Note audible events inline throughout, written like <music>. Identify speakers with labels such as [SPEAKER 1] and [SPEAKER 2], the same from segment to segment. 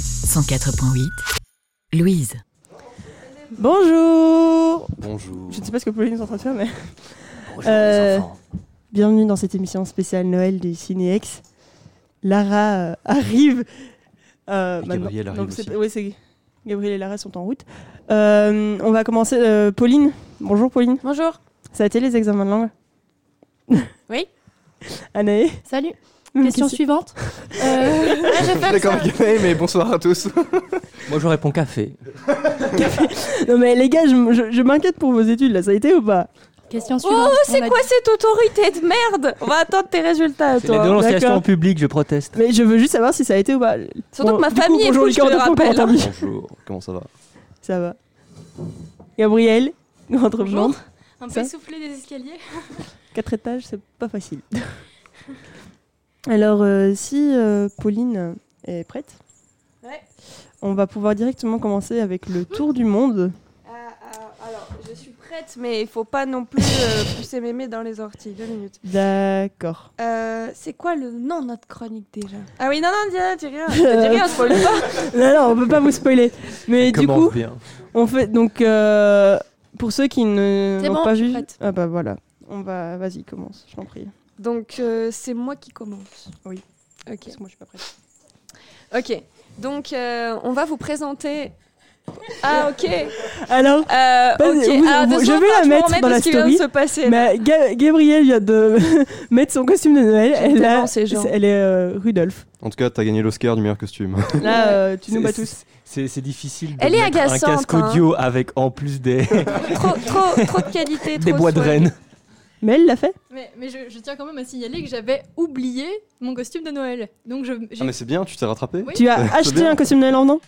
[SPEAKER 1] 104.8, Louise.
[SPEAKER 2] Bonjour
[SPEAKER 3] Bonjour.
[SPEAKER 2] Je ne sais pas ce que Pauline est en train de faire, mais
[SPEAKER 3] Bonjour
[SPEAKER 2] euh,
[SPEAKER 3] les enfants.
[SPEAKER 2] bienvenue dans cette émission spéciale Noël de Cinéex. Lara euh, arrive. euh,
[SPEAKER 3] Et
[SPEAKER 2] maintenant.
[SPEAKER 3] Gabriel arrive
[SPEAKER 2] c'est-
[SPEAKER 3] aussi.
[SPEAKER 2] ouais, c'est- Gabriel et Lara sont en route. Euh, on va commencer. euh, Pauline, bonjour Pauline.
[SPEAKER 4] Bonjour.
[SPEAKER 2] Ça a été les examens de langue <laughs>
[SPEAKER 4] Oui.
[SPEAKER 2] Anaé
[SPEAKER 4] Salut.
[SPEAKER 2] Hmm,
[SPEAKER 4] Question
[SPEAKER 2] <laughs>
[SPEAKER 4] suivante. Euh, je vais faire
[SPEAKER 5] D'accord,
[SPEAKER 4] ça.
[SPEAKER 5] avec Anaïs, mais bonsoir à tous.
[SPEAKER 3] <laughs> Moi je réponds café.
[SPEAKER 2] Non mais les gars, je, m- je- je m'inquiète pour vos études là, ça a été ou pas
[SPEAKER 4] Question suivante.
[SPEAKER 6] Oh, c'est quoi cette autorité de merde On va attendre tes résultats,
[SPEAKER 3] C'est la
[SPEAKER 6] toi.
[SPEAKER 3] dénonciation
[SPEAKER 2] d'accord.
[SPEAKER 3] en public, je proteste.
[SPEAKER 2] Mais je veux juste savoir si ça a été ou pas.
[SPEAKER 6] Surtout
[SPEAKER 2] Bon,
[SPEAKER 6] que ma
[SPEAKER 2] du coup,
[SPEAKER 6] famille
[SPEAKER 2] bonjour
[SPEAKER 6] écoute, je
[SPEAKER 2] Lucas
[SPEAKER 6] te le
[SPEAKER 2] Dupont, comment
[SPEAKER 6] rappelle. hein.
[SPEAKER 2] t'as mis
[SPEAKER 3] Bonjour, comment ça va
[SPEAKER 2] Ça va. Gabriel, <laughs> grande
[SPEAKER 7] Bonjour.
[SPEAKER 2] revenante.
[SPEAKER 7] Un
[SPEAKER 2] Ça
[SPEAKER 7] peu souffler des
[SPEAKER 6] <laughs>
[SPEAKER 7] escaliers.
[SPEAKER 2] Quatre étages, c'est pas facile. <laughs> Alors, euh, si euh, Pauline est prête,
[SPEAKER 6] Ouais.
[SPEAKER 2] on va pouvoir directement commencer avec le tour du monde.
[SPEAKER 6] Euh, alors, je suis prête, mais il faut pas non plus <laughs> euh, pousser mémé dans les orties. Deux minutes.
[SPEAKER 2] D'accord.
[SPEAKER 6] Euh, c'est quoi le nom de notre chronique déjà Ah oui, non, non, dis, rien, dis <laughs> rien. Dis
[SPEAKER 2] Euh,
[SPEAKER 6] rien, spoil pas.
[SPEAKER 2] Non, non, on peut pas vous spoiler. Mais du coup,
[SPEAKER 3] bien.
[SPEAKER 2] on fait donc euh, pour ceux qui ne
[SPEAKER 4] C'est
[SPEAKER 2] n'ont
[SPEAKER 4] bon,
[SPEAKER 2] pas
[SPEAKER 4] je suis
[SPEAKER 2] vu.
[SPEAKER 4] prête.
[SPEAKER 2] Ah bah voilà. On va, vas-y, commence. Je t'en prie.
[SPEAKER 6] Donc, euh, c'est moi qui commence.
[SPEAKER 2] <laughs> Oui.
[SPEAKER 6] Ok.
[SPEAKER 2] Parce que moi, je suis pas prête.
[SPEAKER 6] Ok. Donc, euh, on va vous présenter. <laughs> Ah, ok.
[SPEAKER 2] Alors,
[SPEAKER 6] Euh,
[SPEAKER 2] Vas-y,
[SPEAKER 6] ok.
[SPEAKER 2] vous-
[SPEAKER 6] Alors,
[SPEAKER 2] vous-
[SPEAKER 6] deux
[SPEAKER 2] je vais
[SPEAKER 6] secondes,
[SPEAKER 2] la
[SPEAKER 6] faut
[SPEAKER 2] mettre
[SPEAKER 6] remettre
[SPEAKER 2] dans
[SPEAKER 6] de
[SPEAKER 2] la
[SPEAKER 6] ce qui vient de
[SPEAKER 2] story,
[SPEAKER 6] se passer.
[SPEAKER 2] ma- Ga- Gabrielle vient de <laughs> mettre son costume de Noël.
[SPEAKER 6] J'aime
[SPEAKER 2] Elle, a-
[SPEAKER 6] tellement ces gens.
[SPEAKER 2] elle est euh, Rudolph.
[SPEAKER 5] En tout cas, t'as gagné l'Oscar du meilleur costume. <laughs>
[SPEAKER 2] Là, euh, tu nous
[SPEAKER 3] C'est-
[SPEAKER 2] bats tous.
[SPEAKER 3] C'est c'est difficile de
[SPEAKER 6] Elle est
[SPEAKER 3] mettre
[SPEAKER 6] agaçante,
[SPEAKER 3] un casque
[SPEAKER 6] hein.
[SPEAKER 3] audio avec en plus
[SPEAKER 6] <laughs>
[SPEAKER 3] des,
[SPEAKER 6] Trop,
[SPEAKER 2] <laughs>
[SPEAKER 6] trop, trop de qualité.
[SPEAKER 3] des
[SPEAKER 6] trop
[SPEAKER 3] bois de
[SPEAKER 6] soin.
[SPEAKER 3] rennes.
[SPEAKER 2] Mais elle l'a fait.
[SPEAKER 7] Mais, mais je, je tiens quand même à signaler que j'avais oublié mon costume de Noël. Donc je. j'ai-
[SPEAKER 5] Ah, mais c'est bien, tu t'es rattrapé.
[SPEAKER 7] Oui.
[SPEAKER 2] Tu as
[SPEAKER 5] C'est
[SPEAKER 2] acheté
[SPEAKER 5] bien.
[SPEAKER 2] un costume de Noël en venant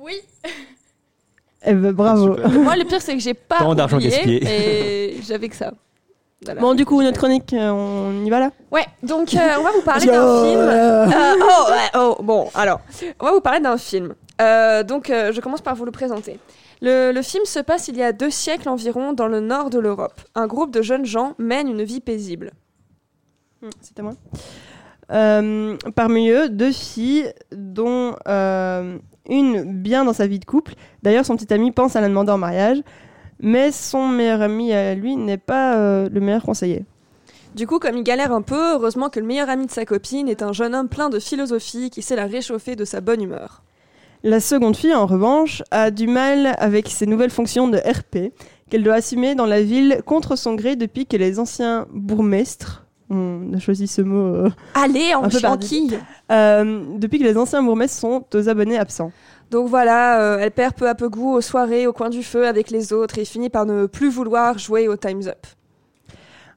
[SPEAKER 7] Oui.
[SPEAKER 2] Eh ben, bravo.
[SPEAKER 5] Ah, Super.
[SPEAKER 6] Moi, le pire, c'est que j'ai pas.
[SPEAKER 3] Tant d'argent
[SPEAKER 6] oublié,
[SPEAKER 3] gaspillé.
[SPEAKER 6] Et j'avais que ça. Voilà.
[SPEAKER 2] <laughs> Bon, du coup, notre chronique, euh, on y va là
[SPEAKER 6] Ouais, donc euh, on va vous parler d'un film.
[SPEAKER 2] <laughs>
[SPEAKER 6] Euh, oh, ouais, oh, bon, alors, on va vous parler d'un film. Euh, donc, euh, je commence par vous le présenter. Le, le film se passe il y a deux siècles environ dans le nord de l'Europe. Un groupe de jeunes gens mène une vie paisible.
[SPEAKER 2] C'est à moi. Euh, parmi eux, deux filles, dont euh, une bien dans sa vie de couple. D'ailleurs, son petit ami pense à la demander en mariage. Mais son meilleur ami à lui n'est pas euh, le meilleur conseiller.
[SPEAKER 6] Du coup, comme il galère un peu, heureusement que le meilleur ami de sa copine est un jeune homme plein de philosophie qui sait la réchauffer de sa bonne humeur.
[SPEAKER 2] La seconde fille, en revanche, a du mal avec ses nouvelles fonctions de RP qu'elle doit assumer dans la ville contre son gré depuis que les anciens bourgmestres, on a choisi ce mot euh, <laughs>
[SPEAKER 6] Allez,
[SPEAKER 2] Un
[SPEAKER 6] en
[SPEAKER 2] peu bardé.
[SPEAKER 6] chanquille
[SPEAKER 2] Euh, depuis que les anciens bourgmestres sont aux abonnés absents.
[SPEAKER 6] Donc voilà, euh, elle perd peu à peu goût aux soirées, au coin du feu avec les autres et finit par ne plus vouloir jouer au Time's Up.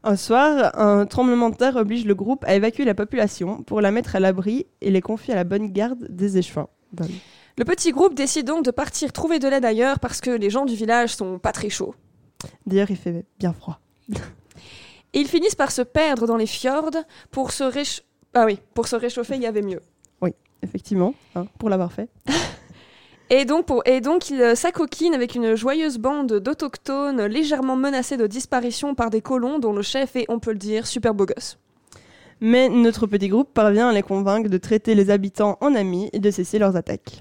[SPEAKER 2] Un soir, un tremblement de terre oblige le groupe à évacuer la population pour la mettre à l'abri et les confier à la bonne garde des échevins. Ben,
[SPEAKER 6] Le petit groupe décide donc de partir trouver de l'aide ailleurs parce que les gens du village sont pas très chauds.
[SPEAKER 2] D'ailleurs, il fait bien froid.
[SPEAKER 6] Et ils finissent par se perdre dans les fjords pour se réchauffer. Ah oui, pour se réchauffer, il y avait mieux.
[SPEAKER 2] Effectivement, hein, pour l'avoir fait.
[SPEAKER 6] Et donc, pour... et donc ils euh, s'acoquinent avec une joyeuse bande d'autochtones légèrement menacés de disparition par des colons dont le chef est, on peut le dire, super beau gosse.
[SPEAKER 2] Mais notre petit groupe parvient à les convaincre de traiter les habitants en amis et de cesser leurs attaques.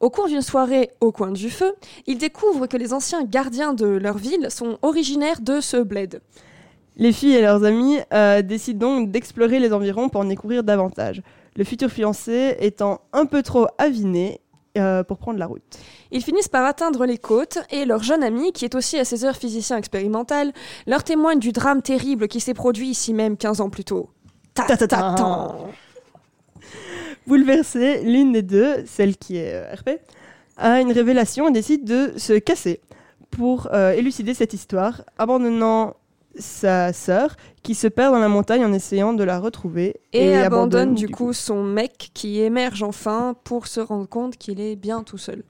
[SPEAKER 6] Au cours d'une soirée au coin du feu, ils découvrent que les anciens gardiens de leur ville sont originaires de ce bled.
[SPEAKER 2] Les filles et leurs amis euh, décident donc d'explorer les environs pour en découvrir davantage. Le futur fiancé étant un peu trop aviné euh, pour prendre la route.
[SPEAKER 6] Ils finissent par atteindre les côtes et leur jeune ami, qui est aussi à ses heures physicien expérimental, leur témoigne du drame terrible qui s'est produit ici même 15 ans plus tôt. Ta ta ta tan.
[SPEAKER 2] Bouleversée, l'une des deux, celle qui est euh, RP, a une révélation et décide de se casser pour euh, élucider cette histoire, abandonnant sa sœur qui se perd dans la montagne en essayant de la retrouver
[SPEAKER 6] Et, abandonne du coup son mec qui émerge enfin pour se rendre compte qu'il est bien tout seul.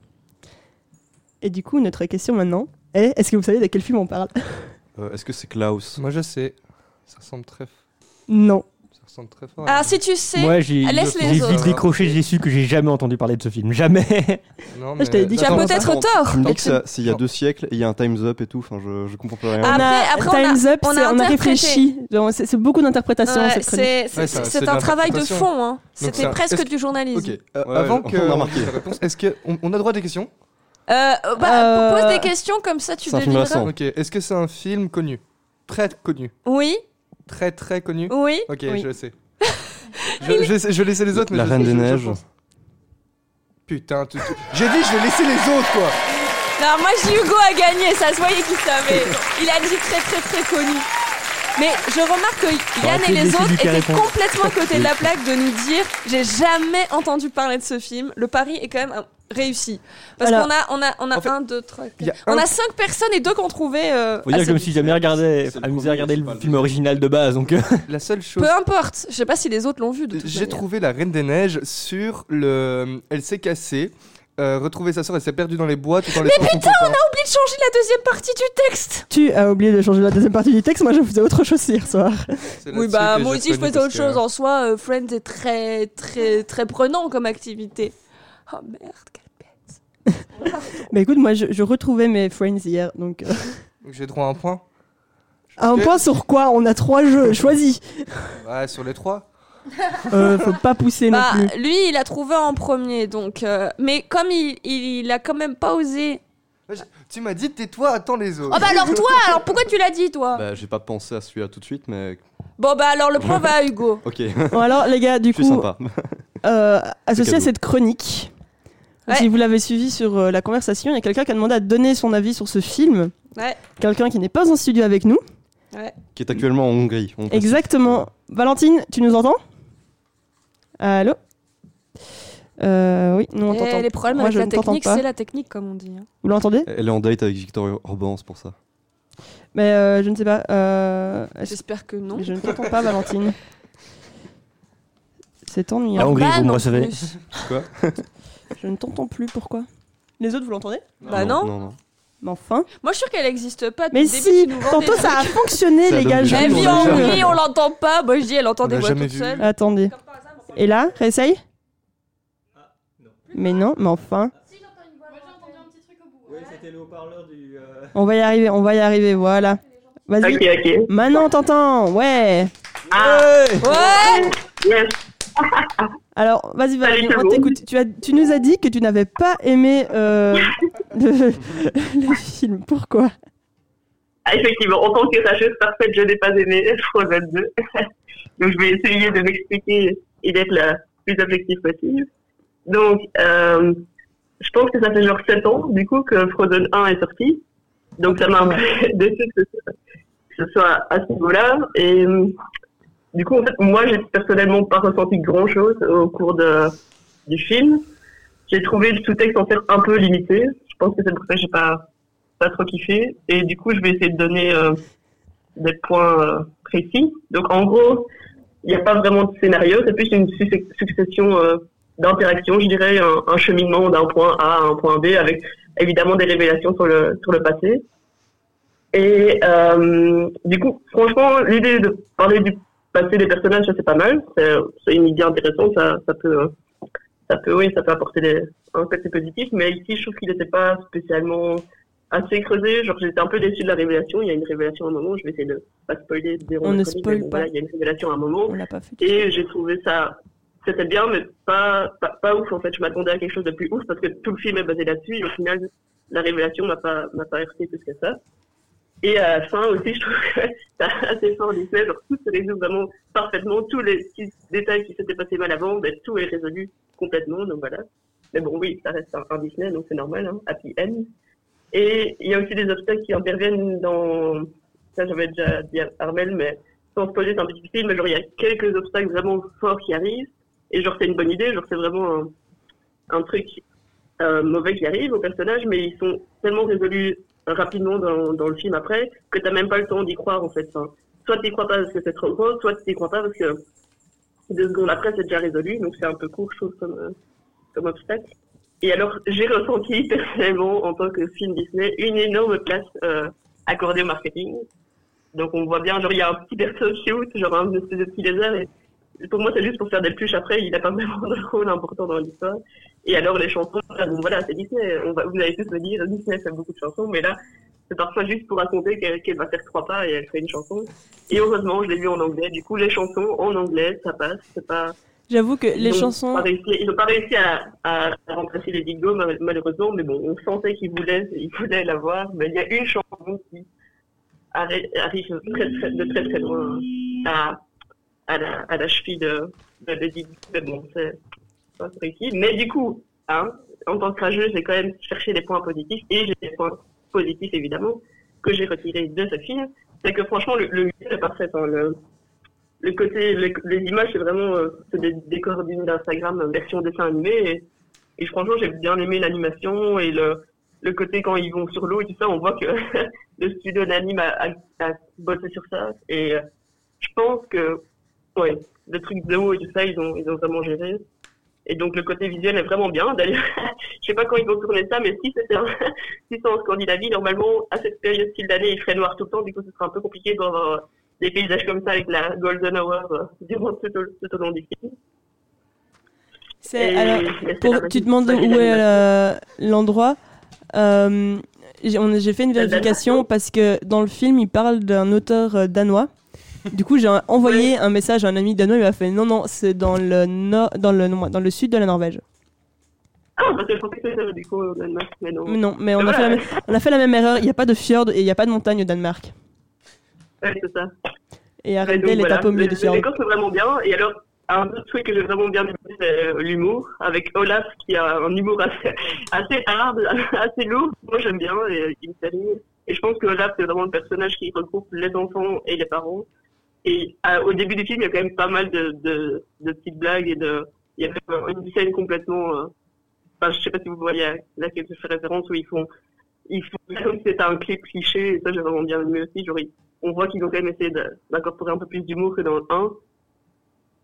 [SPEAKER 2] Et du coup, notre question maintenant est est-ce que vous savez de quel film on parle
[SPEAKER 5] Euh, Est-ce que c'est Klaus
[SPEAKER 8] Moi je sais. Ça ressemble très. f-
[SPEAKER 2] Non.
[SPEAKER 8] ça
[SPEAKER 5] ressemble très fort.
[SPEAKER 6] Alors, Ah, si tu sais.
[SPEAKER 8] Moi, j'ai
[SPEAKER 6] laisse les
[SPEAKER 8] j'ai vite
[SPEAKER 6] autres.
[SPEAKER 8] décroché, j'ai su que j'ai jamais entendu parler de ce film. Jamais.
[SPEAKER 5] Non,
[SPEAKER 2] je t'avais dit
[SPEAKER 6] Tu as
[SPEAKER 2] Attends,
[SPEAKER 6] peut-être tort.
[SPEAKER 5] Tu me dis
[SPEAKER 2] Attends.
[SPEAKER 5] que ça- s'il y a deux siècles, il y a un times up et tout, enfin je, je comprends pas rien.
[SPEAKER 6] Ah, après, après, on a-
[SPEAKER 2] Time's Up,
[SPEAKER 6] on a
[SPEAKER 2] c'est- on a
[SPEAKER 6] interprété.
[SPEAKER 2] réfléchi. Donc, C'est c'est beaucoup d'interprétations
[SPEAKER 6] Ouais,
[SPEAKER 2] cette chronique.
[SPEAKER 6] c'est
[SPEAKER 5] Ouais,
[SPEAKER 6] c'est-
[SPEAKER 5] ça-
[SPEAKER 6] c'est
[SPEAKER 5] c'est de
[SPEAKER 6] un travail de
[SPEAKER 5] l'interprétation.
[SPEAKER 6] fond. hein.
[SPEAKER 5] Donc
[SPEAKER 6] C'était
[SPEAKER 5] ça-
[SPEAKER 6] presque
[SPEAKER 5] est-ce-
[SPEAKER 6] du journalisme.
[SPEAKER 5] Ok. Euh,
[SPEAKER 3] Ouais,
[SPEAKER 5] avant
[SPEAKER 3] on
[SPEAKER 5] que
[SPEAKER 3] a remarqué.
[SPEAKER 5] la réponse, <laughs> est-ce que on, on a droit à des questions
[SPEAKER 6] Euh, bah,
[SPEAKER 2] Euh,
[SPEAKER 6] Pose des questions comme ça, tu
[SPEAKER 5] C'est un film
[SPEAKER 6] devineras.
[SPEAKER 5] récent.
[SPEAKER 9] Ok, est-ce que c'est un film connu Très connu.
[SPEAKER 6] Oui,
[SPEAKER 9] Très très connu
[SPEAKER 6] oui.
[SPEAKER 9] Ok,
[SPEAKER 2] Oui.
[SPEAKER 9] je
[SPEAKER 6] <laughs>
[SPEAKER 9] le sais. Je, je sais- je laissais les autres, mais
[SPEAKER 5] La
[SPEAKER 9] je-
[SPEAKER 5] Reine
[SPEAKER 9] je-
[SPEAKER 5] des
[SPEAKER 9] je- je
[SPEAKER 5] Neiges.
[SPEAKER 9] pense. Putain, tu- tu- j'ai dit je vais laisser les autres quoi
[SPEAKER 6] Non, moi, j'ai Hugo a gagné, ça se voyait qu'il savait. Il a dit très, très, très connu. Mais je remarque que Yann
[SPEAKER 8] J'aurais
[SPEAKER 6] et
[SPEAKER 8] pu
[SPEAKER 6] les
[SPEAKER 8] laisser
[SPEAKER 6] autres
[SPEAKER 8] Lucas
[SPEAKER 6] étaient
[SPEAKER 8] répondre.
[SPEAKER 6] complètement à côté de la plaque de nous dire j'ai jamais entendu parler de ce film. Le pari est quand même un- réussi. Parce
[SPEAKER 2] Alors-
[SPEAKER 6] qu'on a, on a, on a
[SPEAKER 9] En fait,
[SPEAKER 6] un, deux, trois,
[SPEAKER 9] Il y a
[SPEAKER 6] quatre. On
[SPEAKER 9] un-
[SPEAKER 6] a cinq personnes et deux qui ont trouvé. euh,
[SPEAKER 2] Ah,
[SPEAKER 8] Faut dire que
[SPEAKER 6] assez
[SPEAKER 8] je me suis jamais regardé,
[SPEAKER 5] c'est le
[SPEAKER 8] amusé
[SPEAKER 5] premier,
[SPEAKER 8] à regarder
[SPEAKER 5] c'est
[SPEAKER 8] le
[SPEAKER 5] pas le
[SPEAKER 8] film original de
[SPEAKER 5] Bah,
[SPEAKER 8] base, donc. euh,
[SPEAKER 9] la seule
[SPEAKER 6] vite.
[SPEAKER 9] chose.
[SPEAKER 6] Peu importe, je sais pas si les autres l'ont vu. de toute
[SPEAKER 9] J'ai
[SPEAKER 6] manière.
[SPEAKER 9] trouvé la Reine des Neiges sur le. Elle s'est cassée. euh, retrouver sa soeur, elle s'est perdue dans les bois tout en laissant Mais putain, on a
[SPEAKER 6] Oublie de changer la deuxième partie du texte.
[SPEAKER 2] Tu as oublié de changer la deuxième partie du texte, moi je faisais autre chose hier soir.
[SPEAKER 6] Oui, bah moi aussi je faisais autre chose. En soi, euh, Friends est très, très, très prenant comme activité. Oh merde, quelle bête.
[SPEAKER 2] Mais écoute, moi je, je retrouvais mes friends hier, donc... euh,
[SPEAKER 9] J'ai droit à un point.
[SPEAKER 2] à un
[SPEAKER 9] Ok.
[SPEAKER 2] point sur quoi On a trois jeux, choisis
[SPEAKER 9] Ouais, sur les trois.
[SPEAKER 2] euh, Faut pas pousser
[SPEAKER 6] Bah,
[SPEAKER 2] non plus.
[SPEAKER 6] lui, il a trouvé en premier, donc. euh, mais comme il, il, il a quand même pas osé.
[SPEAKER 9] Bah, Tu m'as dit tais-toi, attends les autres.
[SPEAKER 6] Oh bah alors toi, alors pourquoi tu l'as dit toi
[SPEAKER 5] Bah, j'ai pas pensé à celui-là tout de suite, mais
[SPEAKER 6] Bon bah alors le
[SPEAKER 2] <laughs>
[SPEAKER 6] point va à Hugo.
[SPEAKER 5] <laughs> ok,
[SPEAKER 2] Bon alors les gars, du
[SPEAKER 5] je suis
[SPEAKER 2] coup,
[SPEAKER 5] sympa. <laughs>
[SPEAKER 2] euh, associé à
[SPEAKER 5] cadeau.
[SPEAKER 2] cette chronique,
[SPEAKER 6] Ouais.
[SPEAKER 2] si vous l'avez suivi sur euh, la conversation, il y a quelqu'un qui a demandé à donner son avis sur ce film.
[SPEAKER 6] Ouais.
[SPEAKER 2] Quelqu'un qui n'est pas en studio avec nous.
[SPEAKER 5] Qui est actuellement en Hongrie. on précise.
[SPEAKER 2] Exactement. Valentine, tu nous entends Allô euh, Oui, nous on
[SPEAKER 6] Eh,
[SPEAKER 2] t'entend.
[SPEAKER 6] les problèmes
[SPEAKER 2] Moi,
[SPEAKER 6] avec
[SPEAKER 2] je
[SPEAKER 6] la
[SPEAKER 2] ne t'entends
[SPEAKER 6] technique,
[SPEAKER 2] pas.
[SPEAKER 6] c'est la technique comme on dit. hein.
[SPEAKER 2] Vous l'entendez
[SPEAKER 5] Elle est en date avec Victor Orban, c'est pour ça.
[SPEAKER 2] Mais euh, je ne sais pas. euh, est-ce-
[SPEAKER 6] J'espère que non.
[SPEAKER 2] je ne t'entends pas, Valentine. C'est
[SPEAKER 8] La
[SPEAKER 5] Ah,
[SPEAKER 2] ennuyant.
[SPEAKER 8] Hongrie,
[SPEAKER 6] Orban,
[SPEAKER 8] vous me
[SPEAKER 6] en
[SPEAKER 8] recevez.
[SPEAKER 6] Bah, plus.
[SPEAKER 2] Je ne t'entends plus, pourquoi Les autres, vous l'entendez
[SPEAKER 6] Bah non.
[SPEAKER 5] non, non.
[SPEAKER 2] Mais enfin.
[SPEAKER 6] Moi je suis sûre qu'elle n'existe pas. depuis
[SPEAKER 2] Hein Mais
[SPEAKER 6] le début,
[SPEAKER 2] si
[SPEAKER 6] tu nous vends
[SPEAKER 2] Tantôt
[SPEAKER 6] des
[SPEAKER 2] ça a
[SPEAKER 6] trucs.
[SPEAKER 2] fonctionné,
[SPEAKER 5] Ça
[SPEAKER 2] les
[SPEAKER 5] donne
[SPEAKER 2] gars.
[SPEAKER 5] du
[SPEAKER 2] je
[SPEAKER 5] jus.
[SPEAKER 6] Elle
[SPEAKER 2] vous
[SPEAKER 6] vit en
[SPEAKER 5] On l'a
[SPEAKER 2] jure.
[SPEAKER 5] jamais
[SPEAKER 6] Hongrie, on l'entend pas. Moi je dis, elle entend
[SPEAKER 9] On
[SPEAKER 6] des
[SPEAKER 9] l'a
[SPEAKER 6] voix
[SPEAKER 9] jamais
[SPEAKER 6] toute
[SPEAKER 9] vu.
[SPEAKER 6] seule.
[SPEAKER 2] Attendez. Et là, réessaye Mais non, mais enfin.
[SPEAKER 8] euh,
[SPEAKER 2] On va y arriver, on va y arriver, voilà. Vas-y.
[SPEAKER 10] ok.
[SPEAKER 2] Maintenant, t'entends, ouais. Euh,
[SPEAKER 6] Ouais
[SPEAKER 10] Yes.
[SPEAKER 2] <laughs> Alors, vas-y, Valérie,
[SPEAKER 10] Salut,
[SPEAKER 2] on
[SPEAKER 10] Caro.
[SPEAKER 2] t'écoute. Tu, as- tu nous as dit que tu n'avais pas aimé
[SPEAKER 10] <laughs>
[SPEAKER 2] euh, le, <laughs> le film. Pourquoi
[SPEAKER 10] Ah, effectivement, en tant que sacheuse parfaite, je n'ai pas aimé Frozen 2. <laughs> Donc, je vais essayer de m'expliquer et d'être la plus objective possible. Donc, euh, je pense que ça fait genre 7 ans, du coup, que Frozen 1 est sorti. Donc, ça m'a un peu <laughs> déçu que ce- que ce soit à ce niveau-là. Et euh, du coup, en fait, moi, j'ai personnellement pas ressenti grand-chose au cours de, du film. J'ai trouvé le sous-texte, en fait, un peu limité. Je pense que c'est pour ça que j'ai pas pas trop kiffé. Et du coup, je vais essayer de donner euh, des points euh, précis. Donc, en gros, il n'y a pas vraiment de scénario. C'est plus une suc- succession euh, d'interactions, je dirais, un, un cheminement d'un point A à un point B, avec évidemment des révélations sur le, sur le passé. Et euh, du coup, franchement, l'idée de parler du passé des personnages, ça c'est pas mal. C'est c'est une idée intéressante. Ça, ça peut, euh, ça peut, oui, ça peut apporter des, un côté positif. Mais ici, je trouve qu'il n'était pas spécialement assez creusé. Genre, j'étais un peu déçu de la révélation. Il y a une révélation à un moment. Je vais essayer de pas spoiler. de dire
[SPEAKER 2] On
[SPEAKER 10] la
[SPEAKER 2] ne
[SPEAKER 10] chronique,
[SPEAKER 2] spoil
[SPEAKER 10] mais bon,
[SPEAKER 2] pas.
[SPEAKER 10] voilà, il y a une révélation à un moment.
[SPEAKER 2] On l'a pas fait.
[SPEAKER 10] Et j'ai trouvé ça, c'était bien, mais pas, pas, pas ouf en fait. Je m'attendais à quelque chose de plus ouf parce que tout le film est basé là-dessus. Et au final, la révélation m'a pas, m'a pas heurté plus que ça. Et à la fin aussi, je trouve que <laughs> c'est assez fort Disney. Genre, tout se résout vraiment parfaitement. Tous les petits détails qui s'étaient passés mal avant, ben, tout est résolu complètement. Donc voilà. Mais bon, oui, ça reste un, un Disney, donc c'est normal, hein, Happy End. Et il y a aussi des obstacles qui interviennent dans. Ça, j'avais déjà dit à Armel, mais sans spoiler, c'est un peu difficile, mais genre, il y a quelques obstacles vraiment forts qui arrivent. Et genre, c'est une bonne idée, genre, c'est vraiment un, un truc euh, mauvais qui arrive aux personnages, mais ils sont tellement résolus rapidement dans, dans le film après que t'as même pas le temps d'y croire, en fait. Enfin, soit t'y crois pas parce que c'est trop gros, soit t'y crois pas parce que deux secondes après, c'est déjà résolu, donc c'est un peu court, je trouve, comme, euh, comme obstacle. Et alors, j'ai ressenti <laughs> personnellement, en tant que film Disney, une énorme place euh, accordée au marketing. Donc on voit bien, genre il y a un petit perso cute, genre un espèce de petit lézard, et pour moi, c'est juste pour faire des pluches après, il n'a pas vraiment de rôle important dans l'histoire. Et alors, les chansons, ah, bon, voilà, c'est Disney. On va, vous allez tous me dire, Disney fait beaucoup de chansons, mais là, c'est parfois juste pour raconter qu'elle qu'elle va faire trois pas et elle fait une chanson. Et heureusement, je l'ai vu en anglais. Du coup, les chansons en anglais, ça passe. C'est pas,
[SPEAKER 2] J'avoue que les
[SPEAKER 10] ils ont
[SPEAKER 2] chansons.
[SPEAKER 10] pas réussi- ils n'ont pas réussi à, à- à remplacer les Digos, mal- malheureusement, mais bon, on sentait qu'ils voulaient, ils voulaient l'avoir. Mais il y a une chanson qui arri- arrive très, très- de très très loin hein, à, à, la, à la cheville de, de Lady Gaga, Mais bon, c'est pas réussi. Mais du coup, hein, en tant que rageux, j'ai quand même cherché des points positifs, et j'ai des points positifs évidemment, que j'ai retirés de ce film. C'est que franchement, le, le musical est parfait. hein, le, le côté, le- les images, c'est vraiment euh, c'est des décors d'une d'Instagram euh, version dessin animé. Et, et franchement, j'ai bien aimé l'animation et le, le côté quand ils vont sur l'eau et tout ça, on voit que <laughs> le studio d'anime a, a, a bossé sur ça. Et euh, je pense que, ouais, le truc de l'eau et tout ça, ils ont, ils ont vraiment géré. Et donc, le côté visuel est vraiment bien. D'ailleurs, <laughs> je sais pas quand ils vont tourner ça, mais si c'était en, <laughs> si c'est en Scandinavie, normalement, à cette période style d'année, il ferait noir tout le temps. Du coup, ce serait un peu compliqué d'avoir euh, des paysages comme ça avec la Golden Hour euh, <laughs> durant tout, au- tout au long du film.
[SPEAKER 2] C'est
[SPEAKER 10] Et-
[SPEAKER 2] alors.
[SPEAKER 10] Euh, mais c'est
[SPEAKER 2] Pour-
[SPEAKER 10] la
[SPEAKER 2] tu
[SPEAKER 10] magie-
[SPEAKER 2] demandes
[SPEAKER 10] magie
[SPEAKER 2] où est
[SPEAKER 10] d'animation.
[SPEAKER 2] la- l'endroit. Euh, j'ai on- j'ai fait une
[SPEAKER 10] L'Allemagne.
[SPEAKER 2] vérification parce que dans le film, il parle d'un auteur euh, danois. Du coup, j'ai envoyé un message à un ami danois. Il m'a fait non, non, c'est dans le nord, dans le non, dans le sud de la Norvège.
[SPEAKER 10] Ah, parce que je pensais que c'était du coup au Danemark, mais non.
[SPEAKER 2] Mais non, mais on a,
[SPEAKER 10] Voilà.
[SPEAKER 2] fait, la même, on a fait la même erreur. Il n'y a pas de fjord et il n'y a pas de montagne au Danemark.
[SPEAKER 10] Ouais, c'est ça.
[SPEAKER 2] Et
[SPEAKER 10] Et donc,
[SPEAKER 2] Arendelle est
[SPEAKER 10] voilà.
[SPEAKER 2] un peu au milieu
[SPEAKER 10] Le-
[SPEAKER 2] du
[SPEAKER 10] le
[SPEAKER 2] fjord.
[SPEAKER 10] décor, c'est vraiment bien. Et alors, un autre truc que j'ai vraiment bien aimé, c'est euh, l'humour, avec Olaf qui a un humour assez, <laughs> assez hard, <laughs> assez lourd. Moi, j'aime bien et euh, il me fait rire. Et je pense que Olaf, c'est vraiment le personnage qui regroupe les enfants et les parents. Et euh, au début du film, il y a quand même pas mal de, de, de petites blagues et de. Il y a même euh, une scène complètement. euh, Enfin, je sais pas si vous voyez à laquelle je fais référence où ils font. Ils font <laughs> comme si c'était un clip cliché, et ça j'ai vraiment bien aimé aussi. Genre, ils- on voit qu'ils ont quand même essayé de- d'incorporer un peu plus d'humour que dans le 1.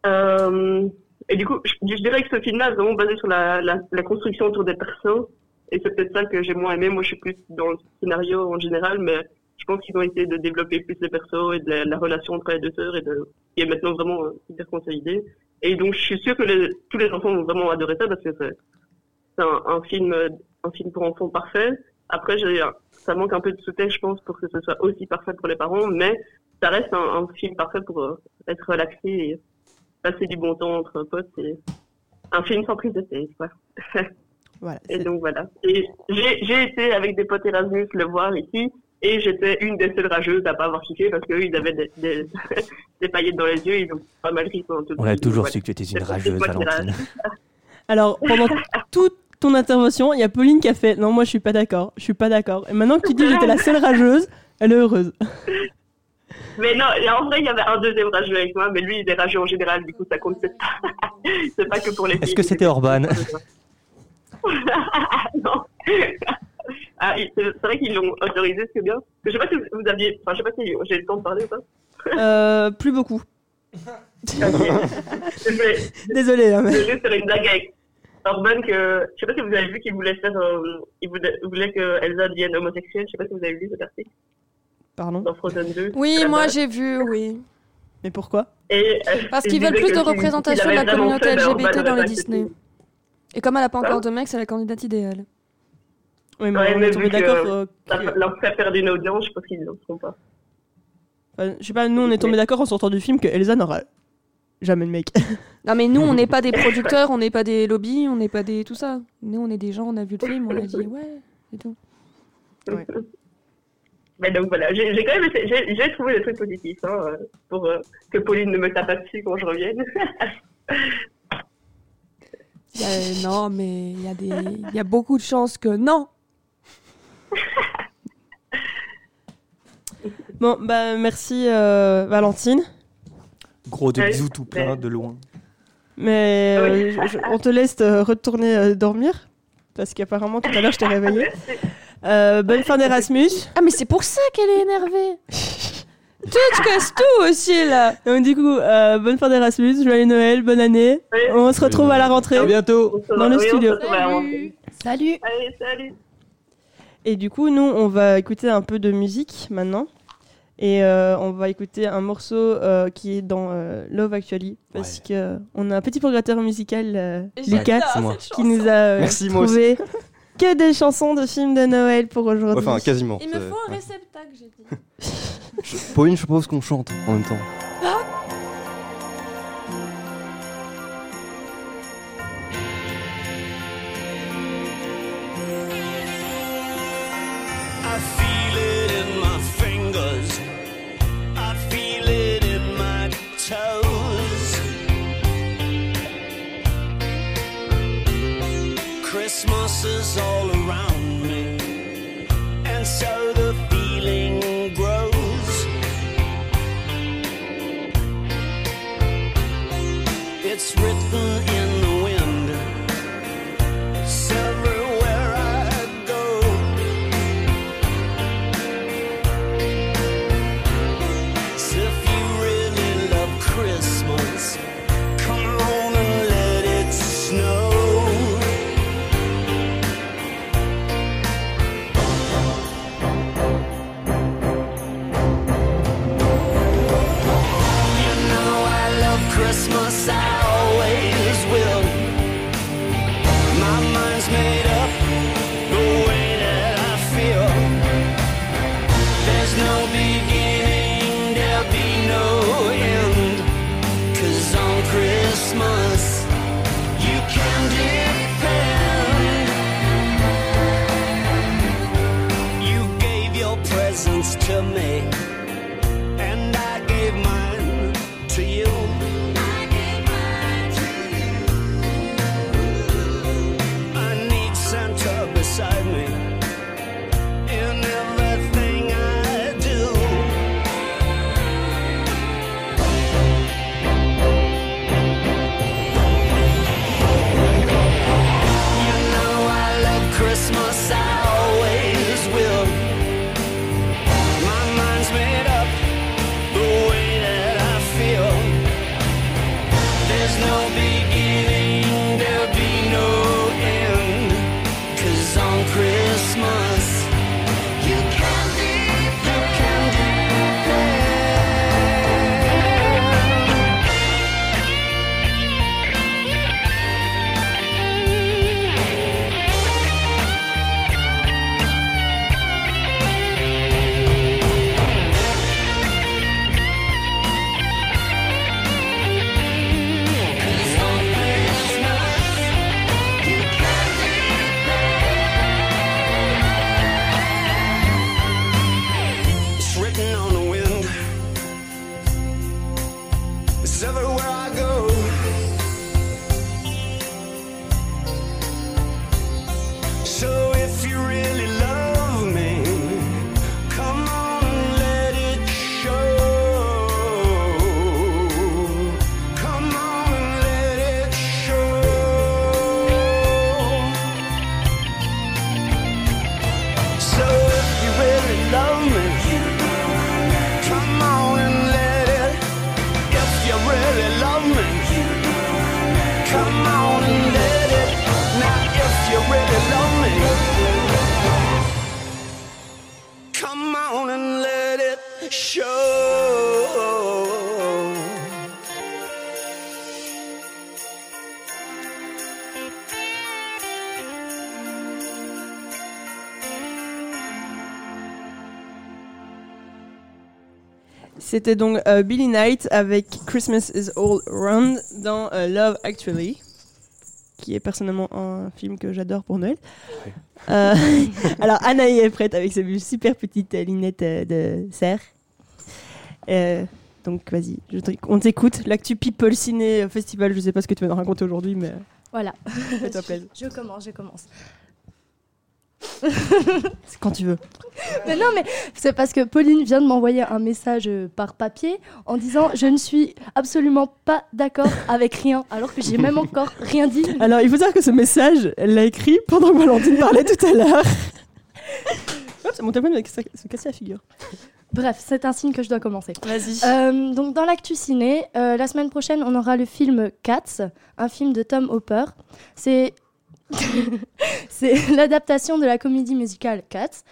[SPEAKER 10] Euh, et du coup, je, je dirais que ce film-là est vraiment basé sur la, la, la construction autour des personnes. Et c'est peut-être ça que j'ai moins aimé. Moi, je suis plus dans le scénario en général, mais je pense qu'ils ont essayé de développer plus les persos et de la, la relation entre les deux sœurs, et de, qui est maintenant vraiment euh, hyper consolidée. Et donc, je suis sûre que les- tous les enfants vont vraiment adorer ça parce que c'est c'est un, un film, euh, un film pour enfants parfait. Après, j'ai un- ça manque un peu de sous-texte, je pense, pour que ce soit aussi parfait pour les parents, mais ça reste un, un film parfait pour euh, être relaxé et passer du bon temps entre potes. Et... Un film sans prise de tête, quoi. <laughs>
[SPEAKER 2] Voilà,
[SPEAKER 10] Et
[SPEAKER 2] c'est-
[SPEAKER 10] donc voilà. Et j'ai j'ai été avec des potes Erasmus le voir ici, et j'étais une des seules rageuses à pas avoir kiffé parce qu'eux, ils avaient des, des, <laughs> des paillettes dans les yeux, ils ont pas mal ri pendant tout le
[SPEAKER 8] On a
[SPEAKER 10] film,
[SPEAKER 8] toujours
[SPEAKER 10] voilà.
[SPEAKER 8] su que tu étais une
[SPEAKER 10] C'est- c'est
[SPEAKER 8] rageuse,
[SPEAKER 10] moi qui
[SPEAKER 8] Valentine.
[SPEAKER 2] Alors,
[SPEAKER 10] <laughs>
[SPEAKER 2] pendant toute ton intervention, il y a Pauline qui a fait non, moi je suis pas d'accord, je suis pas d'accord. Et maintenant que tu dis j'étais la seule rageuse, elle est heureuse.
[SPEAKER 10] Mais non, et en vrai, il y avait un deuxième rageux avec moi, mais lui, il est rageux en général, du coup, ça compte peut-être pas. <laughs> C'est pas que pour les filles.
[SPEAKER 8] Est-ce que c'était Orban
[SPEAKER 10] <laughs> Non. Ah, il- c'est c'est vrai qu'ils l'ont autorisé, c'est bien. Je sais pas si vous- vous aviez. Enfin, je sais pas si j'ai le temps de parler ou pas.
[SPEAKER 2] Euh, plus beaucoup.
[SPEAKER 10] Je voulais,
[SPEAKER 2] Désolée, hein,
[SPEAKER 10] je
[SPEAKER 2] mais-
[SPEAKER 10] voulais juste faire une blague avec Orban que. Je sais pas si vous avez vu qu'il voulait faire. euh, il voulait, il voulait que Elsa devienne homosexuelle. Je sais pas si vous avez lu cet article
[SPEAKER 2] Pardon.
[SPEAKER 10] dans Frozen 2.
[SPEAKER 4] Oui,
[SPEAKER 10] Là-bas.
[SPEAKER 4] moi j'ai vu, oui.
[SPEAKER 2] Mais pourquoi
[SPEAKER 10] Et, euh,
[SPEAKER 4] Parce
[SPEAKER 10] il
[SPEAKER 4] qu'ils veulent plus
[SPEAKER 10] disait que
[SPEAKER 4] de
[SPEAKER 10] s'il- s'il
[SPEAKER 4] représentation de la
[SPEAKER 10] avait vraiment
[SPEAKER 4] communauté
[SPEAKER 10] fait, ben, Orban
[SPEAKER 4] LGBT dans
[SPEAKER 10] aurait
[SPEAKER 4] les
[SPEAKER 10] pas
[SPEAKER 4] Disney.
[SPEAKER 10] accepté.
[SPEAKER 4] Et comme elle a pas encore
[SPEAKER 10] Pardon
[SPEAKER 4] de mec, c'est la candidate idéale.
[SPEAKER 2] Oui, mais
[SPEAKER 10] Ouais,
[SPEAKER 2] on est
[SPEAKER 10] mais
[SPEAKER 2] tombé
[SPEAKER 10] vu que-
[SPEAKER 2] d'accord. euh,
[SPEAKER 10] Ça
[SPEAKER 2] que-
[SPEAKER 10] leur ferait perdre une audience, je pense qu'ils ne le feront pas.
[SPEAKER 2] enfin, je sais pas, nous on est tombé d'accord en sortant du film que Elsa n'aura jamais de mec. <laughs>
[SPEAKER 4] Non mais nous, on n'est pas des producteurs, on n'est pas des lobbies, on n'est pas des tout ça. Nous, on est des gens, on a vu le film, on a dit ouais, c'est tout.
[SPEAKER 2] Ouais.
[SPEAKER 10] Mais donc voilà, j'ai j'ai quand même essayé- j'ai j'ai trouvé des trucs positifs hein, euh, pour euh, que Pauline ne me tape pas dessus quand je revienne. <laughs>
[SPEAKER 4] Euh, non, mais il y, a des- il y a beaucoup de chances que non.
[SPEAKER 2] Bon, bah merci euh, Valentine.
[SPEAKER 8] <laughs> Gros de
[SPEAKER 10] Ouais,
[SPEAKER 8] bisous tout
[SPEAKER 10] mais-
[SPEAKER 8] plein, de loin.
[SPEAKER 2] Mais euh,
[SPEAKER 10] Oui.
[SPEAKER 2] je- je- on te laisse euh, retourner euh, dormir. Parce qu'apparemment tout à
[SPEAKER 10] <laughs>
[SPEAKER 2] l'heure je t'ai réveillée. Euh, bonne fin d'Erasmus.
[SPEAKER 4] Ah mais c'est pour ça qu'elle est
[SPEAKER 2] <laughs>
[SPEAKER 4] énervée. tu te casses tout aussi là.
[SPEAKER 2] Donc du coup, euh, bonne fin d'Erasmus, joyeux Noël, bonne année.
[SPEAKER 10] Oui.
[SPEAKER 2] On se retrouve à la rentrée.
[SPEAKER 8] À bientôt
[SPEAKER 10] On se
[SPEAKER 2] Dans
[SPEAKER 10] revoit- oui,
[SPEAKER 2] le
[SPEAKER 10] on se
[SPEAKER 2] studio.
[SPEAKER 10] retrouve à la rentrée.
[SPEAKER 7] Salut
[SPEAKER 10] Allez, salut
[SPEAKER 2] Et du coup, nous, on va écouter un peu de musique maintenant. Et euh, on va écouter un morceau euh, qui est dans euh, Love Actually. Parce que euh, on a un petit programmateur musical, euh, Lucas,
[SPEAKER 5] c'est moi.
[SPEAKER 2] qui nous a euh,
[SPEAKER 5] Merci, moi aussi.
[SPEAKER 2] trouvé que des chansons de films de Noël pour aujourd'hui.
[SPEAKER 5] Enfin, quasiment.
[SPEAKER 7] Il me
[SPEAKER 5] c'est-
[SPEAKER 7] faut un
[SPEAKER 5] ouais.
[SPEAKER 7] réceptacle, j'ai dit.
[SPEAKER 5] Je- Pauline, je propose qu'on chante en même temps.
[SPEAKER 11] I feel it in my fingers. I feel it in my toes. Christmas is all around me, and so the feeling grows. It's written in the wind. It's everywhere I go. If you really love Christmas, come on and let it snow. You know I love Christmas, I always will. My mind's made up the way that I feel. There's no beginning, there'll be no end. Cause on Christmas, you can depend. You gave your presents to me, and I gave mine to you. I need Santa beside me in everything I do. You know I love Christmas, I always will. My mind's made up the way that I feel. There's no beginning, there'll be no end. Cause on Christmas, you can be, you can be. It's written on the wind. It's everywhere I go. So if you really love me, come on and let it show. Come on and let it show. So if you really love me, come on and let it. If you really love me, come on and let it. Now if you really love me, come on and let it show.
[SPEAKER 2] C'était donc euh, Billy Knight avec Christmas is All Round dans euh, Love Actually, qui est personnellement un film que j'adore pour Noël. Euh, <laughs> alors Anaï est prête avec ses super petites euh, lunettes euh, de cerf. Euh, donc vas-y, je t'en- on t'écoute. L'actu People Ciné Festival, je sais pas ce que tu vas nous raconter aujourd'hui, mais... euh,
[SPEAKER 12] Voilà.
[SPEAKER 2] Fais-toi plaisir.
[SPEAKER 12] Je commence, je commence.
[SPEAKER 2] C'est quand tu veux.
[SPEAKER 12] Mais non, mais c'est parce que Pauline vient de m'envoyer un message euh, par papier en disant Je ne suis absolument pas d'accord avec rien, alors que j'ai même encore rien
[SPEAKER 2] <laughs>
[SPEAKER 12] dit.
[SPEAKER 2] Alors, il faut dire que ce message, elle l'a écrit pendant que Valentine parlait tout à l'heure. Oups, Ah, mon téléphone va se casser la figure.
[SPEAKER 12] Bref, c'est un signe que je dois commencer.
[SPEAKER 2] Vas-y.
[SPEAKER 12] Euh, donc, dans l'actu ciné, euh, la semaine prochaine, on aura le film Cats, un film de Tom Hopper. C'est. <laughs> C'est l'adaptation de la comédie musicale Cats.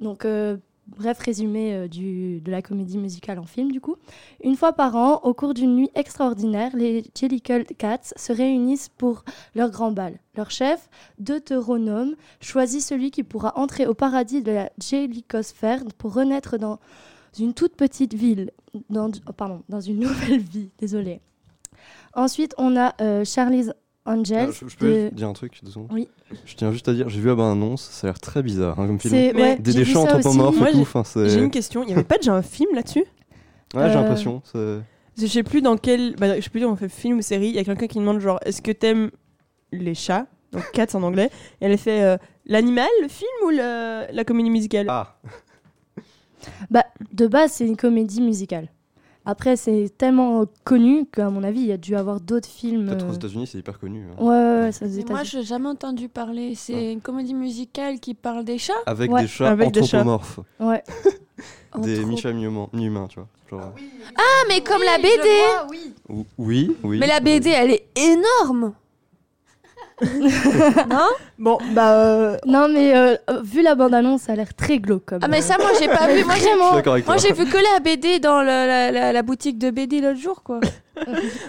[SPEAKER 12] Donc, euh, bref résumé euh, du, de la comédie musicale en film, du coup. Une fois par an, au cours d'une nuit extraordinaire, les Jellicle Cats se réunissent pour leur grand bal. Leur chef, Deutéronome, choisit celui qui pourra entrer au paradis de la Jellicosphère pour renaître dans une toute petite ville, dans, oh, pardon, dans une <laughs> nouvelle vie, désolé. Ensuite, on a euh, Charlie's Angels.
[SPEAKER 5] Euh, je, je peux
[SPEAKER 12] de-
[SPEAKER 5] dire un truc, deux secondes
[SPEAKER 12] Oui.
[SPEAKER 5] Je tiens juste à dire, j'ai vu ah la bande annonce, ça a l'air très bizarre hein, comme film.
[SPEAKER 12] C'est- ouais,
[SPEAKER 5] des
[SPEAKER 12] j'ai
[SPEAKER 5] des
[SPEAKER 12] vu
[SPEAKER 5] chants
[SPEAKER 12] ça aussi.
[SPEAKER 5] anthropomorphes
[SPEAKER 12] Moi,
[SPEAKER 5] et
[SPEAKER 12] j'ai-
[SPEAKER 5] tout. Enfin, c'est...
[SPEAKER 2] J'ai une question. Il y avait pas déjà un film là-dessus
[SPEAKER 5] Ouais, j'ai
[SPEAKER 2] Euh,
[SPEAKER 5] l'impression. c'est-
[SPEAKER 2] Je sais plus dans quel. bah, je sais plus dire on fait film ou série. Il y a quelqu'un qui demande genre, est-ce que t'aimes les chats Donc cats en anglais. Et elle fait euh, l'animal, le film ou le- la comédie musicale
[SPEAKER 5] Ah
[SPEAKER 12] Bah, de base, c'est une comédie musicale. Après, c'est tellement euh, connu qu'à mon avis, il y a dû avoir d'autres films.
[SPEAKER 5] Peut-être aux
[SPEAKER 12] euh,
[SPEAKER 5] États-Unis, c'est hyper connu. hein.
[SPEAKER 12] Ouais, ouais, ouais, ça aux
[SPEAKER 4] Mais Moi,
[SPEAKER 12] États-Unis.
[SPEAKER 4] j'ai jamais entendu parler. C'est une comédie musicale qui parle des chats
[SPEAKER 5] Avec des chats anthropomorphes.
[SPEAKER 12] Ouais.
[SPEAKER 5] Des mi-chats mi-humains, mi-humains, tu vois. Genre... oui.
[SPEAKER 4] Ah, mais comme la BD
[SPEAKER 5] oui, oui.
[SPEAKER 4] Mais la BD, elle est
[SPEAKER 12] <laughs>
[SPEAKER 4] énorme Non
[SPEAKER 2] Bon, bah.
[SPEAKER 12] Non, mais euh, euh, vu la bande-annonce, ça a l'air très glauque comme.
[SPEAKER 4] Ah, mais ça, moi, j'ai
[SPEAKER 5] <laughs>
[SPEAKER 4] pas
[SPEAKER 12] Mais
[SPEAKER 4] vu. Moi, j'ai-
[SPEAKER 12] vraiment.
[SPEAKER 5] Je suis d'accord avec
[SPEAKER 4] moi,
[SPEAKER 5] toi.
[SPEAKER 4] j'ai vu que la BD dans le- la, la- la boutique de BD l'autre jour,
[SPEAKER 5] <laughs>
[SPEAKER 4] quoi.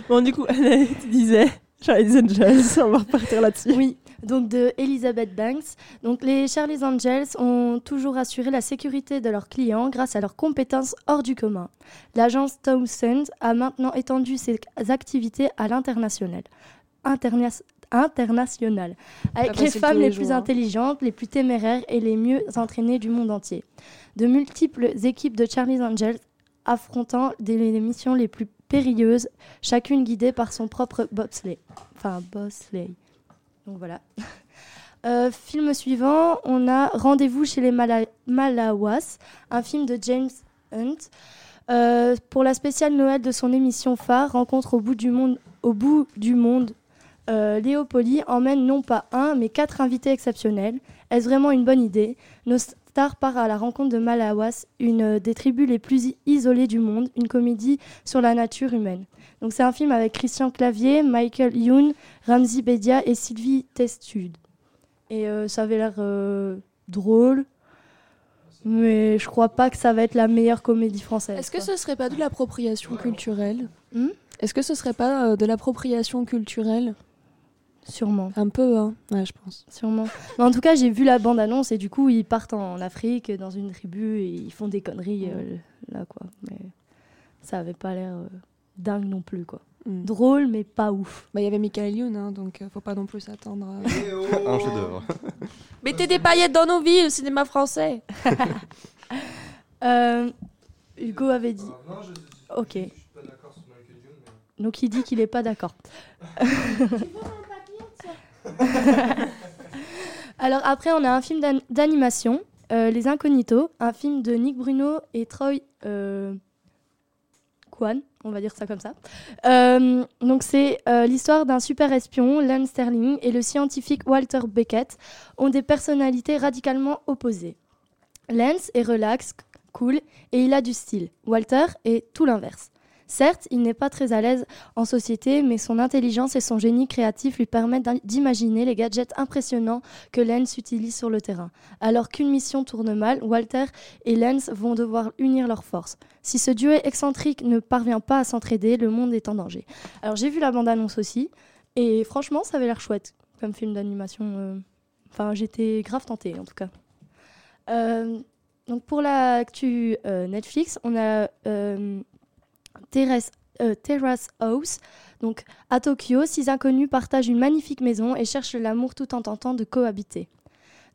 [SPEAKER 2] Bon, du coup, <laughs> Annette, tu disais Charlie's Angels. On va repartir là-dessus.
[SPEAKER 12] Oui, donc de Elizabeth Banks. Donc les Charlie's Angels ont toujours assuré la sécurité de leurs clients grâce à leurs compétences hors du commun. L'agence Townsend a maintenant étendu ses activités à l'international. Interna- international. Avec
[SPEAKER 6] Pas
[SPEAKER 12] les
[SPEAKER 6] facile tous
[SPEAKER 12] femmes
[SPEAKER 6] les
[SPEAKER 12] les
[SPEAKER 6] jours,
[SPEAKER 12] plus
[SPEAKER 6] hein.
[SPEAKER 12] intelligentes, les plus téméraires et les mieux entraînées du monde entier. De multiples équipes de Charlie's Angels affrontant des, les missions les plus périlleuses, chacune guidée par son propre bobsleigh. Enfin, bobsleigh. Donc voilà. <laughs> Euh, film suivant, on a Rendez-vous chez les Mala- Malawas, un film de James Hunt. Euh, pour la spéciale Noël de son émission phare, Rencontre au bout du monde, au bout du monde euh, Léopoli emmène non pas un, mais quatre invités exceptionnels. Est-ce vraiment une bonne idée Nos stars partent à la rencontre de Malawas, une euh, des tribus les plus i- isolées du monde, une comédie sur la nature humaine. Donc c'est un film avec Christian Clavier, Michael Youn, Ramzi Bedia et Sylvie Testud. Et euh, ça avait l'air euh, drôle, mais je crois pas que ça va être la meilleure comédie française.
[SPEAKER 4] Est-ce que
[SPEAKER 12] quoi.
[SPEAKER 4] ce serait pas de l'appropriation culturelle
[SPEAKER 12] Hmm
[SPEAKER 4] Est-ce que ce serait pas euh, de l'appropriation culturelle
[SPEAKER 12] Sûrement.
[SPEAKER 4] Un peu, hein Ouais, je pense.
[SPEAKER 12] Sûrement. Mais en tout cas, j'ai vu la bande-annonce et du coup, ils partent en Afrique, dans une tribu, et ils font des
[SPEAKER 4] Mm.
[SPEAKER 12] conneries euh, là, quoi. Mais ça avait pas l'air euh, dingue non plus, quoi. Drôle, mais pas ouf.
[SPEAKER 4] Mm. Bah, il y avait Michael Youn, hein, donc euh, faut pas non plus s'attendre à...
[SPEAKER 5] <laughs> Un chef-d'œuvre.
[SPEAKER 4] Mettez des paillettes dans nos vies, le cinéma français
[SPEAKER 12] <laughs> Euh, Hugo avait dit. ok. Donc il dit qu'il n'est pas d'accord. <laughs> Alors après, on a un film d'an- d'animation, euh, Les Incognitos, un film de Nick Bruno et Troy euh, Kwan, on va dire ça comme ça. Euh, donc c'est euh, l'histoire d'un super espion, Lance Sterling, et le scientifique Walter Beckett ont des personnalités radicalement opposées. Lance est relax, c- cool, et il a du style. Walter est tout l'inverse. Certes, il n'est pas très à l'aise en société, mais son intelligence et son génie créatif lui permettent d'im- d'imaginer les gadgets impressionnants que Lance utilise sur le terrain. Alors qu'une mission tourne mal, Walter et Lance vont devoir unir leurs forces. Si ce duo excentrique ne parvient pas à s'entraider, le monde est en danger. Alors j'ai vu la bande-annonce aussi, et franchement, ça avait l'air chouette comme film d'animation. euh. Enfin, j'étais grave tentée en tout cas. Euh, donc pour l'actu euh, Netflix, on a euh, Terrace, euh, Terrace House. Donc à Tokyo, six inconnus partagent une magnifique maison et cherchent l'amour tout en tentant de cohabiter.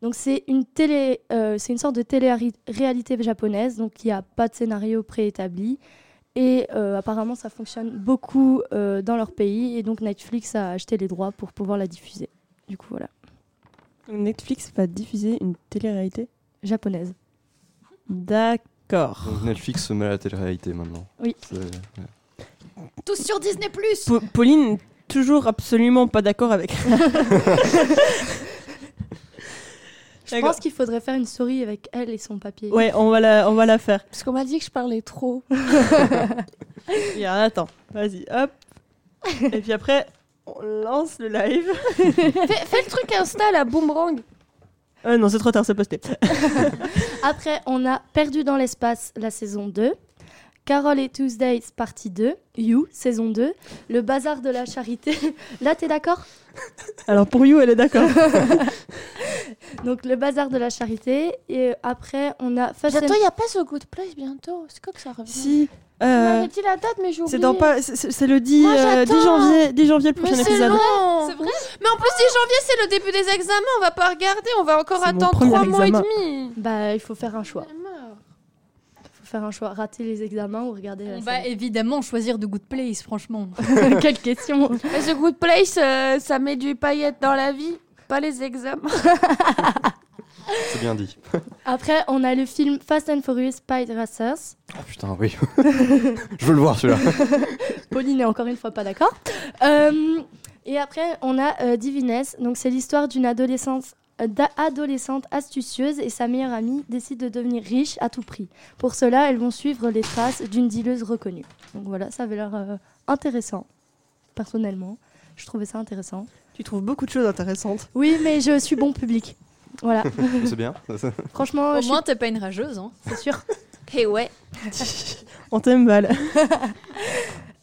[SPEAKER 12] Donc c'est une télé, euh, c'est une sorte de télé-réalité japonaise. Donc il n'y a pas de scénario préétabli et euh, apparemment ça fonctionne beaucoup euh, dans leur pays et donc Netflix a acheté les droits pour pouvoir la diffuser. Du coup voilà,
[SPEAKER 2] Netflix va diffuser une télé-réalité
[SPEAKER 12] japonaise.
[SPEAKER 2] D'accord.
[SPEAKER 5] Donc Netflix se met à la télé-réalité maintenant.
[SPEAKER 12] Oui.
[SPEAKER 5] C'est- ouais.
[SPEAKER 4] Tous sur Disney+.
[SPEAKER 2] Pa- Pauline, toujours absolument pas d'accord
[SPEAKER 6] <laughs>
[SPEAKER 2] avec.
[SPEAKER 12] Je pense qu'il faudrait faire une souris avec elle et son papier.
[SPEAKER 2] Ouais, on va la, on va la faire.
[SPEAKER 4] Parce qu'on m'a dit que je parlais trop.
[SPEAKER 2] Et alors, attends, vas-y, hop. Et puis
[SPEAKER 12] <laughs>
[SPEAKER 2] après, on lance le live.
[SPEAKER 4] fais, fais le truc Insta, la boomerang
[SPEAKER 2] Euh, non, c'est trop tard, c'est posté.
[SPEAKER 12] Après, on a Perdu dans l'espace, la saison 2. Carol et Tuesdays, partie 2. You, saison 2. Le bazar de la charité. <laughs> Là, t'es d'accord
[SPEAKER 2] Alors pour You, elle est d'accord.
[SPEAKER 12] Donc, le bazar de la charité. Et après, on a Fast
[SPEAKER 6] Bientôt, il n'y a pas ce Good Place bientôt. C'est quoi que ça revient
[SPEAKER 2] Si.
[SPEAKER 6] On
[SPEAKER 2] euh,
[SPEAKER 6] avait dit la date, mais j'ai oublié.
[SPEAKER 2] c'est dans pas, c'est- c'est c'est le 10,
[SPEAKER 6] Moi,
[SPEAKER 2] euh, 10
[SPEAKER 6] j'attends.
[SPEAKER 2] janvier, 10 janvier le prochain
[SPEAKER 6] mais c'est
[SPEAKER 2] épisode.
[SPEAKER 6] long. Mais en plus, 10 janvier, c'est le début des examens. On va pas regarder. On va encore
[SPEAKER 2] C'est mon
[SPEAKER 6] attendre
[SPEAKER 2] premier
[SPEAKER 6] 3 mois et
[SPEAKER 2] examen.
[SPEAKER 6] demi.
[SPEAKER 12] Bah, il faut faire un choix. faut faire un choix. Rater les examens ou regarder la
[SPEAKER 7] On va Bah, évidemment choisir de Good Place,
[SPEAKER 12] <laughs>
[SPEAKER 7] franchement.
[SPEAKER 12] Quelle question
[SPEAKER 6] Mais ce Good Place, euh, ça met du paillette dans la vie, pas les examens.
[SPEAKER 12] <laughs>
[SPEAKER 5] C'est bien dit.
[SPEAKER 12] Après, on a le film Fast and Furious Speed
[SPEAKER 2] <laughs>
[SPEAKER 12] Racers.
[SPEAKER 5] Ah, Putain, oui. <laughs> je veux le voir celui-là.
[SPEAKER 12] Pauline est encore une fois pas d'accord. Euh, et après, on a euh, Divines. Donc, c'est l'histoire d'une adolescence euh, d'a- adolescente astucieuse et sa meilleure amie décide de devenir riche à tout prix. Pour cela, elles vont suivre les traces d'une dealeuse reconnue. Donc voilà, ça avait l'air euh, intéressant. Personnellement, je trouvais ça intéressant.
[SPEAKER 2] Tu trouves beaucoup de choses intéressantes.
[SPEAKER 12] Oui, mais je suis bon public. Voilà.
[SPEAKER 5] C'est bien.
[SPEAKER 12] Franchement,
[SPEAKER 7] Au
[SPEAKER 12] je Eh
[SPEAKER 7] moins, t'es pas une rageuse, hein.
[SPEAKER 12] C'est <laughs> sûr.
[SPEAKER 7] <laughs>
[SPEAKER 6] Et ouais.
[SPEAKER 2] On t'aime mal.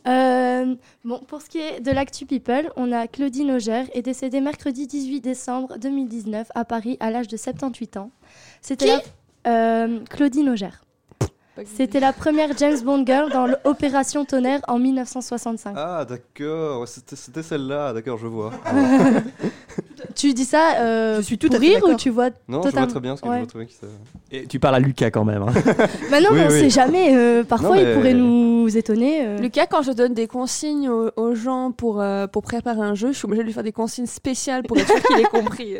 [SPEAKER 12] Euh, bon, pour ce qui est de l'actu people, on a Claudine Auger est décédée mercredi 18 décembre 2019 à Paris à l'âge de 78 ans. C'était
[SPEAKER 6] Qui
[SPEAKER 12] la- euh, Claudine Auger. C'était la première James Bond girl dans l'Opération Tonnerre en 1965.
[SPEAKER 5] Ah, d'accord. C'était c'était celle-là. D'accord, je vois.
[SPEAKER 7] Ah.
[SPEAKER 12] <laughs>
[SPEAKER 5] Ah,
[SPEAKER 12] Tu dis ça euh, pour
[SPEAKER 2] à fait
[SPEAKER 12] rire ou
[SPEAKER 2] d'accord.
[SPEAKER 12] tu
[SPEAKER 5] Non,
[SPEAKER 12] vois
[SPEAKER 5] je vois
[SPEAKER 12] totalement-
[SPEAKER 5] très bien ce que
[SPEAKER 12] Ouais.
[SPEAKER 5] je vois très bien qui c'est.
[SPEAKER 8] Et tu parles à Lucas quand <laughs> même. hein.
[SPEAKER 12] Bah non,
[SPEAKER 8] Oui,
[SPEAKER 12] mais on
[SPEAKER 8] oui.
[SPEAKER 12] sait jamais. euh, parfois,
[SPEAKER 8] Non,
[SPEAKER 12] il
[SPEAKER 8] mais-
[SPEAKER 12] pourrait nous étonner. euh.
[SPEAKER 13] Lucas, quand je donne des consignes aux, aux gens pour, euh, pour préparer un jeu, je suis obligée de lui faire des consignes spéciales pour être sûr
[SPEAKER 12] <laughs>
[SPEAKER 13] qu'il ait compris.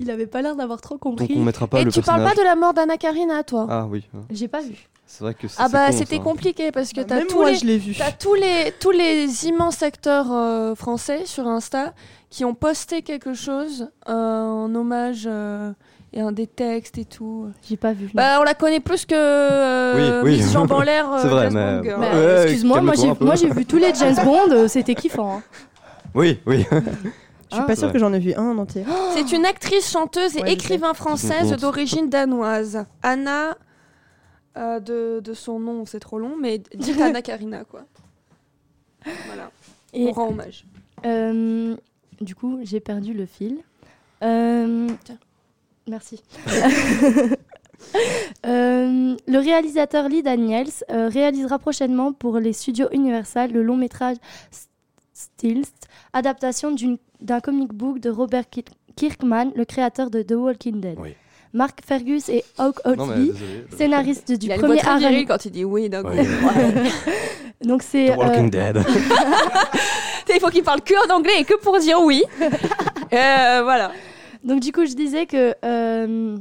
[SPEAKER 12] il avait pas l'air d'avoir trop compris.
[SPEAKER 5] Donc on mettra pas
[SPEAKER 6] Et
[SPEAKER 5] le
[SPEAKER 6] tu parles pas
[SPEAKER 5] personnage.
[SPEAKER 6] de la mort d'Anna Karina, toi
[SPEAKER 5] Ah oui. hein.
[SPEAKER 12] J'ai pas vu.
[SPEAKER 5] C'est vrai que c'est
[SPEAKER 6] Oh. Ah bah
[SPEAKER 5] c'est con,
[SPEAKER 6] c'était
[SPEAKER 5] ça.
[SPEAKER 6] compliqué parce que t'as
[SPEAKER 2] Bah, même
[SPEAKER 6] tous
[SPEAKER 2] moi,
[SPEAKER 6] les
[SPEAKER 2] je l'ai vu.
[SPEAKER 6] t'as tous les tous les immenses acteurs euh, français sur Insta qui ont posté quelque chose euh, en hommage euh, et un des textes et tout.
[SPEAKER 12] J'ai pas vu.
[SPEAKER 6] Bah on la connaît plus que euh,
[SPEAKER 5] Oui, oui.
[SPEAKER 6] Miss Jambes en
[SPEAKER 5] <laughs>
[SPEAKER 6] l'air. euh,
[SPEAKER 5] C'est vrai,
[SPEAKER 6] Jasmine
[SPEAKER 5] mais-
[SPEAKER 6] Girl.
[SPEAKER 5] Mais-
[SPEAKER 12] Bah,
[SPEAKER 5] Ouais,
[SPEAKER 12] Excuse-moi, moi,
[SPEAKER 5] calme-toi
[SPEAKER 12] j'ai-
[SPEAKER 5] un peu.
[SPEAKER 12] moi j'ai vu tous les James Bond, euh, c'était kiffant. hein.
[SPEAKER 5] <laughs> Oui, oui.
[SPEAKER 2] Je suis
[SPEAKER 12] Ah,
[SPEAKER 2] pas
[SPEAKER 5] c'est
[SPEAKER 2] sûre
[SPEAKER 5] vrai.
[SPEAKER 2] que j'en ai vu un en entier.
[SPEAKER 5] euh,
[SPEAKER 6] C'est une actrice, chanteuse et
[SPEAKER 2] Ouais, je
[SPEAKER 6] écrivain française
[SPEAKER 5] honte.
[SPEAKER 6] d'origine danoise. Anna euh, de, de son nom, c'est trop long, mais
[SPEAKER 2] <laughs>
[SPEAKER 6] dites Anna Karina quoi. Voilà.
[SPEAKER 12] Et-
[SPEAKER 6] On rend hommage.
[SPEAKER 12] Euh, du coup, j'ai perdu le fil. Euh,
[SPEAKER 6] Tiens.
[SPEAKER 12] merci. <laughs> Euh, le réalisateur Lee Daniels euh, réalisera prochainement pour les studios Universal le long métrage S- Stills, adaptation d'une- d'un comic book de Robert Kir- Kirkman, le créateur de The Walking Dead.
[SPEAKER 5] Oui.
[SPEAKER 12] Mark Fergus et Hawk
[SPEAKER 5] Non, mais
[SPEAKER 12] Oakley,
[SPEAKER 5] désolé, je-
[SPEAKER 12] scénaristes du
[SPEAKER 13] Il a une voix
[SPEAKER 12] premier
[SPEAKER 13] très
[SPEAKER 12] Aaron.
[SPEAKER 13] virile quand il dit oui d'un coup.
[SPEAKER 5] Ouais.
[SPEAKER 12] Donc c'est
[SPEAKER 5] The Walking
[SPEAKER 12] euh,
[SPEAKER 5] Dead.
[SPEAKER 13] <laughs> Il faut qu'il parle que en anglais et que pour dire oui. Euh, voilà.
[SPEAKER 12] Donc du coup, je disais que euh,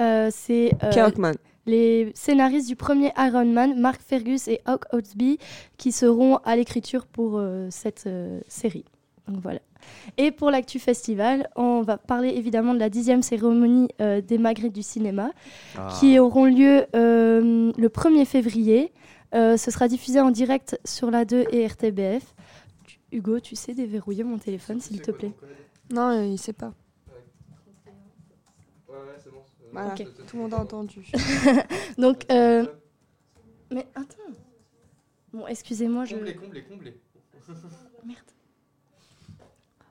[SPEAKER 12] euh, c'est euh,
[SPEAKER 13] Kirkman.
[SPEAKER 12] les scénaristes du premier Iron Man, Mark Fergus et Hawk Oatsby, qui seront à l'écriture pour euh, cette euh, série. Donc voilà. Et pour l'actu festival, on va parler évidemment de la dixième cérémonie euh, des Magrets du cinéma, qui auront lieu euh, le 1er février. Euh, ce sera diffusé en direct sur la 2 et RTBF. Tu- Hugo, tu sais déverrouiller mon téléphone, s'il te plaît.
[SPEAKER 6] Non, euh, il sait pas.
[SPEAKER 9] Ouais, ouais, c'est bon. euh,
[SPEAKER 6] Voilà.
[SPEAKER 9] c'est- c'est-
[SPEAKER 6] Tout le monde a
[SPEAKER 9] <laughs>
[SPEAKER 6] entendu.
[SPEAKER 12] Donc, euh, mais attends. Bon, excusez-moi, je.
[SPEAKER 9] Comblé, comblé,
[SPEAKER 6] <laughs>
[SPEAKER 9] comblé.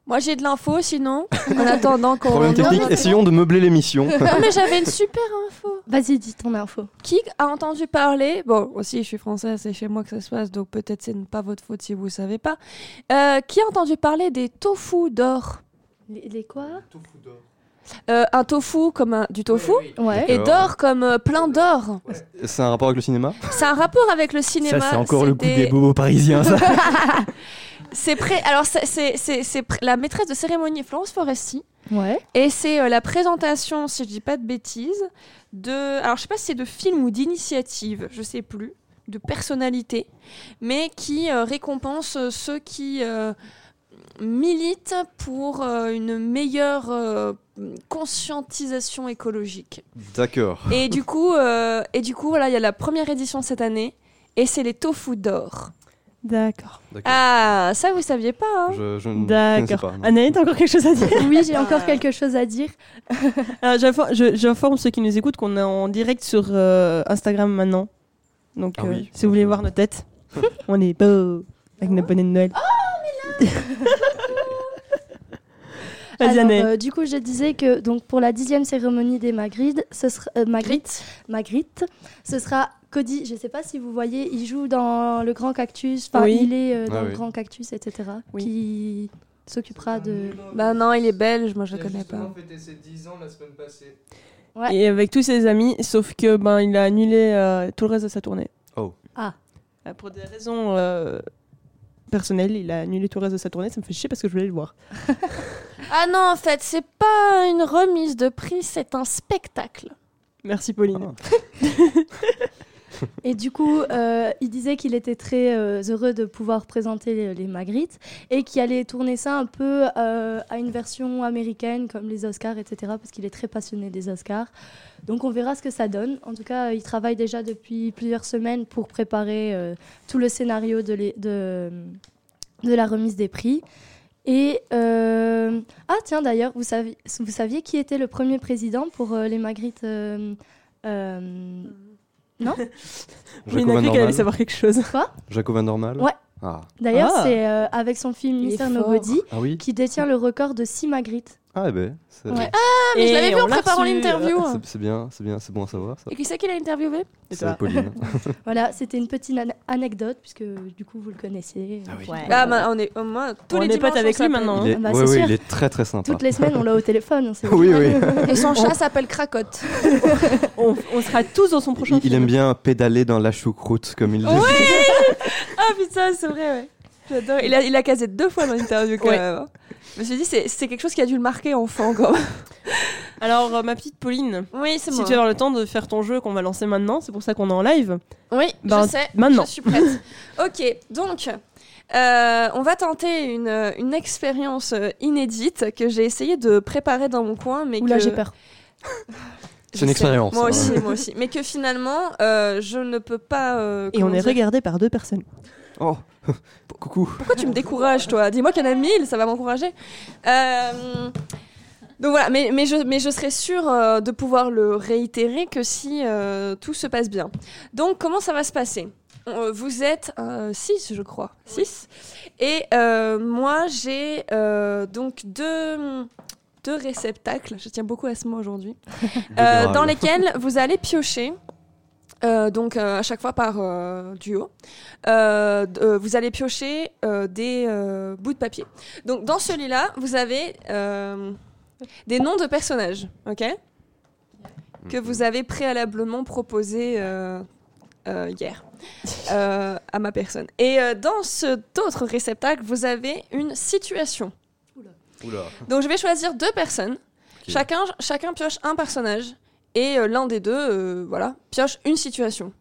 [SPEAKER 6] Moi j'ai de l'info
[SPEAKER 12] <laughs>
[SPEAKER 6] sinon. En attendant qu'on.
[SPEAKER 5] Problème
[SPEAKER 6] Non,
[SPEAKER 5] technique.
[SPEAKER 6] non, <laughs>
[SPEAKER 5] Essayons de meubler l'émission.
[SPEAKER 6] Non mais j'avais une super info.
[SPEAKER 12] Vas-y, dis ton info.
[SPEAKER 6] Qui a entendu parler Bon aussi je suis française, c'est chez moi que ça se passe, donc peut-être c'est pas votre faute si vous savez pas. Euh, qui a entendu parler des tofu d'or
[SPEAKER 12] Les, les quoi
[SPEAKER 9] Tout fout dehors.
[SPEAKER 6] Euh, Un tofu comme un, du tofu
[SPEAKER 12] Ouais.
[SPEAKER 6] et d'or comme euh, plein d'or.
[SPEAKER 5] C'est un rapport avec le cinéma
[SPEAKER 6] C'est un rapport avec le cinéma.
[SPEAKER 8] Ça, c'est encore le coup des
[SPEAKER 6] des-
[SPEAKER 8] bobos
[SPEAKER 6] <laughs>
[SPEAKER 8] parisiens, ça.
[SPEAKER 6] C'est pré- Alors c'est- c'est c'est- c'est pré- la maîtresse de cérémonie Florence Foresti.
[SPEAKER 12] Ouais.
[SPEAKER 6] Et c'est euh, la présentation, si je dis pas de bêtises, de. Alors, je sais pas si c'est de film ou d'initiative, je sais plus, de personnalité, mais qui euh, récompense euh, ceux qui euh, militent pour euh, une meilleure euh, conscientisation écologique.
[SPEAKER 5] D'accord.
[SPEAKER 6] Et du coup, euh, et du coup, voilà, il y a la première édition cette année, et c'est les tofu d'or.
[SPEAKER 2] D'accord.
[SPEAKER 14] Ah, ça vous saviez pas. hein
[SPEAKER 5] Je, je ne connaissais
[SPEAKER 2] D'accord.
[SPEAKER 5] pas. non.
[SPEAKER 2] Anaël, t'as encore quelque chose à dire
[SPEAKER 12] Oui,
[SPEAKER 14] <laughs>
[SPEAKER 12] j'ai encore quelque chose à dire.
[SPEAKER 2] Alors, j'infor- Euh, je- J'informe ceux qui nous écoutent qu'on est en direct sur euh, Instagram maintenant. Donc,
[SPEAKER 5] Ah
[SPEAKER 2] euh,
[SPEAKER 5] oui.
[SPEAKER 2] si vous voulez voir nos
[SPEAKER 5] <laughs>
[SPEAKER 2] têtes, on est beau avec nos bonnets de Noël.
[SPEAKER 14] Ah,
[SPEAKER 2] <laughs> Vas-y,
[SPEAKER 12] Alors,
[SPEAKER 2] Anaël.
[SPEAKER 12] euh, du coup, je disais que donc pour la dixième cérémonie des Magritte, ce sera euh, Magritte, Magritte, ce sera Cody. Je ne sais pas si vous voyez, il joue dans le Grand Cactus. Enfin,
[SPEAKER 14] Oui.
[SPEAKER 12] il est euh, dans
[SPEAKER 14] Ah
[SPEAKER 12] le
[SPEAKER 14] oui.
[SPEAKER 12] Grand Cactus, etc. Qui s'occupera de.
[SPEAKER 14] Bah non, il est belge, moi je
[SPEAKER 9] Euh,
[SPEAKER 14] le connais pas.
[SPEAKER 9] fêté ses 10 ans la semaine passée.
[SPEAKER 12] Ouais.
[SPEAKER 2] Et avec tous ses amis, sauf que ben il a annulé euh, tout le reste de sa tournée.
[SPEAKER 9] Oh.
[SPEAKER 12] Ah.
[SPEAKER 2] Euh, Pour des raisons euh, personnelles, il a annulé tout le reste de sa tournée. Ça me fait chier parce que je voulais le voir.
[SPEAKER 6] Ah non, en fait, c'est pas une remise de prix, c'est un spectacle.
[SPEAKER 2] Merci
[SPEAKER 5] Ah.
[SPEAKER 2] Pauline.
[SPEAKER 12] <laughs> Et du coup, euh, il disait qu'il était très euh, heureux de pouvoir présenter les, les Magritte et qu'il allait tourner ça un peu euh, à une version américaine comme les Oscars, etc. Parce qu'il est très passionné des Oscars. Donc on verra ce que ça donne. En tout cas, euh, il travaille déjà depuis plusieurs semaines pour préparer euh, tout le scénario de, les- de, de la remise des prix. Et euh, ah tiens d'ailleurs, vous, savi- vous saviez qui était le premier président pour euh, les Magritte euh, euh,
[SPEAKER 5] <laughs>
[SPEAKER 12] Non
[SPEAKER 2] Pauline
[SPEAKER 5] Jacob
[SPEAKER 2] a cru qu'elle allait
[SPEAKER 5] Normal.
[SPEAKER 2] savoir quelque chose.
[SPEAKER 12] Quoi
[SPEAKER 5] Jacob Van Normal
[SPEAKER 12] Ouais.
[SPEAKER 5] Ah.
[SPEAKER 12] D'ailleurs,
[SPEAKER 2] Ah.
[SPEAKER 12] c'est euh, avec son film
[SPEAKER 14] Il est
[SPEAKER 12] Mister
[SPEAKER 14] fort.
[SPEAKER 12] Nobody
[SPEAKER 5] Ah oui.
[SPEAKER 12] qui détient le record de 6 Magritte.
[SPEAKER 5] Ah, eh ben, c'est
[SPEAKER 12] Ouais. Ah, hein.
[SPEAKER 6] Ah, mais
[SPEAKER 2] Et
[SPEAKER 6] je l'avais vu
[SPEAKER 2] on
[SPEAKER 6] en
[SPEAKER 2] l'a
[SPEAKER 6] préparant
[SPEAKER 2] reçu,
[SPEAKER 6] l'interview.
[SPEAKER 2] euh,
[SPEAKER 5] c'est- c'est bien, c'est bien, c'est bon à savoir ça.
[SPEAKER 6] Et qui c'est qui l'a interviewé
[SPEAKER 2] Et
[SPEAKER 5] C'est
[SPEAKER 2] toi <laughs>
[SPEAKER 5] Pauline.
[SPEAKER 12] <laughs> Voilà, c'était une petite an- anecdote puisque du coup vous le connaissez.
[SPEAKER 5] Ah
[SPEAKER 2] Ouais.
[SPEAKER 14] Bah, bah, on est au moins tous
[SPEAKER 2] On
[SPEAKER 14] les
[SPEAKER 2] est potes
[SPEAKER 14] dimanches, on
[SPEAKER 2] avec lui
[SPEAKER 14] s'appelle.
[SPEAKER 2] maintenant.
[SPEAKER 6] hein.
[SPEAKER 5] Il est,
[SPEAKER 12] Ah bah,
[SPEAKER 5] ouais,
[SPEAKER 12] c'est
[SPEAKER 5] ouais,
[SPEAKER 12] sûr.
[SPEAKER 5] il est très très sympa.
[SPEAKER 12] Toutes les semaines, on l'a au téléphone.
[SPEAKER 5] <laughs>
[SPEAKER 12] on sait
[SPEAKER 5] Oui,
[SPEAKER 12] jamais.
[SPEAKER 5] oui.
[SPEAKER 2] <laughs>
[SPEAKER 6] Et son chat s'appelle Cracotte.
[SPEAKER 2] on, on sera tous dans son prochain
[SPEAKER 5] Il, il
[SPEAKER 2] film.
[SPEAKER 5] aime bien pédaler dans la choucroute, comme il dit.
[SPEAKER 2] <laughs>
[SPEAKER 14] Ah putain, c'est vrai, ouais. J'adore. Il a, il a casé deux fois dans l'interview quand
[SPEAKER 2] Ouais.
[SPEAKER 14] même. hein. Je me suis dit, c'est c'est quelque chose qui a dû le marquer enfant quand même.
[SPEAKER 2] Alors, euh, ma petite Pauline,
[SPEAKER 6] Oui, c'est
[SPEAKER 2] si
[SPEAKER 6] moi.
[SPEAKER 2] tu vas avoir le temps de faire ton jeu qu'on va lancer maintenant, c'est pour ça qu'on est en live. <laughs>
[SPEAKER 6] Oui,
[SPEAKER 2] Ben,
[SPEAKER 6] je sais.
[SPEAKER 2] maintenant.
[SPEAKER 6] Je suis prête. ok, donc, euh, on va tenter une, une expérience euh, inédite que j'ai essayé de préparer dans mon coin, mais
[SPEAKER 12] Oula,
[SPEAKER 6] que...
[SPEAKER 12] j'ai peur.
[SPEAKER 6] Je
[SPEAKER 5] C'est une
[SPEAKER 6] sais.
[SPEAKER 5] expérience,
[SPEAKER 6] Moi
[SPEAKER 5] hein.
[SPEAKER 6] aussi, moi aussi. Mais que finalement, euh, je ne peux pas... euh,
[SPEAKER 2] <laughs> Et
[SPEAKER 6] comment
[SPEAKER 2] on est
[SPEAKER 6] dire-
[SPEAKER 2] regardé par deux personnes.
[SPEAKER 5] Oh, coucou.
[SPEAKER 6] Pourquoi tu me décourages, toi Dis-moi qu'il y en a mille, ça va m'encourager. Euh, Donc voilà, mais, mais, je, mais je serai sûre euh, de pouvoir le réitérer que si euh, tout se passe bien. Donc comment ça va se passer Euh, Vous êtes 6, je crois. 6. Et euh, moi, j'ai euh, donc deux, deux réceptacles, je tiens beaucoup à ce mot aujourd'hui, euh,
[SPEAKER 5] Dégueulasse.
[SPEAKER 6] dans lesquels vous allez piocher. euh, donc euh, à chaque fois par euh, duo, Euh, d- euh, vous allez piocher euh, des euh, bouts de papier. Donc dans celui-là, vous avez euh, des noms de personnages, ok Que vous avez préalablement proposés euh, euh, hier euh, à ma personne. Et euh, dans cet autre réceptacle, vous avez une situation.
[SPEAKER 9] Oula.
[SPEAKER 6] Donc je vais choisir deux personnes. Chacun, chacun pioche un personnage et euh, l'un des deux, euh, voilà, pioche une situation.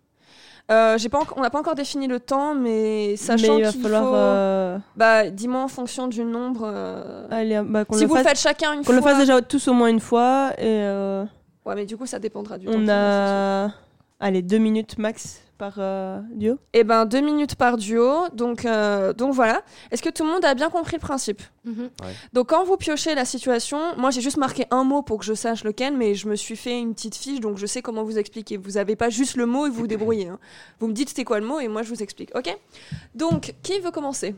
[SPEAKER 6] Euh, j'ai pas enco- on n'a pas encore défini le temps, mais sachant
[SPEAKER 2] Mais il va
[SPEAKER 6] qu'il
[SPEAKER 2] falloir
[SPEAKER 6] faut,
[SPEAKER 2] euh,
[SPEAKER 6] bah, dis-moi en fonction du nombre. euh,
[SPEAKER 2] aller, bah, qu'on
[SPEAKER 6] si
[SPEAKER 2] le
[SPEAKER 6] vous
[SPEAKER 2] fasse,
[SPEAKER 6] faites chacun une
[SPEAKER 2] qu'on
[SPEAKER 6] fois.
[SPEAKER 2] le fasse déjà tous au moins une fois. Et euh,
[SPEAKER 6] Ouais, mais du coup, ça dépendra du temps.
[SPEAKER 2] on a, allez, deux minutes max par euh, duo.
[SPEAKER 6] Et ben deux minutes par duo, donc euh, donc voilà. Est-ce que tout le monde a bien compris le principe
[SPEAKER 12] Mhm.
[SPEAKER 6] Donc quand vous piochez la situation, moi j'ai juste marqué un mot pour que je sache lequel, mais je me suis fait une petite fiche, donc je sais comment vous expliquer. Vous avez pas juste le mot et vous vous débrouillez. hein. Vous me dites c'est quoi le mot et moi je vous explique, ok Donc qui veut commencer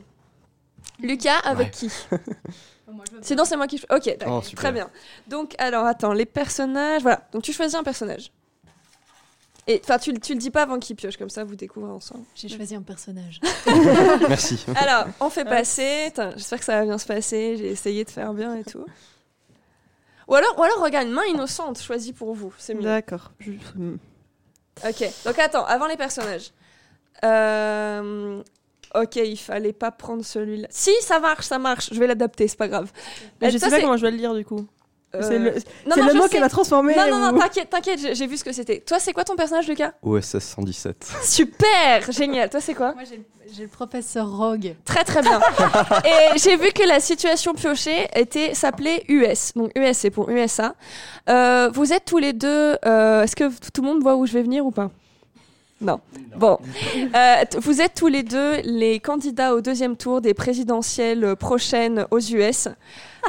[SPEAKER 6] Lucas avec
[SPEAKER 5] <laughs>
[SPEAKER 6] qui Sinon c'est moi qui. cho- Ok, d'accord,
[SPEAKER 5] Oh, super.
[SPEAKER 6] très bien. Donc alors attends les personnages, voilà. Donc tu choisis un personnage. Et enfin tu, le- tu le dis pas avant qu'il pioche, comme ça vous découvrez ensemble.
[SPEAKER 7] J'ai choisi un personnage.
[SPEAKER 5] <laughs> Merci.
[SPEAKER 6] Alors, on fait passer. Tain, J'espère que ça va bien se passer. J'ai essayé de faire bien et tout. Ou alors, ou alors regarde, une main innocente choisie pour vous. C'est mieux.
[SPEAKER 2] D'accord. Je- hmm.
[SPEAKER 6] Ok, donc attends, avant les personnages. Euh, Ok, il fallait pas prendre celui-là. Si, ça marche, ça marche. Je vais l'adapter, c'est pas grave. Eh,
[SPEAKER 2] Mais je
[SPEAKER 6] Ça,
[SPEAKER 2] sais pas
[SPEAKER 6] c'est-
[SPEAKER 2] comment je vais le lire du coup.
[SPEAKER 6] euh,
[SPEAKER 2] C'est le,
[SPEAKER 6] non,
[SPEAKER 2] c'est
[SPEAKER 6] non,
[SPEAKER 2] le
[SPEAKER 6] je
[SPEAKER 2] mot
[SPEAKER 6] sais.
[SPEAKER 2] qu'elle a transformé.
[SPEAKER 6] Non, non,
[SPEAKER 2] ou-
[SPEAKER 6] non, t'inquiète, t'inquiète, j'ai j'ai vu ce que c'était. Toi, c'est quoi ton personnage, Lucas
[SPEAKER 5] OSS 117.
[SPEAKER 6] Super, génial. Toi, c'est quoi
[SPEAKER 7] Moi, j'ai j'ai le professeur Rogue.
[SPEAKER 6] Très très bien. Et j'ai vu que la situation piochée était s'appelait US. Donc US c'est pour USA. Euh, vous êtes tous les deux. euh, Est-ce que tout le monde voit où je vais venir ou pas Non. Bon. Euh, t- vous êtes tous les deux les candidats au deuxième tour des présidentielles prochaines aux US.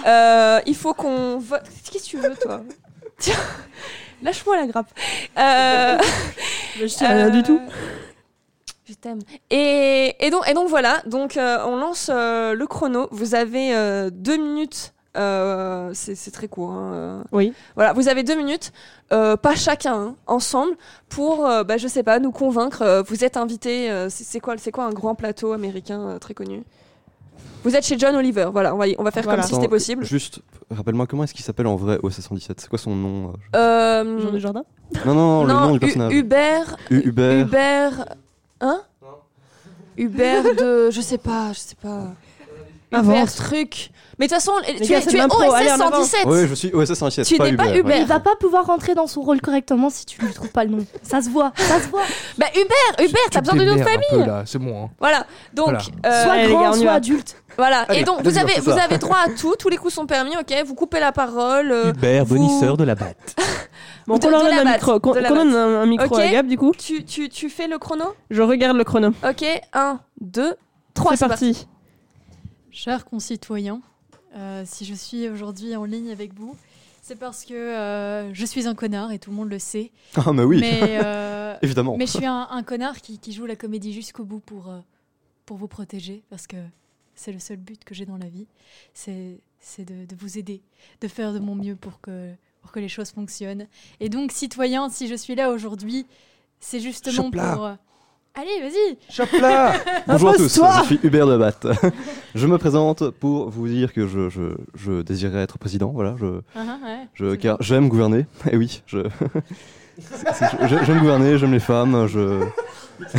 [SPEAKER 6] Euh, il faut qu'on vote. Qu'est-ce que tu veux, toi Tiens, lâche-moi la grappe. Euh,
[SPEAKER 2] Je sais rien du tout.
[SPEAKER 6] Je t'aime. Et, et donc, et donc voilà, donc, euh, on lance euh, le chrono. Vous avez euh, deux minutes. euh, c'est c'est très court. hein, euh.
[SPEAKER 2] Oui.
[SPEAKER 6] Voilà, vous avez deux minutes, euh, pas chacun, hein, ensemble, pour, euh, bah, je sais pas, nous convaincre. euh, vous êtes invité. euh, c'est c'est quoi, c'est quoi un grand plateau américain euh, très connu Vous êtes chez John Oliver. Voilà, on va, y- on va faire comme si
[SPEAKER 5] Attends,
[SPEAKER 6] c'était possible.
[SPEAKER 5] Juste, rappelle-moi comment est-ce qu'il s'appelle en vrai OSS117 C'est quoi son nom euh,
[SPEAKER 6] Euh,
[SPEAKER 2] Jean Desjardins
[SPEAKER 5] je- Non, non, non, le nom
[SPEAKER 6] non,
[SPEAKER 5] du
[SPEAKER 6] U-
[SPEAKER 5] personnage.
[SPEAKER 6] Hubert.
[SPEAKER 5] U- Hubert.
[SPEAKER 6] Hubert. Hein Hubert de. Je sais pas, je sais pas. Hubert
[SPEAKER 2] Avance.
[SPEAKER 6] truc. Mais de toute façon, tu
[SPEAKER 2] gars,
[SPEAKER 6] es,
[SPEAKER 2] c'est
[SPEAKER 6] tu
[SPEAKER 2] de
[SPEAKER 6] es
[SPEAKER 2] l'impro, allez,
[SPEAKER 6] OSS
[SPEAKER 2] en avant.
[SPEAKER 6] 117.
[SPEAKER 5] Oui, je suis OSS117.
[SPEAKER 6] Tu n'es pas Hubert.
[SPEAKER 2] <laughs>
[SPEAKER 12] Il va pas pouvoir rentrer dans son rôle correctement si tu lui trouves pas le nom. Ça se voit, ça se voit.
[SPEAKER 6] <laughs> Bah, Hubert, Hubert, t'as besoin de notre
[SPEAKER 9] Démerde un peu,
[SPEAKER 6] famille.
[SPEAKER 9] là, C'est bon. hein.
[SPEAKER 6] Voilà. Donc,
[SPEAKER 9] Voilà.
[SPEAKER 6] euh,
[SPEAKER 12] Soit
[SPEAKER 2] Allez, les gars,
[SPEAKER 12] grand,
[SPEAKER 2] on y
[SPEAKER 12] soit
[SPEAKER 2] va.
[SPEAKER 12] adulte.
[SPEAKER 6] voilà.
[SPEAKER 9] Allez,
[SPEAKER 6] Et donc,
[SPEAKER 9] deux
[SPEAKER 6] vous avez,
[SPEAKER 9] minutes,
[SPEAKER 6] vous
[SPEAKER 9] c'est ça.
[SPEAKER 6] avez droit à tout. Tous les coups sont permis, ok Vous coupez la parole. euh,
[SPEAKER 8] Hubert,
[SPEAKER 6] vous-
[SPEAKER 8] bonisseur de la batte.
[SPEAKER 2] Bon,
[SPEAKER 6] De-
[SPEAKER 2] qu'on leur
[SPEAKER 6] de la
[SPEAKER 2] donne un
[SPEAKER 6] batte,
[SPEAKER 2] micro. Qu'on
[SPEAKER 6] de la
[SPEAKER 2] qu'on donne
[SPEAKER 6] batte.
[SPEAKER 2] un, un micro
[SPEAKER 6] Ok.
[SPEAKER 2] à Gab, du coup.
[SPEAKER 6] Tu, tu, tu fais le chrono
[SPEAKER 2] Je regarde le chrono.
[SPEAKER 6] Ok, 1, 2, 3,
[SPEAKER 2] C'est parti.
[SPEAKER 7] Chers concitoyens, euh, si je suis aujourd'hui en ligne avec vous, c'est parce que euh, je suis un connard et tout le monde le sait.
[SPEAKER 5] <laughs> Ah, mais oui,
[SPEAKER 7] Mais, euh,
[SPEAKER 5] <laughs> évidemment.
[SPEAKER 7] mais je suis un, un connard qui, qui joue la comédie jusqu'au bout pour, euh, pour vous protéger, parce que c'est le seul but que j'ai dans la vie, c'est c'est de, de vous aider, de faire de mon mieux pour que, pour que les choses fonctionnent. Et donc, citoyens, si je suis là aujourd'hui, c'est justement
[SPEAKER 9] Chope-la.
[SPEAKER 7] pour... euh, Allez, vas-y
[SPEAKER 9] Chope
[SPEAKER 7] <laughs>
[SPEAKER 9] là
[SPEAKER 5] Bonjour à tous,
[SPEAKER 2] Impose-toi
[SPEAKER 5] je suis Hubert de la Batte. <laughs> je me présente pour vous dire que je, je, je désirais être président, voilà, je,
[SPEAKER 7] Ah, ah, ouais.
[SPEAKER 5] je, car j'aime gouverner. <laughs> Et oui, je. c'est- c'est- je- J'aime gouverner, j'aime les femmes, je. <laughs>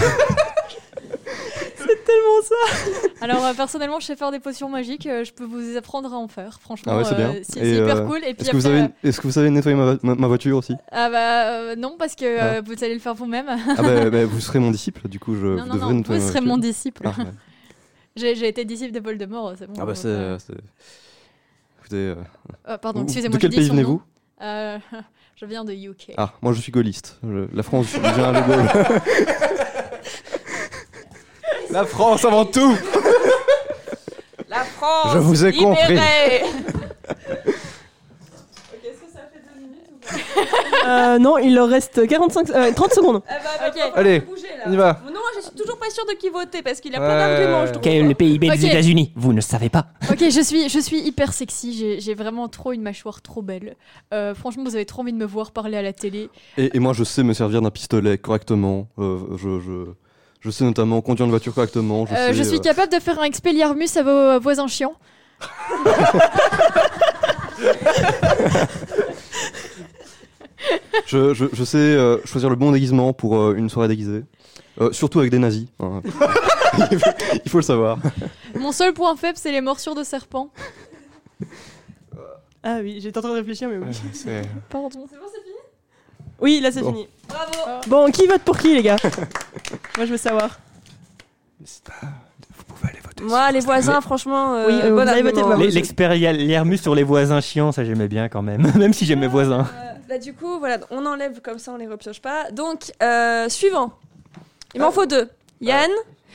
[SPEAKER 7] Alors euh, personnellement, je sais faire des potions magiques. euh, je peux vous apprendre à en faire. Franchement,
[SPEAKER 5] Ah ouais, c'est bien.
[SPEAKER 7] euh, c'est
[SPEAKER 5] Et,
[SPEAKER 7] c'est hyper
[SPEAKER 5] euh,
[SPEAKER 7] cool. Et puis
[SPEAKER 5] Est-ce que, vous
[SPEAKER 7] après,
[SPEAKER 5] savez, est-ce que vous savez nettoyer ma, vo- ma- ma voiture aussi
[SPEAKER 7] euh, ah bah euh, non parce que euh,
[SPEAKER 5] Ah.
[SPEAKER 7] vous allez le faire vous-même.
[SPEAKER 5] Ah bah,
[SPEAKER 7] <laughs>
[SPEAKER 5] bah, vous serez mon disciple, du coup, je
[SPEAKER 7] non
[SPEAKER 5] vous
[SPEAKER 7] non
[SPEAKER 5] devrez
[SPEAKER 7] non,
[SPEAKER 5] nettoyer
[SPEAKER 7] vous
[SPEAKER 5] ma
[SPEAKER 7] serez
[SPEAKER 5] voiture.
[SPEAKER 7] mon disciple.
[SPEAKER 5] Ah,
[SPEAKER 9] <laughs>
[SPEAKER 5] ouais.
[SPEAKER 7] <laughs> J'ai j'ai été disciple de Voldemort, c'est bon.
[SPEAKER 5] Ah bah
[SPEAKER 7] euh,
[SPEAKER 5] c'est. euh, c'est- Écoutez. euh,
[SPEAKER 7] euh, pardon,
[SPEAKER 5] vous-
[SPEAKER 7] excusez-moi.
[SPEAKER 5] de quel
[SPEAKER 7] j'ai dit
[SPEAKER 5] pays
[SPEAKER 7] son nom.
[SPEAKER 5] venez-vous
[SPEAKER 7] Euh, <laughs> Je viens de UK.
[SPEAKER 5] Ah, moi je suis gaulliste. Je- La France
[SPEAKER 7] <laughs>
[SPEAKER 5] vient avec Gaulle.
[SPEAKER 9] <laughs> La <laughs> France avant tout
[SPEAKER 6] La France
[SPEAKER 9] Je vous ai
[SPEAKER 6] libérée. <laughs>
[SPEAKER 2] Euh, non, il leur reste 45, euh, 30 secondes.
[SPEAKER 6] Ah bah, bah,
[SPEAKER 9] Allez,
[SPEAKER 6] faut bouger, là.
[SPEAKER 9] on y va.
[SPEAKER 6] Non, je suis toujours pas sûre de qui voter parce qu'il a plein
[SPEAKER 9] Ouais.
[SPEAKER 6] d'arguments, je trouve.
[SPEAKER 8] Quel est le PIB
[SPEAKER 7] Ok.
[SPEAKER 8] des États-Unis Vous ne savez pas.
[SPEAKER 7] Ok, je suis, je suis hyper sexy. j'ai- J'ai vraiment trop une mâchoire trop belle. Euh, franchement, vous avez trop envie de me voir parler à la télé.
[SPEAKER 5] Et, et moi, je sais me servir d'un pistolet correctement. Euh, je, je, je sais notamment conduire une voiture correctement. Je,
[SPEAKER 7] Euh,
[SPEAKER 5] sais,
[SPEAKER 7] je suis
[SPEAKER 5] euh,
[SPEAKER 7] capable de faire un expelliarmus à vos euh, voisins chiants.
[SPEAKER 5] je, je, je sais euh, choisir le bon déguisement pour euh, une soirée déguisée. Euh, surtout avec des nazis.
[SPEAKER 7] <laughs>
[SPEAKER 5] hein. il, faut, il faut le savoir.
[SPEAKER 7] Mon seul point faible, c'est les morsures de serpent.
[SPEAKER 2] Ah oui, j'étais en train de réfléchir, mais oui.
[SPEAKER 9] C'est-
[SPEAKER 7] Pardon.
[SPEAKER 2] Oui, là c'est
[SPEAKER 5] Bon.
[SPEAKER 2] fini.
[SPEAKER 6] Bravo.
[SPEAKER 2] Bon, qui vote pour qui, les
[SPEAKER 9] <laughs>
[SPEAKER 2] gars Moi, je veux savoir.
[SPEAKER 9] Vous pouvez aller voter.
[SPEAKER 6] Moi, Ah, les voisins, franchement, euh,
[SPEAKER 2] Oui, euh,
[SPEAKER 6] bon
[SPEAKER 2] vous avez voté
[SPEAKER 6] argument.
[SPEAKER 2] pour-
[SPEAKER 8] L- L'expérience sur les voisins chiants, ça j'aimais bien quand même. <laughs> Même si j'aimais voisins.
[SPEAKER 6] Euh, bah, du coup, voilà, on enlève comme ça, on les repioche pas. Donc, euh, suivant. Il
[SPEAKER 2] Ah.
[SPEAKER 6] m'en faut deux. Yann.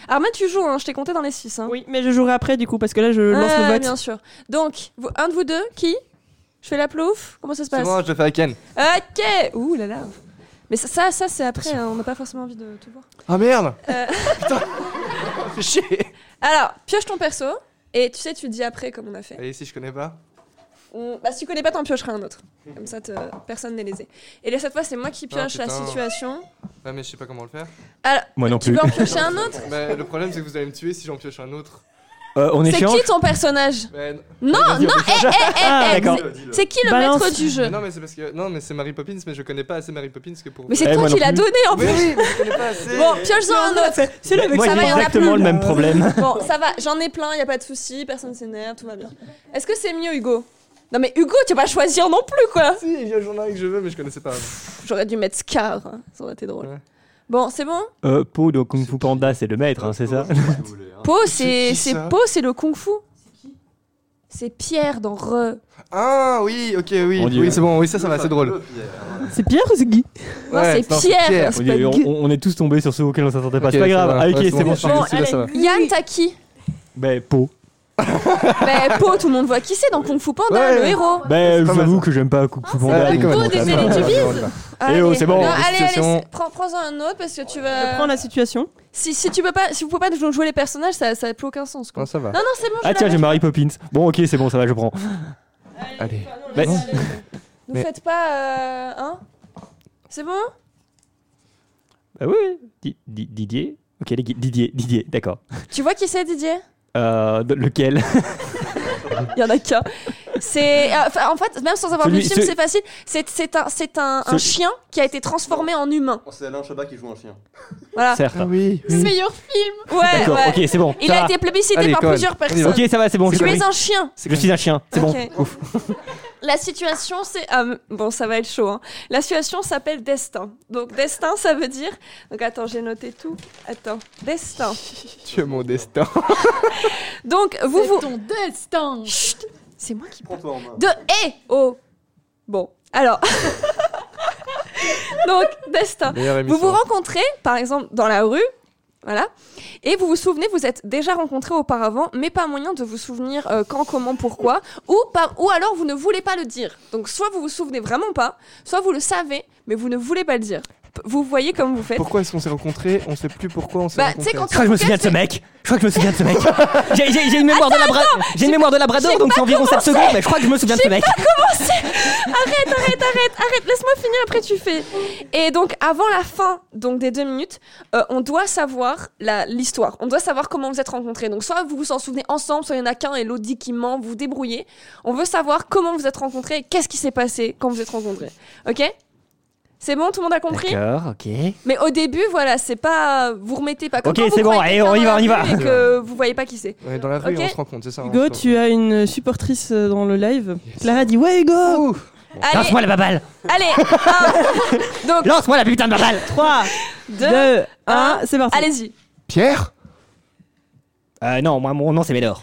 [SPEAKER 6] Armin, tu joues, hein, je t'ai compté dans les six. Hein.
[SPEAKER 2] Oui, mais je jouerai après, du coup, parce que là, je lance
[SPEAKER 6] Ouais,
[SPEAKER 2] le
[SPEAKER 6] Euh, Bien
[SPEAKER 2] vote.
[SPEAKER 6] sûr. Donc, vous- un de vous deux, qui Je fais la plouf Comment ça se
[SPEAKER 9] C'est
[SPEAKER 6] passe
[SPEAKER 9] bon, je le fais à Ken.
[SPEAKER 6] Ok Ouh là là Mais ça, ça, ça, c'est après, hein, on n'a pas forcément envie de tout voir.
[SPEAKER 9] Ah merde
[SPEAKER 6] Euh. <laughs>
[SPEAKER 9] Putain <laughs> Fais chier
[SPEAKER 6] Alors, pioche ton perso, et tu sais, tu dis après comme on a fait.
[SPEAKER 9] Allez, si je connais pas.
[SPEAKER 6] On- Bah, si tu connais pas, t'en piocheras un autre. Comme ça, te- personne n'est lésé. Et là, cette fois, c'est moi qui
[SPEAKER 9] Ah,
[SPEAKER 6] pioche la
[SPEAKER 9] putain.
[SPEAKER 6] situation.
[SPEAKER 9] Ouais, mais je sais pas comment le faire.
[SPEAKER 6] Alors,
[SPEAKER 8] Moi non
[SPEAKER 6] tu
[SPEAKER 8] plus.
[SPEAKER 6] peux en piocher un
[SPEAKER 9] <laughs>
[SPEAKER 6] autre
[SPEAKER 9] Mais Bah, le problème, c'est que vous allez me tuer si j'en pioche un autre.
[SPEAKER 8] Euh, on
[SPEAKER 6] C'est
[SPEAKER 8] échange
[SPEAKER 6] qui ton personnage
[SPEAKER 9] Mais non,
[SPEAKER 6] Non, non, eh, hé, hé,
[SPEAKER 8] Ah,
[SPEAKER 6] hé,
[SPEAKER 8] d'accord.
[SPEAKER 6] C'est qui le
[SPEAKER 2] Balance.
[SPEAKER 6] maître du jeu
[SPEAKER 9] mais non, mais c'est parce que. Non, mais c'est Mary Poppins, mais je connais pas assez Mary Poppins que pour.
[SPEAKER 6] Mais
[SPEAKER 8] Eh,
[SPEAKER 6] c'est toi
[SPEAKER 8] moi
[SPEAKER 6] qui
[SPEAKER 8] non
[SPEAKER 6] l'as
[SPEAKER 8] plus.
[SPEAKER 6] donné en
[SPEAKER 9] Oui,
[SPEAKER 6] plus
[SPEAKER 9] oui, mais je connais pas assez.
[SPEAKER 6] Bon, pioche-en un autre
[SPEAKER 2] C'est le mec
[SPEAKER 8] Moi
[SPEAKER 6] ça
[SPEAKER 8] j'ai
[SPEAKER 6] va, il y en a
[SPEAKER 8] exactement
[SPEAKER 6] plus.
[SPEAKER 8] le même problème.
[SPEAKER 6] Bon, ça va, j'en ai plein, y a pas de souci, personne s'énerve, tout va bien. Est-ce que c'est mieux, Hugo Non, mais Hugo, tu vas pas choisir non plus, quoi
[SPEAKER 9] Si, il y a le journal que je veux, mais je connaissais pas. avant.
[SPEAKER 6] J'aurais dû mettre Scar, hein, ça aurait été drôle.
[SPEAKER 9] Ouais.
[SPEAKER 6] Bon, c'est bon
[SPEAKER 8] Euh, Po de Kung Fu <laughs> Panda, c'est le maître, hein, c'est ça
[SPEAKER 6] Po, c'est
[SPEAKER 9] qui,
[SPEAKER 6] c'est
[SPEAKER 9] ça
[SPEAKER 6] Po, c'est le Kung Fu. C'est Pierre dans Re.
[SPEAKER 9] Ah oui, ok, oui. Oui, c'est bon, oui, ça, ça va, c'est drôle.
[SPEAKER 2] C'est Pierre ou c'est Guy
[SPEAKER 6] Non, c'est Pierre, c'est pas
[SPEAKER 8] On,
[SPEAKER 6] Guy.
[SPEAKER 8] on- on est tous tombés sur ceux auxquels on s'attendait pas.
[SPEAKER 9] Ok,
[SPEAKER 8] C'est pas
[SPEAKER 9] ça
[SPEAKER 8] grave.
[SPEAKER 9] va,
[SPEAKER 8] Ah, ok,
[SPEAKER 9] ouais, c'est
[SPEAKER 8] c'est
[SPEAKER 9] bon,
[SPEAKER 8] bon.
[SPEAKER 9] je suis Bon, celui-là, ça va.
[SPEAKER 6] Yann, t'as qui
[SPEAKER 8] Ben, Po.
[SPEAKER 6] Ben, Po, tout le monde voit qui c'est dans Kung Fu Panda,
[SPEAKER 8] Ouais.
[SPEAKER 6] le héros.
[SPEAKER 8] Ben, je vous avoue que j'aime pas Kung
[SPEAKER 6] Ah,
[SPEAKER 8] Fu Panda.
[SPEAKER 9] allez, quand même,
[SPEAKER 6] Des télétubises
[SPEAKER 8] Eh oh, c'est bon.
[SPEAKER 6] Non, allez,
[SPEAKER 8] Situation.
[SPEAKER 6] allez, prends- prends-en un autre parce que tu vas.
[SPEAKER 2] Prends la situation.
[SPEAKER 6] Si, si tu peux pas, si vous pouvez pas jou- jouer les personnages, ça, ça n'a plus aucun sens. Quoi.
[SPEAKER 8] Non, ça va.
[SPEAKER 6] Non, non, c'est bon.
[SPEAKER 8] Ah,
[SPEAKER 6] je
[SPEAKER 8] tiens,
[SPEAKER 6] l'avais.
[SPEAKER 8] j'ai Mary Poppins. Bon, ok, c'est bon, ça va, je prends.
[SPEAKER 9] Allez.
[SPEAKER 8] Ben,
[SPEAKER 6] Nous
[SPEAKER 8] Mais-
[SPEAKER 6] faites pas, euh, hein C'est bon
[SPEAKER 8] bah oui, Di- Di- Didier. Ok, les gui- Didier, Didier, d'accord.
[SPEAKER 6] Tu vois qui c'est, Didier
[SPEAKER 8] Euh, de- lequel
[SPEAKER 6] Il y en a qu'un. C'est, euh, enfin, en fait, même sans avoir vu le
[SPEAKER 8] Celui-
[SPEAKER 6] film,
[SPEAKER 8] ce-
[SPEAKER 6] c'est facile. C'est, c'est un, c'est un, un
[SPEAKER 8] Ce-
[SPEAKER 6] chien qui a été transformé en humain.
[SPEAKER 5] C'est Alain Chabat qui joue un chien.
[SPEAKER 6] Voilà.
[SPEAKER 8] Certes.
[SPEAKER 9] Ah
[SPEAKER 8] oui.
[SPEAKER 6] Ah. C'est le meilleur film. Ouais.
[SPEAKER 8] Hmm. D'accord,
[SPEAKER 6] ouais.
[SPEAKER 8] ok, c'est bon.
[SPEAKER 6] Il
[SPEAKER 8] ça
[SPEAKER 6] a
[SPEAKER 8] va.
[SPEAKER 6] été plébiscité par plusieurs personnes.
[SPEAKER 8] Ok, ça va, c'est bon. j'ai
[SPEAKER 6] Tu es
[SPEAKER 8] compris.
[SPEAKER 6] un chien.
[SPEAKER 8] Je suis un chien, c'est
[SPEAKER 6] Ok.
[SPEAKER 8] bon. Ouf.
[SPEAKER 6] La situation, c'est. ah, m- bon, ça va être chaud. hein. La situation s'appelle destin. Donc, destin, ça veut dire. Donc, attends, j'ai noté tout. Attends. Destin.
[SPEAKER 9] Tu es
[SPEAKER 6] <laughs>
[SPEAKER 9] mon destin.
[SPEAKER 6] Donc, vous vous.
[SPEAKER 7] Ton destin
[SPEAKER 6] Chut C'est moi qui parle. De et au. Bon, alors. <laughs> Donc, destin.
[SPEAKER 9] Meilleure
[SPEAKER 6] Vous
[SPEAKER 9] émission.
[SPEAKER 6] vous rencontrez, par exemple, dans la rue. Voilà. Et vous vous souvenez, vous êtes déjà rencontrés auparavant, mais pas moyen de vous souvenir euh, quand, comment, pourquoi. Ou, pas, ou alors vous ne voulez pas le dire. Donc, soit vous vous souvenez vraiment pas, soit vous le savez, mais vous ne voulez pas le dire. P- Vous voyez comme vous faites.
[SPEAKER 9] Pourquoi est-ce qu'on s'est rencontrés On sait plus pourquoi on s'est
[SPEAKER 6] Bah, tu sais,
[SPEAKER 9] rencontrés.
[SPEAKER 6] quand
[SPEAKER 8] Je crois que je me souviens de ce mec. Je crois que je me souviens de ce mec. <laughs> J'ai- J'ai j'ai une mémoire de labra- J'ai une mémoire de labrador, donc c'est environ 7 secondes, mais je crois que je me souviens de ce mec.
[SPEAKER 6] commencer. Arrête, arrête, arrête, arrête. Laisse-moi finir, après tu fais. Et donc, avant la fin donc des deux minutes, euh, on doit savoir la- l'histoire. On doit savoir comment vous êtes rencontrés. Donc, soit vous vous en souvenez ensemble, soit il y en a qu'un et l'autre dit qu'il ment, vous vous débrouillez. On veut savoir comment vous êtes rencontrés et qu'est-ce qui s'est passé quand vous êtes rencontrés. Ok C'est bon, tout le monde a compris
[SPEAKER 8] ok.
[SPEAKER 6] mais au début, voilà, c'est pas. Vous remettez pas comme
[SPEAKER 8] Ok,
[SPEAKER 6] quand vous
[SPEAKER 8] c'est bon,
[SPEAKER 6] croyez
[SPEAKER 8] allez, on
[SPEAKER 6] quelqu'un
[SPEAKER 8] y va,
[SPEAKER 6] dans la
[SPEAKER 8] on y
[SPEAKER 6] rue
[SPEAKER 8] va.
[SPEAKER 6] Et que vous voyez pas qui c'est.
[SPEAKER 9] Ouais, dans la rue,
[SPEAKER 6] Ok.
[SPEAKER 9] on se rencontre, c'est ça hein, on se
[SPEAKER 2] Hugo,
[SPEAKER 9] rencontre.
[SPEAKER 2] tu as une supportrice euh, dans le live. Clara dit Ouais, Hugo
[SPEAKER 6] Allez.
[SPEAKER 8] Lance-moi la baballe.
[SPEAKER 2] <laughs>
[SPEAKER 6] Allez
[SPEAKER 2] Ah,
[SPEAKER 6] un. Donc,
[SPEAKER 8] Lance-moi la putain de baballe.
[SPEAKER 2] 3, 2, 1, c'est parti.
[SPEAKER 6] allez-y.
[SPEAKER 9] Pierre
[SPEAKER 8] Euh, non, moi, mon nom, c'est Médor.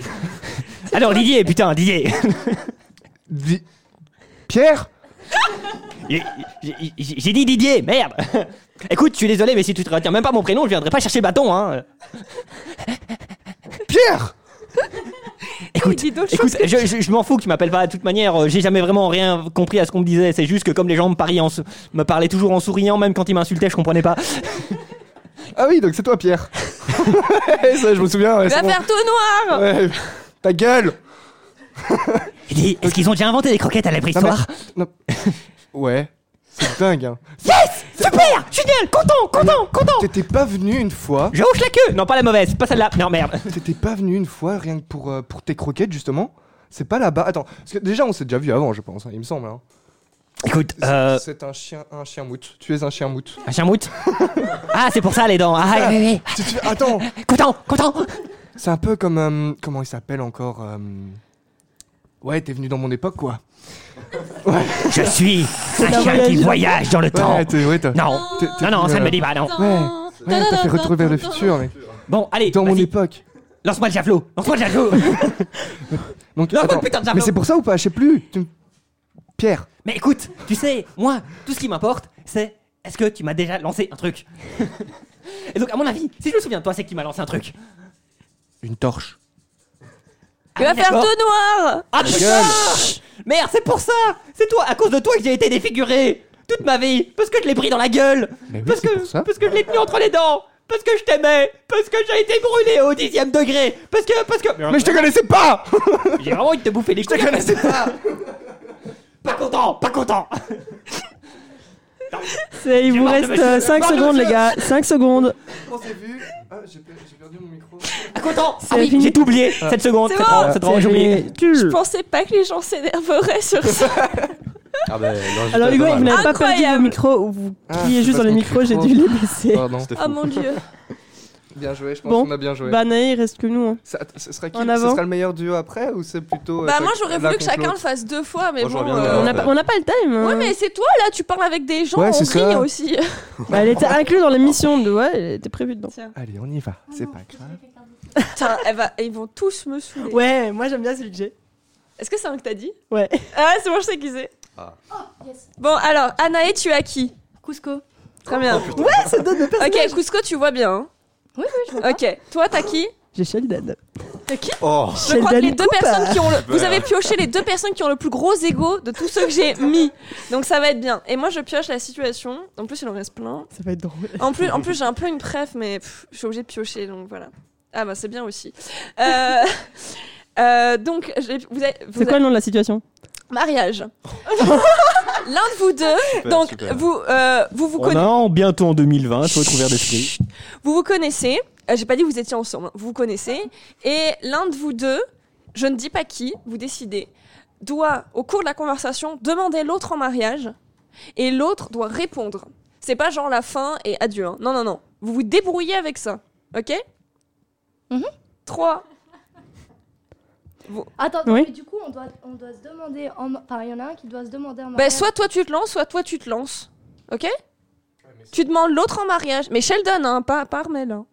[SPEAKER 9] <laughs>
[SPEAKER 8] Alors, Didier, putain, Didier.
[SPEAKER 9] Di- Pierre
[SPEAKER 8] J'ai j'ai- j'ai dit Didier, merde. Écoute, je suis désolé, mais si tu te retiens même pas mon prénom, je viendrai pas chercher le bâton, hein.
[SPEAKER 9] Pierre
[SPEAKER 8] Écoute,
[SPEAKER 6] Il dit d'autres
[SPEAKER 8] écoute, je, je- je m'en fous que tu m'appelles pas. De toute manière, euh, j'ai jamais vraiment rien compris à ce qu'on me disait. C'est juste que comme les gens me, pariaient en sou- me parlaient toujours en souriant, même quand ils m'insultaient, je comprenais pas.
[SPEAKER 9] Ah oui, donc c'est toi,
[SPEAKER 8] <laughs>
[SPEAKER 9] Pierre. ça, je me souviens. ouais,
[SPEAKER 6] Il va
[SPEAKER 9] c'est bon.
[SPEAKER 6] faire tout noir
[SPEAKER 9] Ouais. Ta gueule
[SPEAKER 8] Je dis, Est-ce qu'ils ont déjà inventé des croquettes à la
[SPEAKER 9] Non, mais-
[SPEAKER 8] préhistoire
[SPEAKER 9] non. Ouais. C'est dingue. Hein.
[SPEAKER 8] Yes Super Génial Content Content Content
[SPEAKER 9] T'étais pas venu une fois.
[SPEAKER 8] Je hoche la queue Non, pas la mauvaise, pas celle-là. Non, merde.
[SPEAKER 9] <laughs> T'étais pas venu une fois rien que pour, euh, pour tes croquettes justement. C'est pas là-bas. Attends, parce que déjà on s'est déjà vu avant, je pense. hein, il me semble. hein.
[SPEAKER 8] Écoute,
[SPEAKER 9] C'est-
[SPEAKER 8] euh,
[SPEAKER 9] C'est un chien, un chien mout. Tu es un chien mout.
[SPEAKER 8] un chamout Ah, c'est pour ça les dents. Ah, ouais, ouais, ouais.
[SPEAKER 9] Tu- tu- Attends,
[SPEAKER 8] Content Content
[SPEAKER 9] c'est un peu comme euh, comment il s'appelle encore. euh, Ouais, t'es venu dans mon époque
[SPEAKER 8] <laughs>
[SPEAKER 9] quoi.
[SPEAKER 8] Je suis un chien qui voyage dans le temps.
[SPEAKER 9] Ouais, t'es- ouais, t'as-
[SPEAKER 8] Non,
[SPEAKER 9] t'es- t'es
[SPEAKER 8] non, non,
[SPEAKER 9] venu,
[SPEAKER 8] ça ne
[SPEAKER 9] euh,
[SPEAKER 8] me dit pas, non.
[SPEAKER 9] Ouais, ouais, t'as fait retourner vers le futur, mais
[SPEAKER 8] Bon, allez,
[SPEAKER 9] dans mon
[SPEAKER 8] vas-y,
[SPEAKER 9] époque.
[SPEAKER 8] lance-moi le javelot. Lance-moi le javelot.
[SPEAKER 9] Donc,
[SPEAKER 8] Non,
[SPEAKER 9] attends,
[SPEAKER 8] putain de
[SPEAKER 9] mais
[SPEAKER 8] javelot.
[SPEAKER 9] c'est pour ça ou pas Je sais plus. Tu me- <laughs> Pierre.
[SPEAKER 8] Mais écoute, tu sais, moi, tout ce qui m'importe, c'est est-ce que tu m'as déjà lancé un truc Et donc, à mon avis, si je me souviens de toi, c'est que tu m'as lancé un truc.
[SPEAKER 9] Une torche.
[SPEAKER 6] Il va
[SPEAKER 8] oui,
[SPEAKER 6] faire tout
[SPEAKER 8] d'accord.
[SPEAKER 6] noir
[SPEAKER 8] Ah putain Merde, c'est pour ça C'est toi, à cause de toi que j'ai été défiguré Toute ma vie Parce que je l'ai pris dans la gueule
[SPEAKER 9] Mais oui,
[SPEAKER 8] parce,
[SPEAKER 9] c'est
[SPEAKER 8] que,
[SPEAKER 9] pour ça.
[SPEAKER 8] parce que je l'ai tenu entre les dents Parce que je t'aimais Parce que j'ai été brûlé au dixième degré Parce que... Parce que...
[SPEAKER 9] Mais je te connaissais pas
[SPEAKER 8] J'ai vraiment envie de te bouffer les couilles Je te connaissais pas <laughs> Pas content Pas content
[SPEAKER 2] C'est- Il vous
[SPEAKER 8] marre de
[SPEAKER 2] reste
[SPEAKER 8] ma chaise.
[SPEAKER 2] 5
[SPEAKER 8] Marre de
[SPEAKER 2] secondes,
[SPEAKER 8] ma
[SPEAKER 2] les gars. 5 secondes.
[SPEAKER 9] On s'est vu. Ah, j'ai perdu mon micro.
[SPEAKER 8] Pas content Ah
[SPEAKER 2] C'est
[SPEAKER 8] oui,
[SPEAKER 2] fini.
[SPEAKER 8] j'ai tout oublié Cette seconde,
[SPEAKER 6] C'est
[SPEAKER 8] cette
[SPEAKER 6] bon.
[SPEAKER 8] seconde, cette seconde, j'ai oublié
[SPEAKER 6] Je pensais pas que les gens s'énerveraient sur ça.
[SPEAKER 5] Ah ben,
[SPEAKER 6] <laughs>
[SPEAKER 5] non,
[SPEAKER 2] Alors, Hugo, vous n'avez pas perdu
[SPEAKER 6] Incroyable.
[SPEAKER 2] vos micros. ou Vous
[SPEAKER 9] Ah,
[SPEAKER 2] criez
[SPEAKER 9] c'est
[SPEAKER 2] juste dans
[SPEAKER 9] parce
[SPEAKER 2] les
[SPEAKER 9] qu'on
[SPEAKER 2] micros, j'ai dû
[SPEAKER 9] crie
[SPEAKER 2] les baisser.
[SPEAKER 9] Pardon.
[SPEAKER 5] C'était
[SPEAKER 12] Ah,
[SPEAKER 6] Oh mon
[SPEAKER 9] <laughs>
[SPEAKER 6] dieu.
[SPEAKER 9] Ah, Bien joué, je pense
[SPEAKER 2] Bon.
[SPEAKER 9] qu'on a bien joué.
[SPEAKER 2] Bah, Naé, il reste que nous. hein.
[SPEAKER 9] Ça- ce sera qui
[SPEAKER 2] En
[SPEAKER 9] ce
[SPEAKER 2] avant.
[SPEAKER 9] sera le meilleur duo après ou c'est plutôt. euh,
[SPEAKER 6] Bah
[SPEAKER 9] chaque-
[SPEAKER 6] moi j'aurais
[SPEAKER 9] l'un
[SPEAKER 6] voulu que
[SPEAKER 9] contre
[SPEAKER 6] chacun le
[SPEAKER 9] l'autre
[SPEAKER 6] fasse deux fois, mais
[SPEAKER 5] Moi, je
[SPEAKER 6] bon.
[SPEAKER 5] reviens de
[SPEAKER 6] euh,
[SPEAKER 5] la-
[SPEAKER 2] On n'a pas- on n'a pas le time. hein.
[SPEAKER 6] Ouais mais c'est toi là, tu parles avec des gens,
[SPEAKER 9] Ouais,
[SPEAKER 6] on
[SPEAKER 9] c'est
[SPEAKER 6] rit
[SPEAKER 2] <laughs>
[SPEAKER 9] ça.
[SPEAKER 6] aussi.
[SPEAKER 2] Bah, elle était inclue dans l'émission. De... Ouais, elle était prévue dedans.
[SPEAKER 9] Allez, on y va, c'est pas grave.
[SPEAKER 6] Putain, elle va- ils vont tous me saouler.
[SPEAKER 2] Ouais, moi j'aime bien celui que j'ai.
[SPEAKER 6] Est-ce que c'est un que t'as dit
[SPEAKER 2] Ouais.
[SPEAKER 6] Ah, c'est bon, je sais qui c'est.
[SPEAKER 9] Oh.
[SPEAKER 6] Bon, alors, Anaé, tu es à qui
[SPEAKER 12] Cusco.
[SPEAKER 6] Très bien.
[SPEAKER 2] Ouais, ça donne le personnage.
[SPEAKER 6] Ok, Cusco, tu vois bien. hein
[SPEAKER 12] Oui, oui, je vois.
[SPEAKER 6] Ok, toi, t'as qui
[SPEAKER 2] J'ai Sheldon.
[SPEAKER 6] T'as qui
[SPEAKER 2] Oh.
[SPEAKER 6] Je crois que les
[SPEAKER 2] Sheldon
[SPEAKER 6] deux
[SPEAKER 2] Cooper.
[SPEAKER 6] personnes qui ont le... Vous
[SPEAKER 2] Super.
[SPEAKER 6] avez pioché les deux personnes qui ont le plus gros ego de tous ceux que j'ai mis. Donc ça va être bien. Et moi, je pioche la situation. En plus, il en reste plein.
[SPEAKER 2] Ça va être drôle.
[SPEAKER 6] En plus, en plus j'ai un peu une préf, mais pff, je suis obligée de piocher, donc voilà. Ah bah c'est bien aussi. Euh, <laughs> euh, donc, j'ai- vous avez- vous
[SPEAKER 2] C'est quoi
[SPEAKER 6] avez-
[SPEAKER 2] le nom de la situation
[SPEAKER 3] <laughs>
[SPEAKER 6] Mariage. L'un de vous deux,
[SPEAKER 3] Super,
[SPEAKER 6] donc
[SPEAKER 3] super.
[SPEAKER 6] vous euh, vous vous
[SPEAKER 2] Oh
[SPEAKER 3] On a
[SPEAKER 6] connaissez.
[SPEAKER 3] en bientôt en 2020, il faut être ouvert d'esprit.
[SPEAKER 6] Vous vous connaissez. Euh, J'ai pas dit vous étiez ensemble. hein. Vous vous connaissez. Et l'un de vous deux, je ne dis pas qui, vous décidez, doit au cours de la conversation demander l'autre en mariage et l'autre doit répondre. C'est pas genre la fin et adieu. hein. Non non non. Vous vous débrouillez avec ça, ok
[SPEAKER 12] Mhm.
[SPEAKER 6] 3
[SPEAKER 12] Attends,
[SPEAKER 6] Oui.
[SPEAKER 12] mais du coup, on doit, on doit se demander. En... Enfin, il y en a un qui doit se demander en
[SPEAKER 6] Bah,
[SPEAKER 12] mariage.
[SPEAKER 6] soit toi tu te lances, soit toi tu te lances. Ok Tu demandes l'autre en mariage. Mais Sheldon, hein, pas, pas Armel. hein.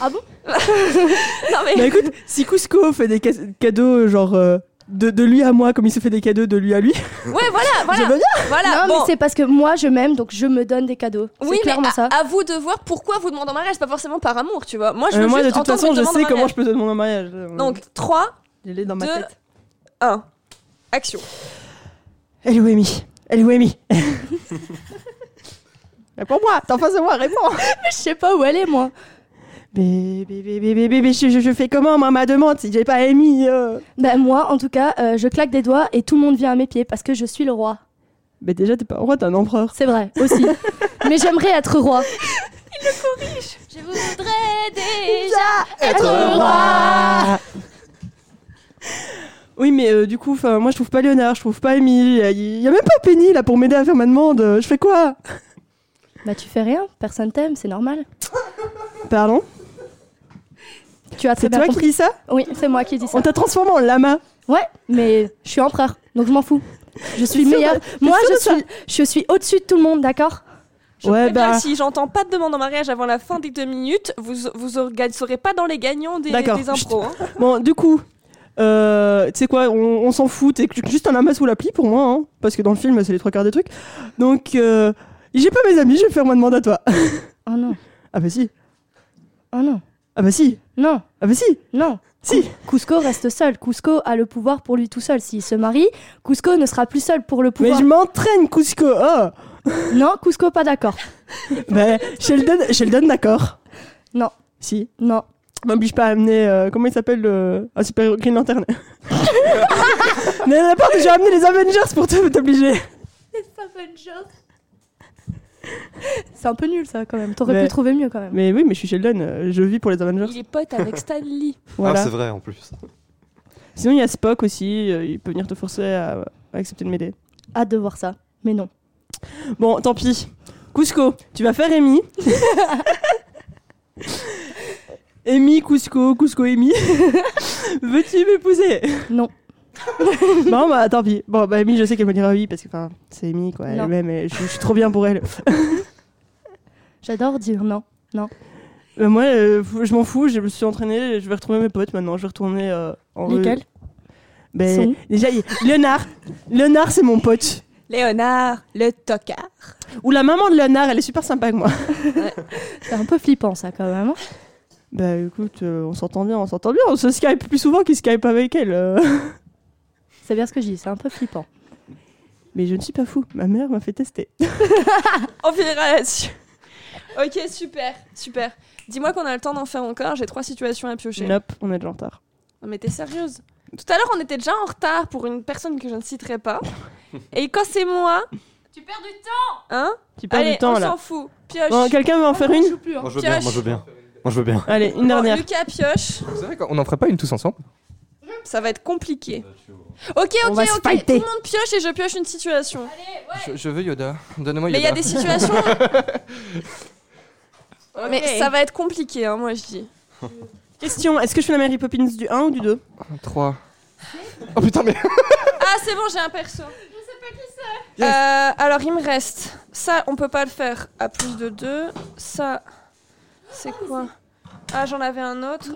[SPEAKER 12] Ah
[SPEAKER 6] <laughs>
[SPEAKER 12] bon
[SPEAKER 6] <laughs> Non mais.
[SPEAKER 2] Bah écoute, si Cusco fait des cas- cadeaux genre euh, de, de lui à moi comme il se fait des cadeaux de lui à lui.
[SPEAKER 6] Ouais,
[SPEAKER 12] <laughs>
[SPEAKER 2] <laughs>
[SPEAKER 6] voilà, voilà.
[SPEAKER 2] J'aime bien.
[SPEAKER 6] Voilà,
[SPEAKER 12] non,
[SPEAKER 6] bon.
[SPEAKER 12] mais c'est parce que moi, je m'aime, donc je me donne des cadeaux.
[SPEAKER 6] Oui,
[SPEAKER 12] c'est
[SPEAKER 6] mais
[SPEAKER 12] clairement
[SPEAKER 6] à,
[SPEAKER 12] ça.
[SPEAKER 6] à vous de voir pourquoi vous demandez en mariage, pas forcément par amour, tu vois. Moi, je
[SPEAKER 2] Euh,
[SPEAKER 6] veux
[SPEAKER 2] moi de
[SPEAKER 6] juste
[SPEAKER 2] toute
[SPEAKER 6] entendre
[SPEAKER 2] façon,
[SPEAKER 6] une
[SPEAKER 2] je
[SPEAKER 6] demande
[SPEAKER 2] sais
[SPEAKER 6] en
[SPEAKER 2] comment
[SPEAKER 6] mariage.
[SPEAKER 2] je peux te demander en mariage.
[SPEAKER 6] Donc, 3,
[SPEAKER 2] je l'ai dans ma
[SPEAKER 6] 2,
[SPEAKER 2] tête.
[SPEAKER 6] 1.
[SPEAKER 2] <laughs>
[SPEAKER 6] Action.
[SPEAKER 2] Elle est où Amy Elle est où <laughs> Amy Réponds-moi, t'es en face de moi, réponds
[SPEAKER 12] <laughs> Je sais pas où elle est, moi.
[SPEAKER 2] Bébé, bébé, bébé, bébé, je, je- je fais comment, moi, ma demande, si j'ai pas Amy euh
[SPEAKER 12] Bah, moi, en tout cas, euh, je claque des doigts et tout le monde vient à mes pieds parce que je suis le roi.
[SPEAKER 2] Mais déjà, t'es pas roi, t'es un empereur. Euh,
[SPEAKER 12] C'est vrai,
[SPEAKER 2] <laughs>
[SPEAKER 12] aussi. mais j'aimerais être roi.
[SPEAKER 15] Je voudrais déjà
[SPEAKER 12] être roi.
[SPEAKER 2] <laughs> Oui, mais euh, du coup, 'fin, moi, je trouve pas Léonard, je trouve pas Amy, il y a même pas Penny, là, pour m'aider à faire ma demande, euh, je fais quoi
[SPEAKER 12] Bah, tu fais rien, personne t'aime, c'est normal.
[SPEAKER 2] Pardon
[SPEAKER 12] Tu as très
[SPEAKER 2] C'est
[SPEAKER 12] bien
[SPEAKER 2] toi
[SPEAKER 12] compris.
[SPEAKER 2] qui dis ça
[SPEAKER 12] Oui, c'est moi qui dis ça.
[SPEAKER 2] On t'a transformé en lama
[SPEAKER 12] Ouais, mais je suis empereur, donc je m'en fous. Je suis
[SPEAKER 2] T'es sûr
[SPEAKER 12] meilleur.
[SPEAKER 2] de- t'es
[SPEAKER 12] Moi,
[SPEAKER 2] sûr
[SPEAKER 12] je
[SPEAKER 2] de ça
[SPEAKER 12] suis, je suis au-dessus de tout le monde, d'accord
[SPEAKER 6] Je
[SPEAKER 2] Ouais,
[SPEAKER 6] préviens,
[SPEAKER 2] bah.
[SPEAKER 6] Eh si j'entends pas de demande en mariage avant la fin des deux minutes, vous vous orga- serez pas dans les gagnants des,
[SPEAKER 2] D'accord.
[SPEAKER 6] des impros. hein.
[SPEAKER 2] Bon, du coup, euh, tu sais quoi, on, on s'en fout. T'es juste un amas sous l'appli pour moi, hein, parce que dans le film, c'est les trois quarts des trucs. Donc, euh, j'ai pas mes amis, je vais faire ma demande à toi.
[SPEAKER 12] Oh non.
[SPEAKER 2] <laughs> Ah bah si.
[SPEAKER 12] Oh non.
[SPEAKER 2] Ah bah si.
[SPEAKER 12] Non.
[SPEAKER 2] Ah bah si.
[SPEAKER 12] Non.
[SPEAKER 2] Si.
[SPEAKER 12] Cusco reste seul. Cusco a le pouvoir pour lui tout seul. S'il se marie, Cusco ne sera plus seul pour le
[SPEAKER 2] Mais
[SPEAKER 12] pouvoir.
[SPEAKER 2] je m'entraîne, Cusco. Oh.
[SPEAKER 12] <laughs> Non, Cusco pas d'accord.
[SPEAKER 2] <laughs> bah, Sheldon, Sheldon d'accord.
[SPEAKER 12] Non.
[SPEAKER 2] Si.
[SPEAKER 12] Non.
[SPEAKER 2] M'oblige pas à amener. euh, comment il s'appelle le. Ah, super Green Lantern. <laughs> Mais la part, j'ai amené les Avengers pour te- t'obliger.
[SPEAKER 12] C'est un peu nul ça quand même. T'aurais
[SPEAKER 2] Mais-
[SPEAKER 12] pu trouver mieux quand même.
[SPEAKER 2] Mais oui, mais je suis Sheldon, euh, je vis pour les Avengers.
[SPEAKER 6] Il est
[SPEAKER 2] <laughs>
[SPEAKER 6] pote avec Stan Lee.
[SPEAKER 2] Voilà.
[SPEAKER 5] Ah, c'est vrai en plus.
[SPEAKER 2] Sinon, il y a Spock aussi, euh, il peut venir te forcer à, à accepter de m'aider.
[SPEAKER 12] Hâte de voir ça. Mais non.
[SPEAKER 2] Bon, tant pis. Cusco, tu vas faire
[SPEAKER 12] <laughs>
[SPEAKER 2] Amy. Amy, Cusco, Cusco,
[SPEAKER 12] <laughs>
[SPEAKER 2] Amy. Veux-tu m'épouser
[SPEAKER 12] Non.
[SPEAKER 2] <laughs> bon, bah tant pis. Bon, bah Amy, je sais qu'elle me dira oui, parce que enfin, c'est Amy, quoi.
[SPEAKER 12] Non.
[SPEAKER 2] Elle-même, elle- je je suis trop bien pour
[SPEAKER 12] <laughs>
[SPEAKER 2] elle.
[SPEAKER 12] J'adore dire non. Non.
[SPEAKER 2] Euh, moi, euh, f- je m'en fous, je me suis entraînée, je vais retrouver mes potes maintenant, je vais retourner euh, en rue.
[SPEAKER 12] Lesquels
[SPEAKER 2] Ben,
[SPEAKER 12] Sont où
[SPEAKER 2] Déjà, il y a- Léonard. Léonard, c'est mon pote.
[SPEAKER 6] Léonard, le tocard.
[SPEAKER 2] Ou la maman de Léonard, elle est super sympa avec moi. <laughs>
[SPEAKER 12] C'est un peu flippant ça quand même. hein.
[SPEAKER 2] Bah écoute, euh, on s'entend bien, on s'entend bien. On se Skype plus souvent qu'il Skype avec elle. euh.
[SPEAKER 12] <laughs> C'est bien ce que je dis. C'est un peu flippant.
[SPEAKER 2] Mais je ne suis pas fou, ma mère m'a fait tester.
[SPEAKER 6] On finira là-dessus. Ok, super, super. Dis-moi qu'on a le temps d'en faire encore, j'ai trois situations à piocher.
[SPEAKER 2] Nope, on est déjà en retard.
[SPEAKER 6] Non mais t'es sérieuse Tout à l'heure on était déjà en retard pour une personne que je ne citerai pas. Et quand c'est moi... Tu perds du temps Hein
[SPEAKER 2] Tu perds
[SPEAKER 6] Allez,
[SPEAKER 2] du temps,
[SPEAKER 6] on
[SPEAKER 2] là.
[SPEAKER 6] s'en fout. Pioche.
[SPEAKER 2] Bon, quelqu'un veut en faire une
[SPEAKER 5] Moi je veux bien, moi je veux bien. Moi je veux bien.
[SPEAKER 2] Allez, une dernière.
[SPEAKER 6] hein. Bon, Lucas pioche.
[SPEAKER 9] On en ferait pas une tous ensemble
[SPEAKER 6] Ça va être compliqué. Ok,
[SPEAKER 2] On
[SPEAKER 6] ok,
[SPEAKER 2] va se
[SPEAKER 6] ok. Tout
[SPEAKER 2] fighter.
[SPEAKER 6] le monde pioche et je pioche une situation.
[SPEAKER 9] je, je veux Yoda. Donne-moi
[SPEAKER 6] Mais
[SPEAKER 9] Yoda.
[SPEAKER 6] il y a des situations...
[SPEAKER 5] <laughs>
[SPEAKER 15] Ok.
[SPEAKER 6] Mais ça va être compliqué, hein, moi je dis.
[SPEAKER 2] Question, est-ce que je fais la Mary Poppins du 1 ou du 2
[SPEAKER 9] 3. Oh putain,
[SPEAKER 6] <laughs>
[SPEAKER 9] mais.
[SPEAKER 6] Ah, c'est bon, j'ai un perso. Je sais pas qui c'est. Euh, alors, il me reste. Ça, on peut pas le faire à plus de deux. Ça, c'est quoi Ah, j'en avais un autre.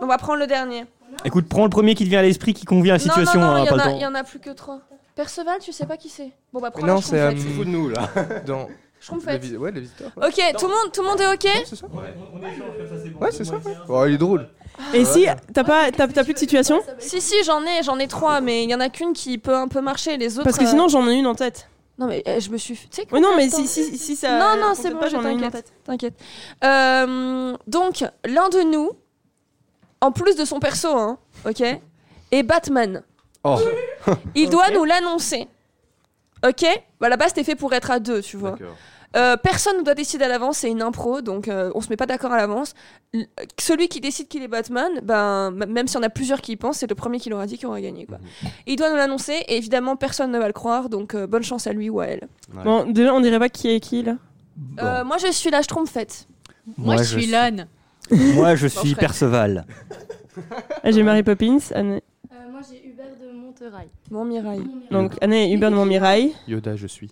[SPEAKER 6] On va prendre le dernier.
[SPEAKER 16] Écoute, prends le premier qui te vient à l'esprit, qui convient à la situation.
[SPEAKER 6] non, non,
[SPEAKER 16] hein,
[SPEAKER 6] non, il y
[SPEAKER 16] pas
[SPEAKER 6] en
[SPEAKER 16] le
[SPEAKER 6] a-
[SPEAKER 16] temps.
[SPEAKER 6] il y, en a plus que trois. Perceval, tu sais pas qui c'est Bon bah
[SPEAKER 9] Mais
[SPEAKER 6] prends
[SPEAKER 9] non,
[SPEAKER 6] la
[SPEAKER 9] c'est euh,
[SPEAKER 6] Schtroumpfette.
[SPEAKER 9] fou de nous là. Dans le
[SPEAKER 6] Schtroumpfette.
[SPEAKER 9] vi- ouais, les visiteurs. ouais.
[SPEAKER 6] Ok, tout le monde, tout le monde est ok
[SPEAKER 9] Ouais, c'est ça. Ouais. Oh, il est drôle.
[SPEAKER 2] Et si t'as pas t'as t'as plus de situation
[SPEAKER 6] Si si, j'en ai, j'en ai trois, mais il y en a qu'une qui peut un peu marcher, les autres.
[SPEAKER 2] Parce que
[SPEAKER 6] euh,
[SPEAKER 2] sinon j'en ai une en tête.
[SPEAKER 6] Non mais euh, je me suis. fait- Tu sais
[SPEAKER 2] Oui, non, mais
[SPEAKER 6] attends.
[SPEAKER 2] si- si- si ça-
[SPEAKER 6] Non non,
[SPEAKER 2] on
[SPEAKER 6] c'est
[SPEAKER 2] peut
[SPEAKER 6] bon,
[SPEAKER 2] pas,
[SPEAKER 6] je
[SPEAKER 2] j'en ai une en
[SPEAKER 6] t'inquiète,
[SPEAKER 2] tête.
[SPEAKER 6] t'inquiète. Euh, donc l'un de nous, en plus de son perso, hein, ok, est Batman.
[SPEAKER 5] Oh.
[SPEAKER 6] Il doit nous l'annoncer. Ok Bah la base c'était fait pour être à deux, tu vois. Euh, personne ne doit décider à l'avance, c'est une impro, donc euh, on se met pas d'accord à l'avance. L- celui qui décide qu'il est Batman, ben, m- même si on a plusieurs qui y pensent, c'est le premier qui l'aura dit qui aura gagné. Quoi. Il doit nous l'annoncer, et évidemment personne ne va le croire, donc euh, bonne chance à lui ou à elle.
[SPEAKER 2] Bon, déjà on dirait pas qui est qui là.
[SPEAKER 6] Euh, moi je suis la Schtroumpfette.
[SPEAKER 7] Moi, je suis l'âne.
[SPEAKER 16] Moi, je
[SPEAKER 6] Mon
[SPEAKER 16] suis
[SPEAKER 6] frère.
[SPEAKER 16] Perceval.
[SPEAKER 2] Ah, J'ai Mary Poppins, Anne-
[SPEAKER 17] moi, j'ai Hubert de Monterail.
[SPEAKER 6] Mon Mirail.
[SPEAKER 2] donc Anne et Hubert de Montmirail.
[SPEAKER 9] Yoda, je suis.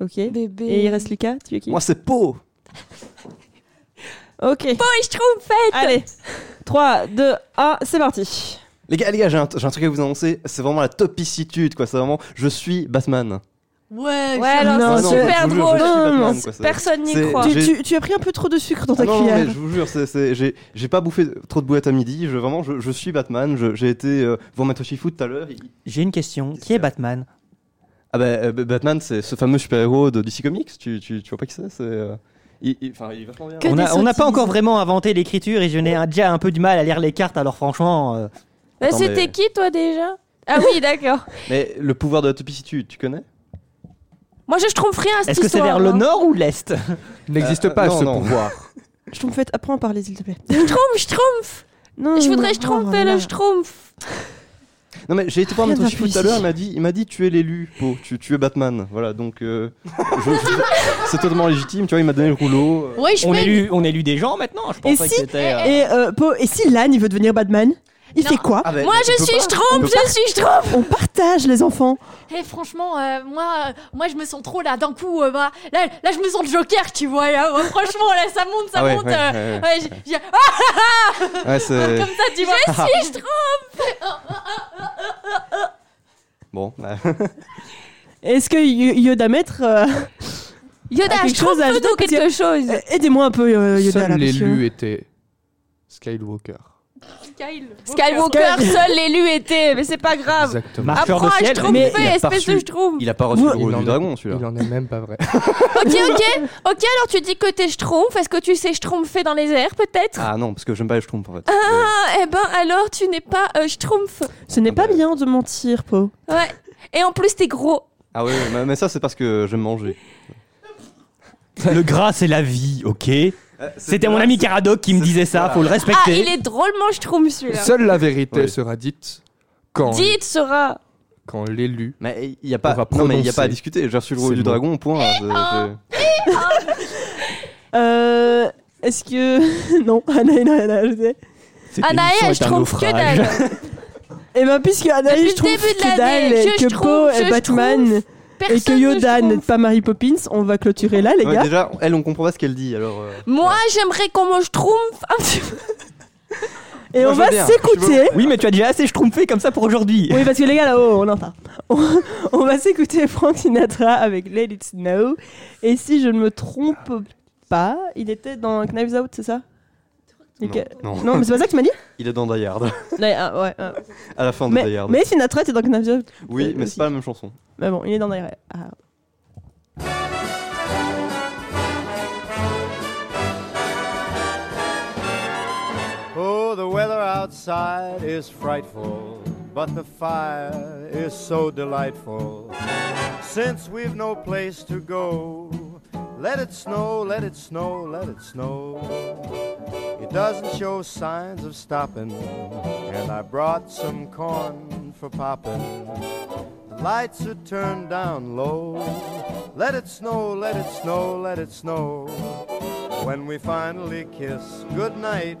[SPEAKER 2] Ok.
[SPEAKER 6] Bébé.
[SPEAKER 2] Et il reste Lucas, tu es qui
[SPEAKER 5] Moi, c'est Po.
[SPEAKER 2] Ok.
[SPEAKER 6] Bon, et Schtroumpfette
[SPEAKER 2] Allez, 3, 2, 1, c'est parti.
[SPEAKER 5] Les gars, les gars, j'ai un, j'ai un truc à vous annoncer. C'est vraiment la topicitude, quoi. C'est vraiment, je suis Batman.
[SPEAKER 7] Ouais,
[SPEAKER 6] Ouais, alors
[SPEAKER 2] Non,
[SPEAKER 5] Ah
[SPEAKER 6] c'est
[SPEAKER 5] non,
[SPEAKER 6] super
[SPEAKER 5] je vous jure,
[SPEAKER 6] drôle.
[SPEAKER 5] je suis
[SPEAKER 2] Non,
[SPEAKER 5] Batman, quoi. C'est-
[SPEAKER 6] Personne n'y
[SPEAKER 5] c'est-
[SPEAKER 6] croit.
[SPEAKER 2] Tu,
[SPEAKER 5] j'ai-
[SPEAKER 2] tu- tu as pris un peu trop de sucre dans ta
[SPEAKER 5] Ah non,
[SPEAKER 2] cuillère.
[SPEAKER 5] mais je vous jure, c'est- c'est- j'ai j'ai pas bouffé trop de boulettes à midi. Je, vraiment, je, je suis Batman. Je- J'ai été euh, voir Matoshi Foot tout à l'heure. il-
[SPEAKER 8] J'ai une question. Qui est Batman
[SPEAKER 5] Ah bah, euh, B- Batman, c'est ce fameux super-héros de DC Comics. Tu, tu, tu vois pas qui c'est C'est, euh, il, il- enfin, il est vachement bien.
[SPEAKER 8] On a- on n'a pas encore vraiment inventé l'écriture et je n'ai un- déjà un peu du mal à lire les cartes, alors franchement. euh,
[SPEAKER 6] Bah,
[SPEAKER 5] Attends,
[SPEAKER 6] C'était
[SPEAKER 5] mais-
[SPEAKER 6] qui toi déjà Ah oui, d'accord.
[SPEAKER 5] Mais le pouvoir de la topicitude, tu connais
[SPEAKER 6] Moi je Schtroumpf rien à cette
[SPEAKER 8] Est-ce que c'est
[SPEAKER 6] histoire,
[SPEAKER 2] Ah,
[SPEAKER 8] vers le
[SPEAKER 6] hein.
[SPEAKER 8] nord ou
[SPEAKER 5] <laughs>
[SPEAKER 8] l'est
[SPEAKER 9] Il n'existe
[SPEAKER 5] Euh,
[SPEAKER 9] pas
[SPEAKER 5] non,
[SPEAKER 9] ce
[SPEAKER 5] non.
[SPEAKER 9] pouvoir.
[SPEAKER 2] Je t'en fais, apprends à parler, s'il te plaît.
[SPEAKER 6] Schtroumpf, Schtroumpf
[SPEAKER 2] Non,
[SPEAKER 6] Je
[SPEAKER 2] non,
[SPEAKER 6] voudrais
[SPEAKER 2] Oh
[SPEAKER 6] Schtroumpf
[SPEAKER 2] non,
[SPEAKER 6] et le
[SPEAKER 2] non.
[SPEAKER 6] Schtroumpf
[SPEAKER 5] Non mais j'ai été voir
[SPEAKER 2] Rien
[SPEAKER 5] Matoshi Foot tout à
[SPEAKER 2] d'impulsif.
[SPEAKER 5] l'heure. Il m'a dit, il m'a dit, tu es l'élu, Po. Tu, tu es Batman. Voilà, donc euh, je- je- c'est totalement légitime. Tu vois, il m'a donné le rouleau. euh.
[SPEAKER 7] Ouais, je
[SPEAKER 8] on
[SPEAKER 7] fais-
[SPEAKER 8] élu, on élu des gens maintenant Je
[SPEAKER 2] Et
[SPEAKER 8] pensais que
[SPEAKER 2] si-
[SPEAKER 8] c'était.
[SPEAKER 5] hein.
[SPEAKER 8] euh,
[SPEAKER 2] Et, euh, Po- et si Lan, il veut devenir Batman Il
[SPEAKER 7] Non.
[SPEAKER 2] fait quoi
[SPEAKER 5] Ah bah,
[SPEAKER 6] Moi
[SPEAKER 5] bah, tu
[SPEAKER 6] je
[SPEAKER 5] peux
[SPEAKER 6] suis
[SPEAKER 5] pas. On
[SPEAKER 6] Schtroumpf,
[SPEAKER 5] peut
[SPEAKER 6] je suis Schtroumpf
[SPEAKER 2] On partage, les enfants.
[SPEAKER 7] Eh, franchement, euh, moi, euh, moi, je me sens trop là. D'un coup, euh, bah, là, là, je me sens le Joker, tu vois. Là, Ouais, franchement, là, ça monte, ça
[SPEAKER 5] Ah ouais,
[SPEAKER 7] monte.
[SPEAKER 5] ouais,
[SPEAKER 7] euh,
[SPEAKER 5] ouais, ouais.
[SPEAKER 7] ouais, j'ai- j'ai- ah,
[SPEAKER 5] pas. Ouais, c'est
[SPEAKER 2] oh,
[SPEAKER 7] comme ça, tu vois.
[SPEAKER 2] <laughs>
[SPEAKER 6] Si, je trompe.
[SPEAKER 5] bon.
[SPEAKER 6] <laughs>
[SPEAKER 5] bah,
[SPEAKER 2] Est-ce que Y- Yoda Maître euh,
[SPEAKER 6] Yoda,
[SPEAKER 2] Ah, quelque
[SPEAKER 6] je trompe
[SPEAKER 2] chose à ajouter,
[SPEAKER 6] nous
[SPEAKER 2] parce
[SPEAKER 6] quelque chose
[SPEAKER 2] euh, Aidez-moi un peu, euh, Yoda.
[SPEAKER 9] Seul
[SPEAKER 2] là, monsieur.
[SPEAKER 9] l'élu était Skywalker.
[SPEAKER 6] Skywalker, seul l'élu était, mais c'est pas grave
[SPEAKER 9] Exactement.
[SPEAKER 8] Marqueur
[SPEAKER 6] Apprends
[SPEAKER 8] de
[SPEAKER 6] à
[SPEAKER 8] ciel.
[SPEAKER 5] mais il
[SPEAKER 6] Schtroumpfer,
[SPEAKER 5] a pas
[SPEAKER 6] espèce de
[SPEAKER 5] reçu-
[SPEAKER 6] Schtroumpf
[SPEAKER 5] il a pas reçu
[SPEAKER 2] Vous-
[SPEAKER 5] le rôle
[SPEAKER 9] Il en
[SPEAKER 5] du
[SPEAKER 9] est-
[SPEAKER 5] dragon, celui-là.
[SPEAKER 9] Il en est même pas vrai.
[SPEAKER 6] Ok, ok Ok, alors tu dis que t'es Schtroumpf, est-ce que tu sais Schtroumpfer dans les airs, peut-être
[SPEAKER 5] Ah non, parce que j'aime pas les schtroumpfs en fait.
[SPEAKER 6] Ah, eh ben alors tu n'es pas euh, Schtroumpf
[SPEAKER 2] Ce
[SPEAKER 5] Ah
[SPEAKER 2] n'est
[SPEAKER 5] bah.
[SPEAKER 2] pas bien de mentir, Po.
[SPEAKER 6] Ouais Et en plus t'es gros
[SPEAKER 5] Ah oui, mais, mais ça c'est parce que j'aime manger.
[SPEAKER 8] Le gras, c'est la vie, ok
[SPEAKER 5] Euh,
[SPEAKER 8] C'était mon ami Caradoc qui me disait ça, faut le respecter.
[SPEAKER 6] Ah, il est drôlement Schtroumpf celui-là
[SPEAKER 9] Seule la vérité
[SPEAKER 5] Ouais.
[SPEAKER 9] sera dite quand,
[SPEAKER 6] Dites sera
[SPEAKER 9] quand l'élu.
[SPEAKER 5] Mais il y a
[SPEAKER 9] On va
[SPEAKER 5] pas, non mais il y a
[SPEAKER 9] prononcer.
[SPEAKER 5] pas à discuter. J'ai reçu le rôle
[SPEAKER 9] C'est
[SPEAKER 5] du
[SPEAKER 9] bon.
[SPEAKER 5] dragon, point. C'est-
[SPEAKER 2] hein
[SPEAKER 5] c'est-
[SPEAKER 2] <laughs>
[SPEAKER 6] Oh.
[SPEAKER 2] Euh, Est-ce que. <laughs> non, Anaïs, non, Anaïs, je sais.
[SPEAKER 8] Cette émission
[SPEAKER 6] Anaël,
[SPEAKER 8] est
[SPEAKER 6] je
[SPEAKER 8] un
[SPEAKER 6] trompe que
[SPEAKER 8] naufrage.
[SPEAKER 6] dalle
[SPEAKER 2] Eh ben, puisque Anaïs,
[SPEAKER 6] Depuis
[SPEAKER 2] je trouve
[SPEAKER 6] le début de
[SPEAKER 2] que
[SPEAKER 6] l'année,
[SPEAKER 2] dalle,
[SPEAKER 6] je
[SPEAKER 2] que Po
[SPEAKER 6] trouve, je
[SPEAKER 2] est Batman, et que
[SPEAKER 6] Personne ne
[SPEAKER 2] Yoda
[SPEAKER 6] Schtroumpf.
[SPEAKER 2] n'est pas Mary Poppins, on va clôturer là, les
[SPEAKER 5] Ouais,
[SPEAKER 2] gars.
[SPEAKER 5] déjà, elle on comprend pas ce qu'elle dit. Alors. euh,
[SPEAKER 6] Moi, j'aimerais qu'on me schtroumpf un petit peu.
[SPEAKER 2] Et
[SPEAKER 5] Moi,
[SPEAKER 2] on
[SPEAKER 5] je
[SPEAKER 2] va
[SPEAKER 5] veux bien.
[SPEAKER 2] s'écouter.
[SPEAKER 8] Oui, mais tu as déjà assez schtroumpfé comme ça pour aujourd'hui.
[SPEAKER 2] Oui, parce que les gars, là-haut, on entend. On, on va s'écouter Frank Sinatra avec Let It Snow. Et si je ne me trompe pas, il était dans Knives Out, c'est ça
[SPEAKER 5] Non,
[SPEAKER 2] Lequel-
[SPEAKER 5] non.
[SPEAKER 2] Non, mais c'est pas ça que tu m'as
[SPEAKER 5] <laughs>
[SPEAKER 2] dit
[SPEAKER 5] Il est dans Die
[SPEAKER 2] <laughs>
[SPEAKER 5] Hard.
[SPEAKER 2] Ouais, ah, ouais, ah.
[SPEAKER 5] à la fin de Die
[SPEAKER 2] Mais,
[SPEAKER 5] Hard.
[SPEAKER 2] mais Sinatra était dans Knives Out.
[SPEAKER 5] oui,
[SPEAKER 2] euh,
[SPEAKER 5] mais
[SPEAKER 2] aussi.
[SPEAKER 5] c'est pas la même chanson.
[SPEAKER 2] Mais bon, il est dans Ah. Die Hard.
[SPEAKER 18] Oh, the weather outside is frightful, but the fire is so delightful. Since we've no place to go, let it snow, let it snow, let it snow. It doesn't show signs of stopping, and I brought some corn for popping. The lights are turned down low. Let it snow, let it snow, let it snow. When we finally kiss goodnight,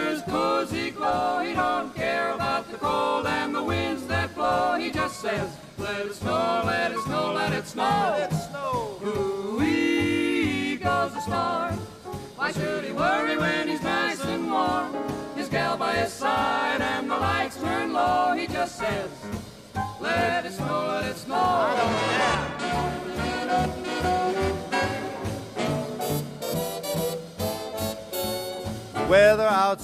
[SPEAKER 11] cozy glow. He don't care about the cold and the winds that blow. He just says, let it snow, let it snow, let it snow. Let it snow. Ooh-wee goes the storm. Why should he worry when he's nice and warm? His gal by his side and the lights turn low. He just says, let it snow, let it snow. I don't care.
[SPEAKER 18] Weather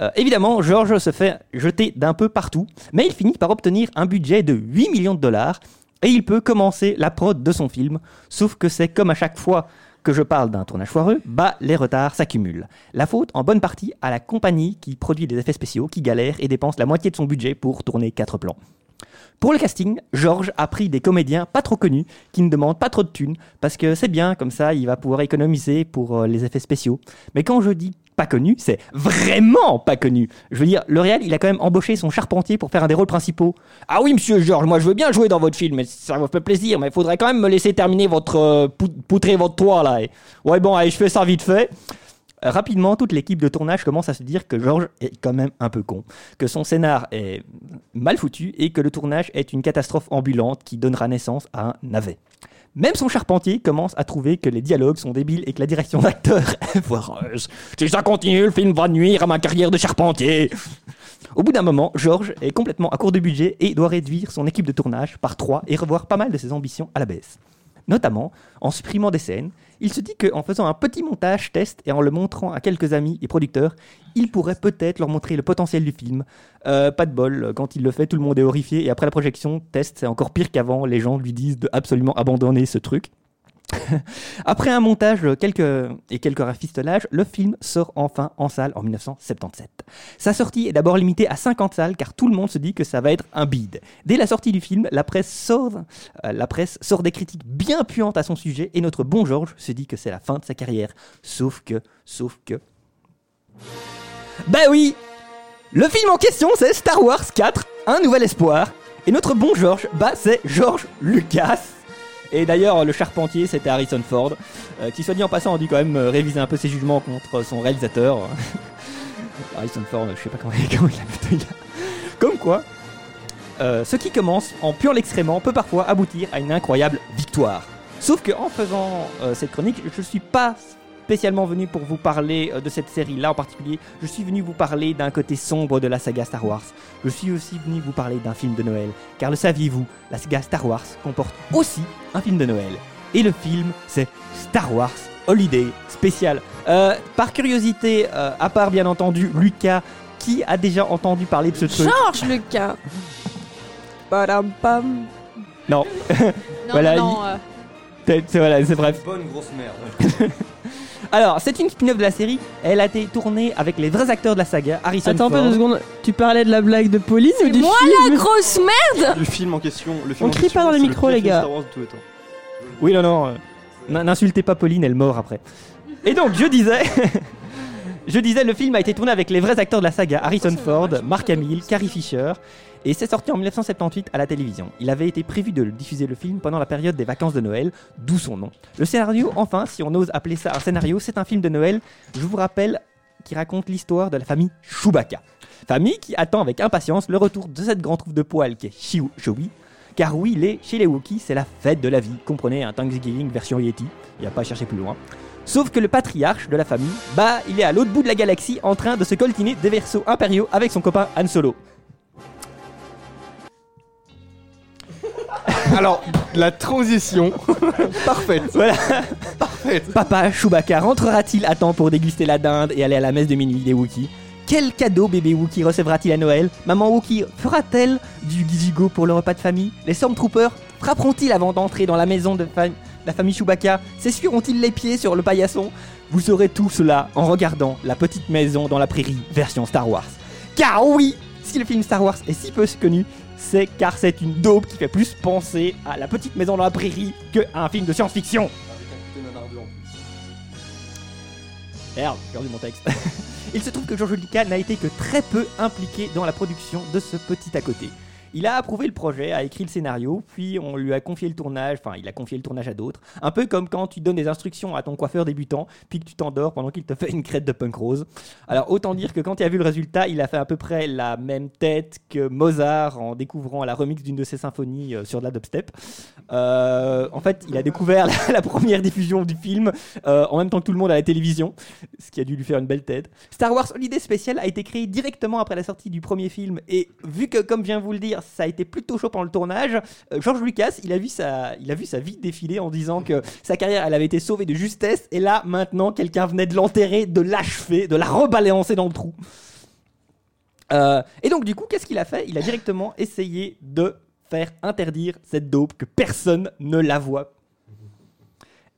[SPEAKER 8] Euh, évidemment, George se fait jeter d'un peu partout, mais il finit par obtenir un budget de 8 millions de dollars et il peut commencer la prod de son film, sauf que c'est comme à chaque fois que je parle d'un tournage foireux, bah les retards s'accumulent. La faute en bonne partie à la compagnie qui produit des effets spéciaux, qui galère et dépense la moitié de son budget pour tourner quatre plans. Pour le casting, Georges a pris des comédiens pas trop connus qui ne demandent pas trop de thunes parce que c'est bien, comme ça il va pouvoir économiser pour euh, les effets spéciaux. Mais quand je dis pas connu, c'est vraiment pas connu. Je veux dire, L'Oréal, il a quand même embauché son charpentier pour faire un des rôles principaux. Ah oui, monsieur Georges, moi je veux bien jouer dans votre film, mais ça me fait plaisir, mais il faudrait quand même me laisser terminer votre. euh, pou- poutrer votre toit là. Et- Ouais, bon, allez, je fais ça vite fait. Rapidement, toute l'équipe de tournage commence à se dire que Georges est quand même un peu con, que son scénar est mal foutu et que le tournage est une catastrophe ambulante qui donnera naissance à un navet. Même son charpentier commence à trouver que les dialogues sont débiles et que la direction d'acteur <laughs> est foireuse. Si ça continue, le film va nuire à ma carrière de charpentier. Au bout d'un moment, Georges est complètement à court de budget et doit réduire son équipe de tournage par 3 et revoir pas mal de ses ambitions à la baisse. Notamment, en supprimant des scènes, il se dit qu'en faisant un petit montage test et en le montrant à quelques amis et producteurs, il pourrait peut-être leur montrer le potentiel du film. Euh, pas de bol, quand il le fait, tout le monde est horrifié et après la projection, test, c'est encore pire qu'avant, les gens lui disent de absolument abandonner ce truc. <laughs> Après un montage euh, quelques, et quelques rafistolages, le film sort enfin en salle en 1977. Sa sortie est d'abord limitée à 50 salles car tout le monde se dit que ça va être un bide. Dès la sortie du film, la presse sort, euh, la presse sort des critiques bien puantes à son sujet et notre bon Georges se dit que c'est la fin de sa carrière. Sauf que, sauf que... Bah oui Le film en question, c'est Star Wars 4, Un Nouvel Espoir. Et notre bon George, bah, c'est George Lucas. Et d'ailleurs, le charpentier, c'était Harrison Ford, euh, qui, soit dit en passant, on dit quand même euh, réviser un peu ses jugements contre son réalisateur. <laughs> Harrison Ford, je sais pas comment, comment il a plutôt. Comme quoi, euh, ce qui commence en pur l'excrément peut parfois aboutir à une incroyable victoire. Sauf que en faisant euh, cette chronique, je ne suis pas spécialement venu pour vous parler euh, de cette série-là en particulier. Je suis venu vous parler d'un côté sombre de la saga Star Wars. Je suis aussi venu vous parler d'un film de Noël. Car le saviez-vous, la saga Star Wars comporte aussi un film de Noël. Et le film, c'est Star Wars Holiday spécial. Euh, par curiosité, euh, à part bien entendu Lucas, qui a déjà entendu parler de ce truc
[SPEAKER 6] Georges Lucas Badam pam
[SPEAKER 8] Non. <laughs> voilà, il-
[SPEAKER 6] euh.
[SPEAKER 8] Peut-être, C'est voilà, c'est bref.
[SPEAKER 5] Bonne grosse merde.
[SPEAKER 8] Alors, c'est une spin-off de la série. Elle a été tournée avec les vrais acteurs de la saga, Harrison
[SPEAKER 2] Attends un
[SPEAKER 8] Ford.
[SPEAKER 2] peu deux secondes. Tu parlais de la blague de Pauline ou du
[SPEAKER 6] Moi
[SPEAKER 2] film
[SPEAKER 6] la grosse merde
[SPEAKER 5] <laughs> Le film en question. Le film
[SPEAKER 2] On
[SPEAKER 5] en
[SPEAKER 2] crie pas
[SPEAKER 5] question,
[SPEAKER 2] dans les
[SPEAKER 5] c'est
[SPEAKER 2] micros,
[SPEAKER 5] pire
[SPEAKER 2] les
[SPEAKER 5] film
[SPEAKER 2] gars.
[SPEAKER 5] Star Wars de tous les temps.
[SPEAKER 8] Oui, non, non. euh, n- N'insultez pas Pauline, elle mord après. Et donc, je disais. <laughs> je disais, le film a été tourné avec les vrais acteurs de la saga Harrison Ford, Mark Hamill, Carrie Fisher. Et c'est sorti en 1978 à la télévision. Il avait été prévu de le diffuser le film pendant la période des vacances de Noël, d'où son nom. Le scénario, enfin, si on ose appeler ça un scénario, c'est un film de Noël, je vous rappelle, qui raconte l'histoire de la famille Chewbacca. Famille qui attend avec impatience le retour de cette grande troupe de poils qu'est Chewie, Chewie, car oui, les, chez les Wookiees, c'est la fête de la vie. Comprenez, un Thanksgiving version Yeti. Il n'y a pas à chercher plus loin. Sauf que le patriarche de la famille, bah, il est à l'autre bout de la galaxie en train de se coltiner des versos impériaux avec son copain Han Solo.
[SPEAKER 9] Alors, la
[SPEAKER 8] <laughs>
[SPEAKER 9] transition. Parfaite.
[SPEAKER 8] Voilà. Papa Chewbacca rentrera-t-il à temps pour déguster la dinde et aller à la messe de minuit des Wookiees Quel cadeau bébé Wookie recevra-t-il à Noël Maman Wookie fera-t-elle du gizigo pour le repas de famille Les Stormtroopers frapperont-ils avant d'entrer dans la maison de fa- la famille Chewbacca S'essuieront-ils les pieds sur le paillasson Vous saurez tout cela en regardant La Petite Maison dans la Prairie, version Star Wars. Car oui, si le film Star Wars est si peu connu, c'est car c'est une daube qui fait plus penser à La Petite Maison dans la Prairie que à un film de science-fiction. Merde, j'ai perdu mon texte. <laughs> Il se trouve que Georges Lucas n'a été que très peu impliqué dans la production de ce petit à côté. Il a approuvé le projet, a écrit le scénario, puis on lui a confié le tournage, enfin il a confié le tournage à d'autres. Un peu comme quand tu donnes des instructions à ton coiffeur débutant, puis que tu t'endors pendant qu'il te fait une crête de punk rose. Alors autant dire que quand il a vu le résultat, il a fait à peu près la même tête que Mozart en découvrant la remix d'une de ses symphonies euh, sur de la dubstep. Euh, en fait, il a découvert <laughs> la, la première diffusion du film euh, en même temps que tout le monde à la télévision, ce qui a dû lui faire une belle tête. Star Wars Holiday Special a été créé directement après la sortie du premier film et vu que, comme je viens de vous le dire, ça a été plutôt chaud pendant le tournage, euh, George Lucas, il a vu sa, il a vu sa vie défiler en disant que sa carrière, elle avait été sauvée de justesse et là, maintenant, quelqu'un venait de l'enterrer, de l'achever, de la rebalancer dans le trou. Euh, et donc, du coup, qu'est-ce qu'il a fait Il a directement essayé de faire interdire cette dope que personne ne la voit.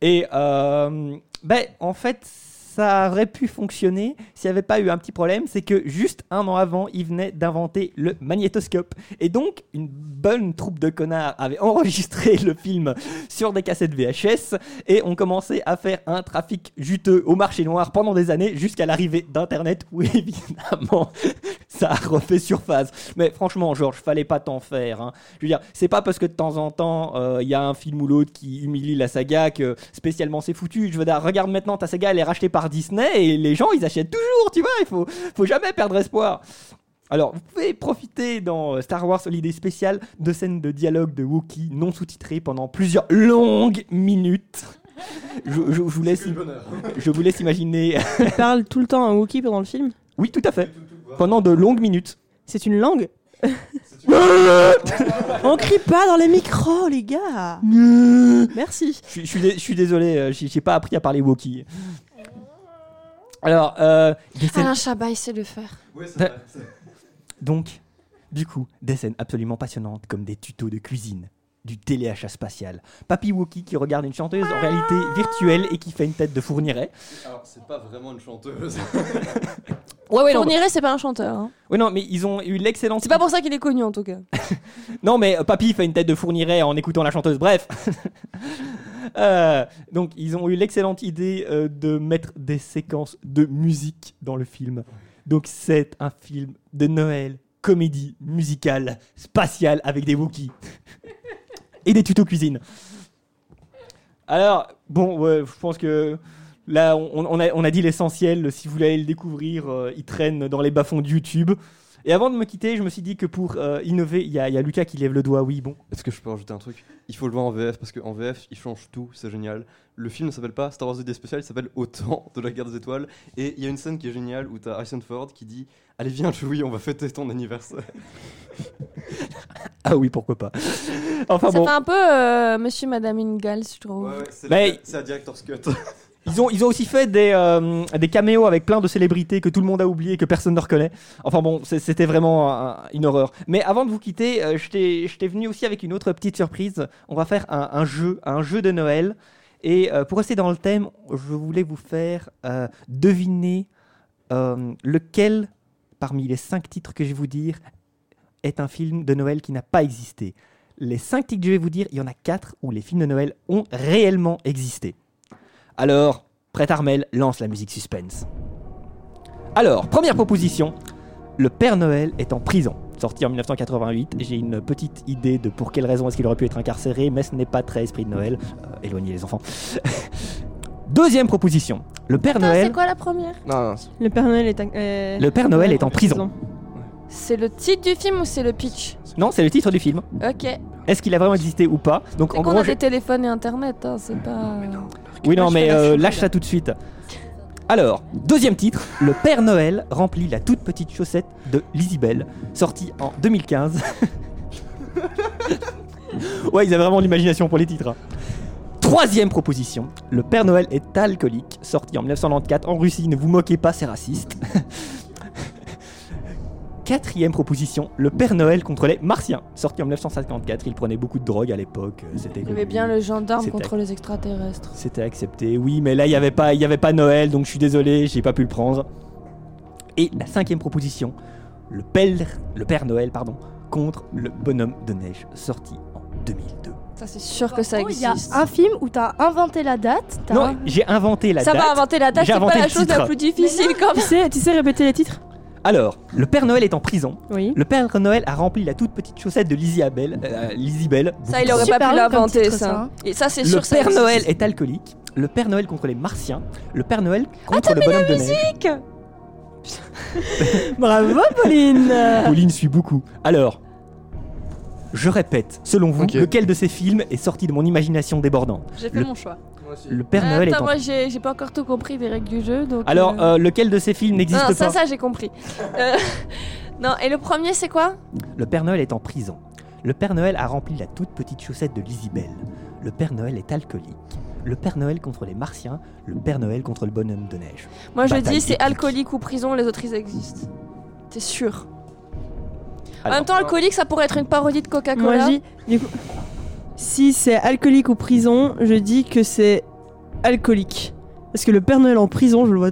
[SPEAKER 8] Et euh, ben, en fait, ça aurait pu fonctionner s'il n'y avait pas eu un petit problème, c'est que juste un an avant, il venait d'inventer le magnétoscope. Et donc, une bonne troupe de connards avait enregistré le film sur des cassettes VHS et on commençait à faire un trafic juteux au marché noir pendant des années jusqu'à l'arrivée d'Internet où <laughs> évidemment ça a refait surface. Mais franchement, Georges, fallait pas t'en faire. hein. Je veux dire, c'est pas parce que de temps en temps, il y a un film ou l'autre qui humilie la saga que spécialement c'est foutu. Je veux dire, regarde maintenant, ta saga, elle est rachetée par Disney et les gens, ils achètent toujours, tu vois. Il faut, faut jamais perdre espoir. Alors, vous pouvez profiter dans euh, Star Wars Holiday Special de scènes de dialogue de Wookiee non sous-titrées pendant plusieurs longues minutes. Je, je- je vous laisse, je vous laisse imaginer.
[SPEAKER 2] Il parle tout le temps un Wookiee pendant le film
[SPEAKER 8] Oui, tout à fait. Pendant de longues minutes.
[SPEAKER 2] C'est une langue On crie pas dans les micros, les gars
[SPEAKER 8] Mmh.
[SPEAKER 2] Merci.
[SPEAKER 8] Je suis- je suis dé- je suis désolé, euh, j'ai j'ai pas appris à parler Wookiee. Alors, euh, des scènes-
[SPEAKER 2] Ah,
[SPEAKER 6] Alain Chabat essaie de le faire.
[SPEAKER 8] donc, du coup, des scènes absolument passionnantes comme des tutos de cuisine, du téléachat spatial, Papy Wookie qui regarde une chanteuse en réalité virtuelle et qui fait une tête de fourniret.
[SPEAKER 5] Alors, c'est pas vraiment une <laughs> chanteuse.
[SPEAKER 8] Ouais,
[SPEAKER 5] bah.
[SPEAKER 8] ouais, non,
[SPEAKER 4] Fourniret, c'est pas un chanteur. hein.
[SPEAKER 8] Ouais, non, mais ils ont eu l'excellente.
[SPEAKER 4] C'est pas pour ça qu'il est connu en tout cas.
[SPEAKER 8] Ah, Non, mais euh, Papy fait une tête de fourniret en écoutant la chanteuse, bref. <laughs> Euh, donc, ils ont eu l'excellente idée euh, de mettre des séquences de musique dans le film. Donc c'est un film de Noël, comédie musicale, spatiale avec des Wookiees <laughs> et des tutos cuisine. Alors, bon, ouais, je pense que là, on, on a, on a dit l'essentiel. Si vous voulez aller le découvrir, euh, il traîne dans les bas-fonds de YouTube. Et avant de me quitter, je me suis dit que pour euh, innover, il y, a- il y a Lucas qui lève le doigt. Oui, bon.
[SPEAKER 5] Est-ce que je peux rajouter un truc Il faut le voir en VF parce qu'en VF, ils changent tout, c'est génial. Le film ne s'appelle pas Star Wars The Day Special, il s'appelle Autant de la guerre des étoiles. Et il y a une scène qui est géniale où t'as Harrison Ford qui dit Allez, viens, Chewie, on va fêter ton anniversaire. <laughs>
[SPEAKER 8] Ah oui, pourquoi pas. <laughs> Enfin
[SPEAKER 6] ça
[SPEAKER 8] bon.
[SPEAKER 6] fait un peu euh, monsieur, madame Ingalls, je trouve.
[SPEAKER 5] C'est
[SPEAKER 8] Bah,
[SPEAKER 5] la- c'est la director's cut.
[SPEAKER 8] Ils ont, ils ont aussi fait des, euh, des caméos avec plein de célébrités que tout le monde a oublié, que personne ne reconnaît. Enfin bon, c'est- c'était vraiment euh, une horreur. Mais avant de vous quitter, euh, je t'ai je t'ai venu aussi avec une autre petite surprise. On va faire un, un jeu, un jeu de Noël. Et euh, pour rester dans le thème, je voulais vous faire euh, deviner euh, lequel parmi les cinq titres que je vais vous dire est un film de Noël qui n'a pas existé. Les cinq titres que je vais vous dire, il y en a quatre où les films de Noël ont réellement existé. Alors, Prête Armel lance la musique suspense. Alors, première proposition, le Père Noël est en prison. Sorti en 1988, j'ai une petite idée de pour quelle raison est-ce qu'il aurait pu être incarcéré, mais ce n'est pas très esprit de Noël. Euh, éloignez les enfants. <laughs> Deuxième proposition, le Père
[SPEAKER 6] Attends,
[SPEAKER 8] Noël...
[SPEAKER 6] Ah, c'est quoi la première
[SPEAKER 8] Non, non,
[SPEAKER 2] Le Père Noël est. un- euh,
[SPEAKER 8] Le Père Noël est en prison.
[SPEAKER 6] C'est le titre du film ou c'est le pitch
[SPEAKER 8] Non, c'est le titre du film.
[SPEAKER 6] Ok.
[SPEAKER 8] Est-ce qu'il a vraiment existé ou pas Donc
[SPEAKER 6] C'est
[SPEAKER 8] en
[SPEAKER 6] qu'on
[SPEAKER 8] gros,
[SPEAKER 6] a
[SPEAKER 8] je-
[SPEAKER 6] des téléphones et internet, hein, c'est pas.
[SPEAKER 8] oui non,
[SPEAKER 6] Moi, je fais
[SPEAKER 8] mais
[SPEAKER 6] la
[SPEAKER 8] euh,
[SPEAKER 6] choucroute,
[SPEAKER 8] lâche ça
[SPEAKER 6] là.
[SPEAKER 8] tout de suite. Alors, deuxième titre, le Père Noël remplit la toute petite chaussette de Lisibelle, sorti en 2015. <laughs> ouais, ils avaient vraiment de l'imagination pour les titres. hein. Troisième proposition, le Père Noël est alcoolique, sorti en 1994 en Russie. Ne vous moquez pas, c'est raciste. <laughs> Quatrième proposition, le Père Noël contre les Martiens. Sorti en 1954, il prenait beaucoup de drogue à l'époque. euh, C'était
[SPEAKER 6] Il y avait bien le gendarme
[SPEAKER 8] C'était-
[SPEAKER 6] contre les extraterrestres.
[SPEAKER 8] C'était accepté, oui, mais là, il n'y avait, pas- il y avait pas Noël, donc je suis désolé, j'ai pas pu le prendre. Et la cinquième proposition, le Père, le Père Noël, pardon, contre le bonhomme de neige, sorti en 2002.
[SPEAKER 6] Ça, c'est sûr que ça
[SPEAKER 12] Oh, Il y a
[SPEAKER 6] existe.
[SPEAKER 12] un film où t'as inventé la date. t'as
[SPEAKER 8] Non,
[SPEAKER 12] un-
[SPEAKER 8] j'ai inventé la
[SPEAKER 6] Ça
[SPEAKER 8] date.
[SPEAKER 6] va inventer la date,
[SPEAKER 8] j'ai
[SPEAKER 6] c'est pas
[SPEAKER 8] inventé
[SPEAKER 6] la
[SPEAKER 8] le
[SPEAKER 6] chose la
[SPEAKER 8] titre.
[SPEAKER 6] plus difficile comme
[SPEAKER 2] Tu sais, tu sais répéter les titres
[SPEAKER 8] Alors, le Père Noël est en prison.
[SPEAKER 2] Oui.
[SPEAKER 8] Le Père Noël a rempli la toute petite chaussette de Lizzie Abel. euh, Lizzie Bell.
[SPEAKER 6] Ça, il aurait pas
[SPEAKER 12] Super
[SPEAKER 6] pu
[SPEAKER 12] long comme
[SPEAKER 6] l'inventer,
[SPEAKER 12] titre,
[SPEAKER 6] ça.
[SPEAKER 12] ça, hein.
[SPEAKER 6] Et ça, c'est
[SPEAKER 8] Le
[SPEAKER 6] sûr que ça
[SPEAKER 8] Père
[SPEAKER 6] existe.
[SPEAKER 8] Noël est alcoolique. Le Père Noël contre les Martiens. Le Père Noël contre le bonhomme de neige.
[SPEAKER 2] <laughs> Bravo,
[SPEAKER 6] Euh.
[SPEAKER 2] Pauline
[SPEAKER 8] Pauline suit beaucoup. Alors, je répète, selon vous, lequel de ces films est sorti de mon imagination débordante
[SPEAKER 6] J'ai fait
[SPEAKER 8] le,
[SPEAKER 6] mon choix.
[SPEAKER 8] le Père Noël est
[SPEAKER 6] Attends,
[SPEAKER 8] en...
[SPEAKER 6] moi, j'ai j'ai pas encore tout compris des règles du jeu, donc.
[SPEAKER 8] Alors,
[SPEAKER 6] euh,
[SPEAKER 8] euh, lequel de ces films n'existe
[SPEAKER 6] non,
[SPEAKER 8] pas
[SPEAKER 6] ça, ça, j'ai compris. Euh, <laughs> non, et le premier, c'est quoi
[SPEAKER 8] Le Père Noël est en prison. Le Père Noël a rempli la toute petite chaussette de l'Isibelle. Le Père Noël est alcoolique. Le Père Noël contre les Martiens. Le Père Noël contre le bonhomme de neige.
[SPEAKER 6] Moi, je
[SPEAKER 8] Bataille
[SPEAKER 6] dis, c'est
[SPEAKER 8] épique.
[SPEAKER 6] alcoolique ou prison, les autres, ils existent. T'es sûr En
[SPEAKER 8] Alors-
[SPEAKER 6] même temps, alcoolique, ça pourrait être une parodie de
[SPEAKER 2] Moi,
[SPEAKER 6] Coca-Cola.
[SPEAKER 2] je dis, du coup, si c'est alcoolique ou prison, je dis que c'est alcoolique. Parce que le Père Noël en prison, je le vois,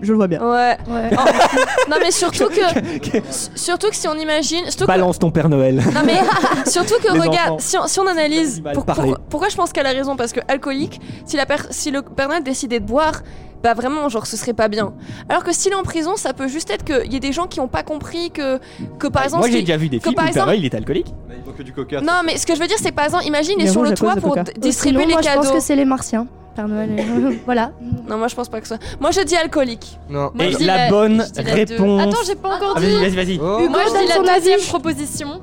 [SPEAKER 2] je le vois bien.
[SPEAKER 6] Ouais.
[SPEAKER 12] Ouais.
[SPEAKER 6] Oh. <laughs> non, mais
[SPEAKER 8] <laughs>
[SPEAKER 6] surtout que. s- Surtout que si on imagine. Surtout que-
[SPEAKER 8] Balance ton Père Noël.
[SPEAKER 6] Non
[SPEAKER 8] <laughs>
[SPEAKER 6] mais surtout que
[SPEAKER 8] Les enfants.
[SPEAKER 6] regarde, si on, si on analyse,
[SPEAKER 8] mal
[SPEAKER 6] pour-
[SPEAKER 8] parlé.
[SPEAKER 6] pour- pourquoi je pense qu'elle a raison Parce que alcoolique, si, la per- si le Père Noël décidait de boire, bah vraiment, genre ce serait pas bien. Alors que s'il est en prison, ça peut juste être qu'il y ait des gens qui ont pas compris que, que par exemple.
[SPEAKER 8] Moi, j'ai
[SPEAKER 6] si-
[SPEAKER 8] déjà vu des
[SPEAKER 6] que
[SPEAKER 8] films où
[SPEAKER 6] par
[SPEAKER 8] le Père
[SPEAKER 6] exemple-
[SPEAKER 8] Noël il est alcoolique.
[SPEAKER 5] Il manque que du coca.
[SPEAKER 6] Non mais ce que je veux dire, c'est par exemple, imagine, il
[SPEAKER 2] Il
[SPEAKER 6] est
[SPEAKER 2] est
[SPEAKER 6] sur
[SPEAKER 2] rouge
[SPEAKER 6] le
[SPEAKER 2] à
[SPEAKER 6] toit
[SPEAKER 2] cause de
[SPEAKER 6] pour
[SPEAKER 2] Coca.
[SPEAKER 6] d-
[SPEAKER 12] Ou
[SPEAKER 6] distribuer
[SPEAKER 12] sinon,
[SPEAKER 6] les
[SPEAKER 12] moi,
[SPEAKER 6] cadeaux.
[SPEAKER 12] Je pense que c'est les Martiens. Père Noël.
[SPEAKER 6] <laughs>
[SPEAKER 12] est- voilà.
[SPEAKER 6] Non, moi je pense pas que ça. Moi je dis alcoolique.
[SPEAKER 9] Non.
[SPEAKER 6] Moi,
[SPEAKER 8] Et
[SPEAKER 6] je dis
[SPEAKER 8] la bonne
[SPEAKER 6] je dis la deux.
[SPEAKER 8] réponse-
[SPEAKER 6] Attends,
[SPEAKER 7] Attends, j'ai pas encore
[SPEAKER 8] Ah,
[SPEAKER 7] dit.
[SPEAKER 8] vas-y, vas-y, vas-y.
[SPEAKER 7] Hugo
[SPEAKER 6] Moi, je dis
[SPEAKER 7] donne
[SPEAKER 6] la
[SPEAKER 7] son
[SPEAKER 6] deuxième.
[SPEAKER 7] deuxième proposition.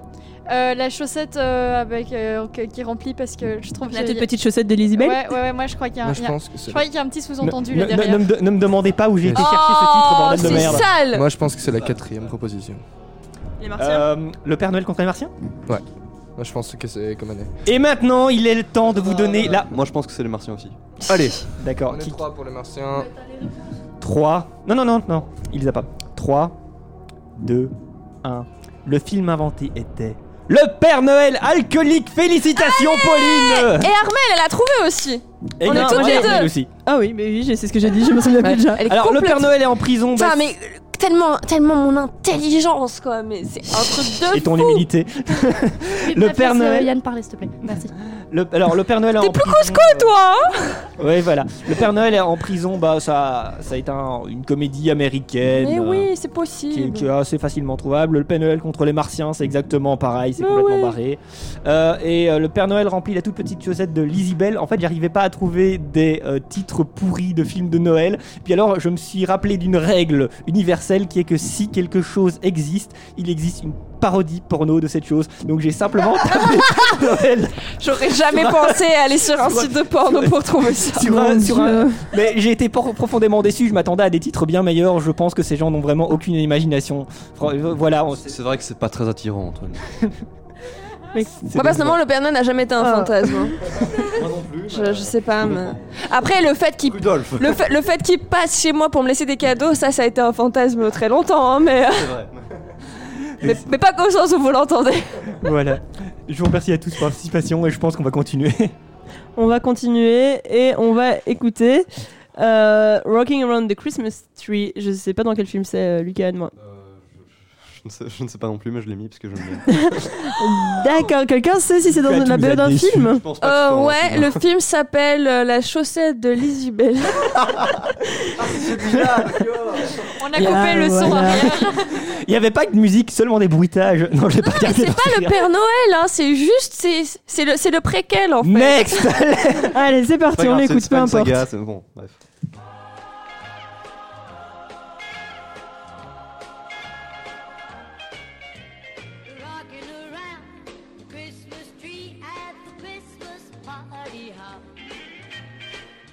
[SPEAKER 7] Euh, la chaussette euh, avec, euh, que- qui remplit parce que je trouve
[SPEAKER 2] La
[SPEAKER 7] que-
[SPEAKER 2] toute petite chaussette de Lisibel
[SPEAKER 7] Ouais, ouais, ouais, moi je crois qu'il y a un,
[SPEAKER 2] Moi, je
[SPEAKER 7] il y a-
[SPEAKER 2] pense que c'est-
[SPEAKER 7] je crois qu'il y a un petit sous-entendu
[SPEAKER 8] Ne,
[SPEAKER 7] là
[SPEAKER 8] ne-
[SPEAKER 7] derrière.
[SPEAKER 8] ne me de- ne me demandez pas où j'ai été
[SPEAKER 9] Oh,
[SPEAKER 8] chercher ce titre, bordel de
[SPEAKER 9] c'est
[SPEAKER 8] merde.
[SPEAKER 6] sale
[SPEAKER 9] Moi, je pense que
[SPEAKER 5] Bah,
[SPEAKER 9] c'est la quatrième proposition.
[SPEAKER 2] Les
[SPEAKER 8] Euh, le Père Noël contre les Martiens
[SPEAKER 9] Ouais.
[SPEAKER 5] <laughs>
[SPEAKER 9] Moi, je pense que c'est comme année.
[SPEAKER 8] Et maintenant, il est le temps de vous donner la.
[SPEAKER 5] Moi, je pense que c'est les Martiens aussi.
[SPEAKER 9] Allez.
[SPEAKER 8] D'accord.
[SPEAKER 9] On est
[SPEAKER 8] Qui...
[SPEAKER 9] trois pour les Martiens.
[SPEAKER 8] 3. Non, non, non, non. Il les a pas. 3, 2, 1. Le film inventé était. Le Père Noël alcoolique Félicitations, Pauline
[SPEAKER 6] Et Armel, elle a trouvé aussi.
[SPEAKER 8] Euh. Et
[SPEAKER 6] on
[SPEAKER 8] non,
[SPEAKER 6] est tous
[SPEAKER 8] ouais,
[SPEAKER 6] les
[SPEAKER 8] Armel
[SPEAKER 6] deux.
[SPEAKER 8] aussi.
[SPEAKER 2] Ah oui, mais oui, j'ai- c'est ce que j'ai dit, je me souviens plus déjà.
[SPEAKER 6] Elle est
[SPEAKER 8] Alors, le
[SPEAKER 6] complète-
[SPEAKER 8] Père Noël est en prison.
[SPEAKER 6] Putain,
[SPEAKER 8] bah,
[SPEAKER 6] mais
[SPEAKER 4] euh, tellement, tellement mon intelligence, quoi. Mais c'est un truc de
[SPEAKER 8] Et ton
[SPEAKER 4] fou.
[SPEAKER 6] <laughs>
[SPEAKER 8] humilité. le Père Noël.
[SPEAKER 12] Yann, parlez s'il te plaît. Merci.
[SPEAKER 8] le- alors le Père Noël. est en prison.
[SPEAKER 4] toi
[SPEAKER 8] Ouais, voilà. Le Père Noël est en prison. Bah ça, ça a été un- une comédie américaine.
[SPEAKER 6] Mais
[SPEAKER 8] euh,
[SPEAKER 6] Eh oui, c'est
[SPEAKER 8] qui, est-
[SPEAKER 6] possible.
[SPEAKER 8] qui est assez facilement trouvable. Le Père Noël contre les Martiens, c'est exactement pareil, c'est
[SPEAKER 6] Mais
[SPEAKER 8] complètement
[SPEAKER 6] Bah ouais.
[SPEAKER 8] barré. Euh, et euh, le Père Noël remplit la toute petite chaussette de Lizzie Bell. En fait, j'arrivais pas à trouver des euh, titres pourris de films de Noël. Puis alors, je me suis rappelé d'une règle universelle qui est que si quelque chose existe, il existe une parodie porno de cette chose. Donc
[SPEAKER 6] <laughs>
[SPEAKER 8] j'ai simplement tapé Noël.
[SPEAKER 4] J'aurais jamais
[SPEAKER 8] Sur un-
[SPEAKER 4] pensé à aller sur un site de porno pour trouver ça.
[SPEAKER 8] sur un- sur un- Mais j'ai été por- profondément déçu, je m'attendais à des titres bien meilleurs, je pense que ces gens n'ont vraiment aucune imagination. Fr- euh, Voilà, on-
[SPEAKER 5] C'est vrai que c'est pas très attirant, Antoine.
[SPEAKER 4] Moi, personnellement, le Père Noël n'a jamais été un
[SPEAKER 12] Ah.
[SPEAKER 4] fantasme. hein. Je, je sais pas, mais... Après, le fait qu'il...
[SPEAKER 5] Rudolf
[SPEAKER 4] Le fait, le fait qu'il passe chez moi pour me laisser des cadeaux, ça, ça a été un fantasme très longtemps, hein, mais...
[SPEAKER 5] C'est vrai.
[SPEAKER 4] mais... mais pas comme sens où vous l'entendez.
[SPEAKER 8] Voilà. Je vous remercie à tous pour la participation et je pense qu'on va continuer. <laughs>
[SPEAKER 2] On va continuer et on va écouter euh, Rocking Around the Christmas Tree. Je sais pas dans quel film c'est, euh, Lucas et moi.
[SPEAKER 5] <laughs> Je ne, sais, je ne sais pas non plus, mais je l'ai mis parce que je me.
[SPEAKER 2] <laughs> D'accord, quelqu'un sait si c'est dans
[SPEAKER 5] Tu as- Euh, tu
[SPEAKER 2] la
[SPEAKER 5] nous
[SPEAKER 2] BO
[SPEAKER 5] as
[SPEAKER 2] d'un
[SPEAKER 5] déçus.
[SPEAKER 2] film
[SPEAKER 5] Je pense pas que
[SPEAKER 4] Euh,
[SPEAKER 5] c'est dans un
[SPEAKER 4] ouais,
[SPEAKER 5] film.
[SPEAKER 4] le film s'appelle euh, La chaussette de Lizzie Bell.
[SPEAKER 5] <laughs> Ah,
[SPEAKER 4] <laughs> On a coupé le son arrière.
[SPEAKER 8] Il n'y avait pas que de musique, seulement des bruitages. Non, j'ai pas
[SPEAKER 4] Mais
[SPEAKER 8] regardé
[SPEAKER 4] c'est
[SPEAKER 8] dans
[SPEAKER 4] pas
[SPEAKER 8] ce
[SPEAKER 4] le
[SPEAKER 8] regard.
[SPEAKER 4] Père Noël, hein, c'est juste... C'est, c'est, le, c'est le préquel, en fait.
[SPEAKER 8] Next
[SPEAKER 2] <laughs> Allez, c'est
[SPEAKER 5] C'est pas
[SPEAKER 2] parti, on
[SPEAKER 5] grave, c'est-
[SPEAKER 2] l'écoute,
[SPEAKER 5] c'est
[SPEAKER 2] peu
[SPEAKER 5] pas une
[SPEAKER 2] importe.
[SPEAKER 5] saga, c'est- bon, bref.
[SPEAKER 19] Rocking around the Christmas tree at the Christmas party hop.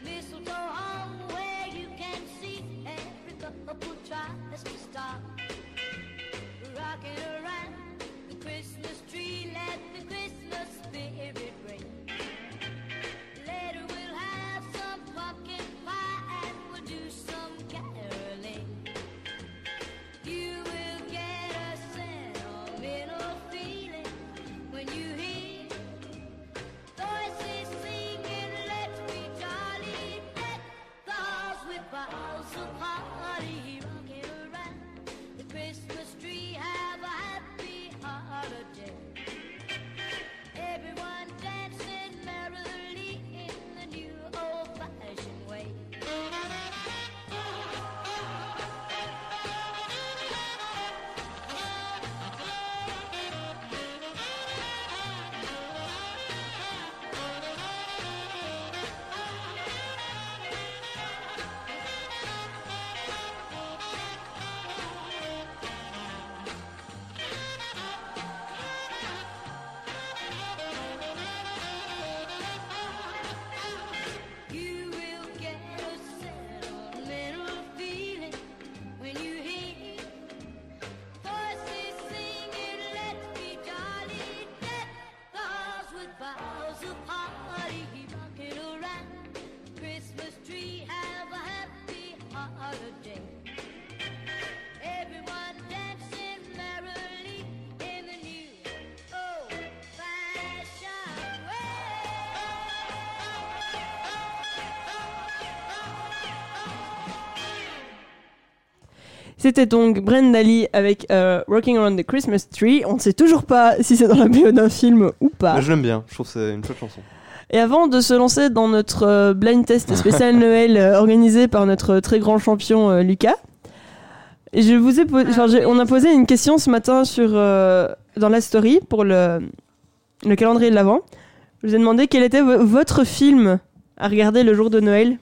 [SPEAKER 19] Mistletoe hung where you can see every couple tries to stop. Rocking around the Christmas tree, let the Christmas spirit ring. Later we'll have some pumpkin pie and we'll do some caroling. You will get a sentimental feeling when you hear voices singing, "Let's be jolly at the house with balls of holly." Rocking around the Christmas tree, have a happy holiday. Everyone dancing merrily in the new old-fashioned way. You will get a sentimental feeling when you hear voices singing, "Let's be jolly at the house with boughs of holly." Rocking around the Christmas tree, have a happy holiday. Everyone dancing merrily in the new old-fashioned way.
[SPEAKER 2] C'était donc Brenda Lee avec euh, Rocking Around the Christmas Tree. On ne sait toujours pas si c'est dans la BO d'un film ou pas.
[SPEAKER 5] Mais je l'aime bien, je trouve que c'est une chouette chanson. <laughs>
[SPEAKER 2] Et avant de se lancer dans notre euh, blind test spécial Noël euh, organisé par notre très grand champion euh, Lucas, je vous ai po- enfin, j'ai- on a posé une question ce matin sur, euh, dans la story pour le, le calendrier de l'Avent. Je vous ai demandé quel était vo- votre film à regarder le jour de Noël.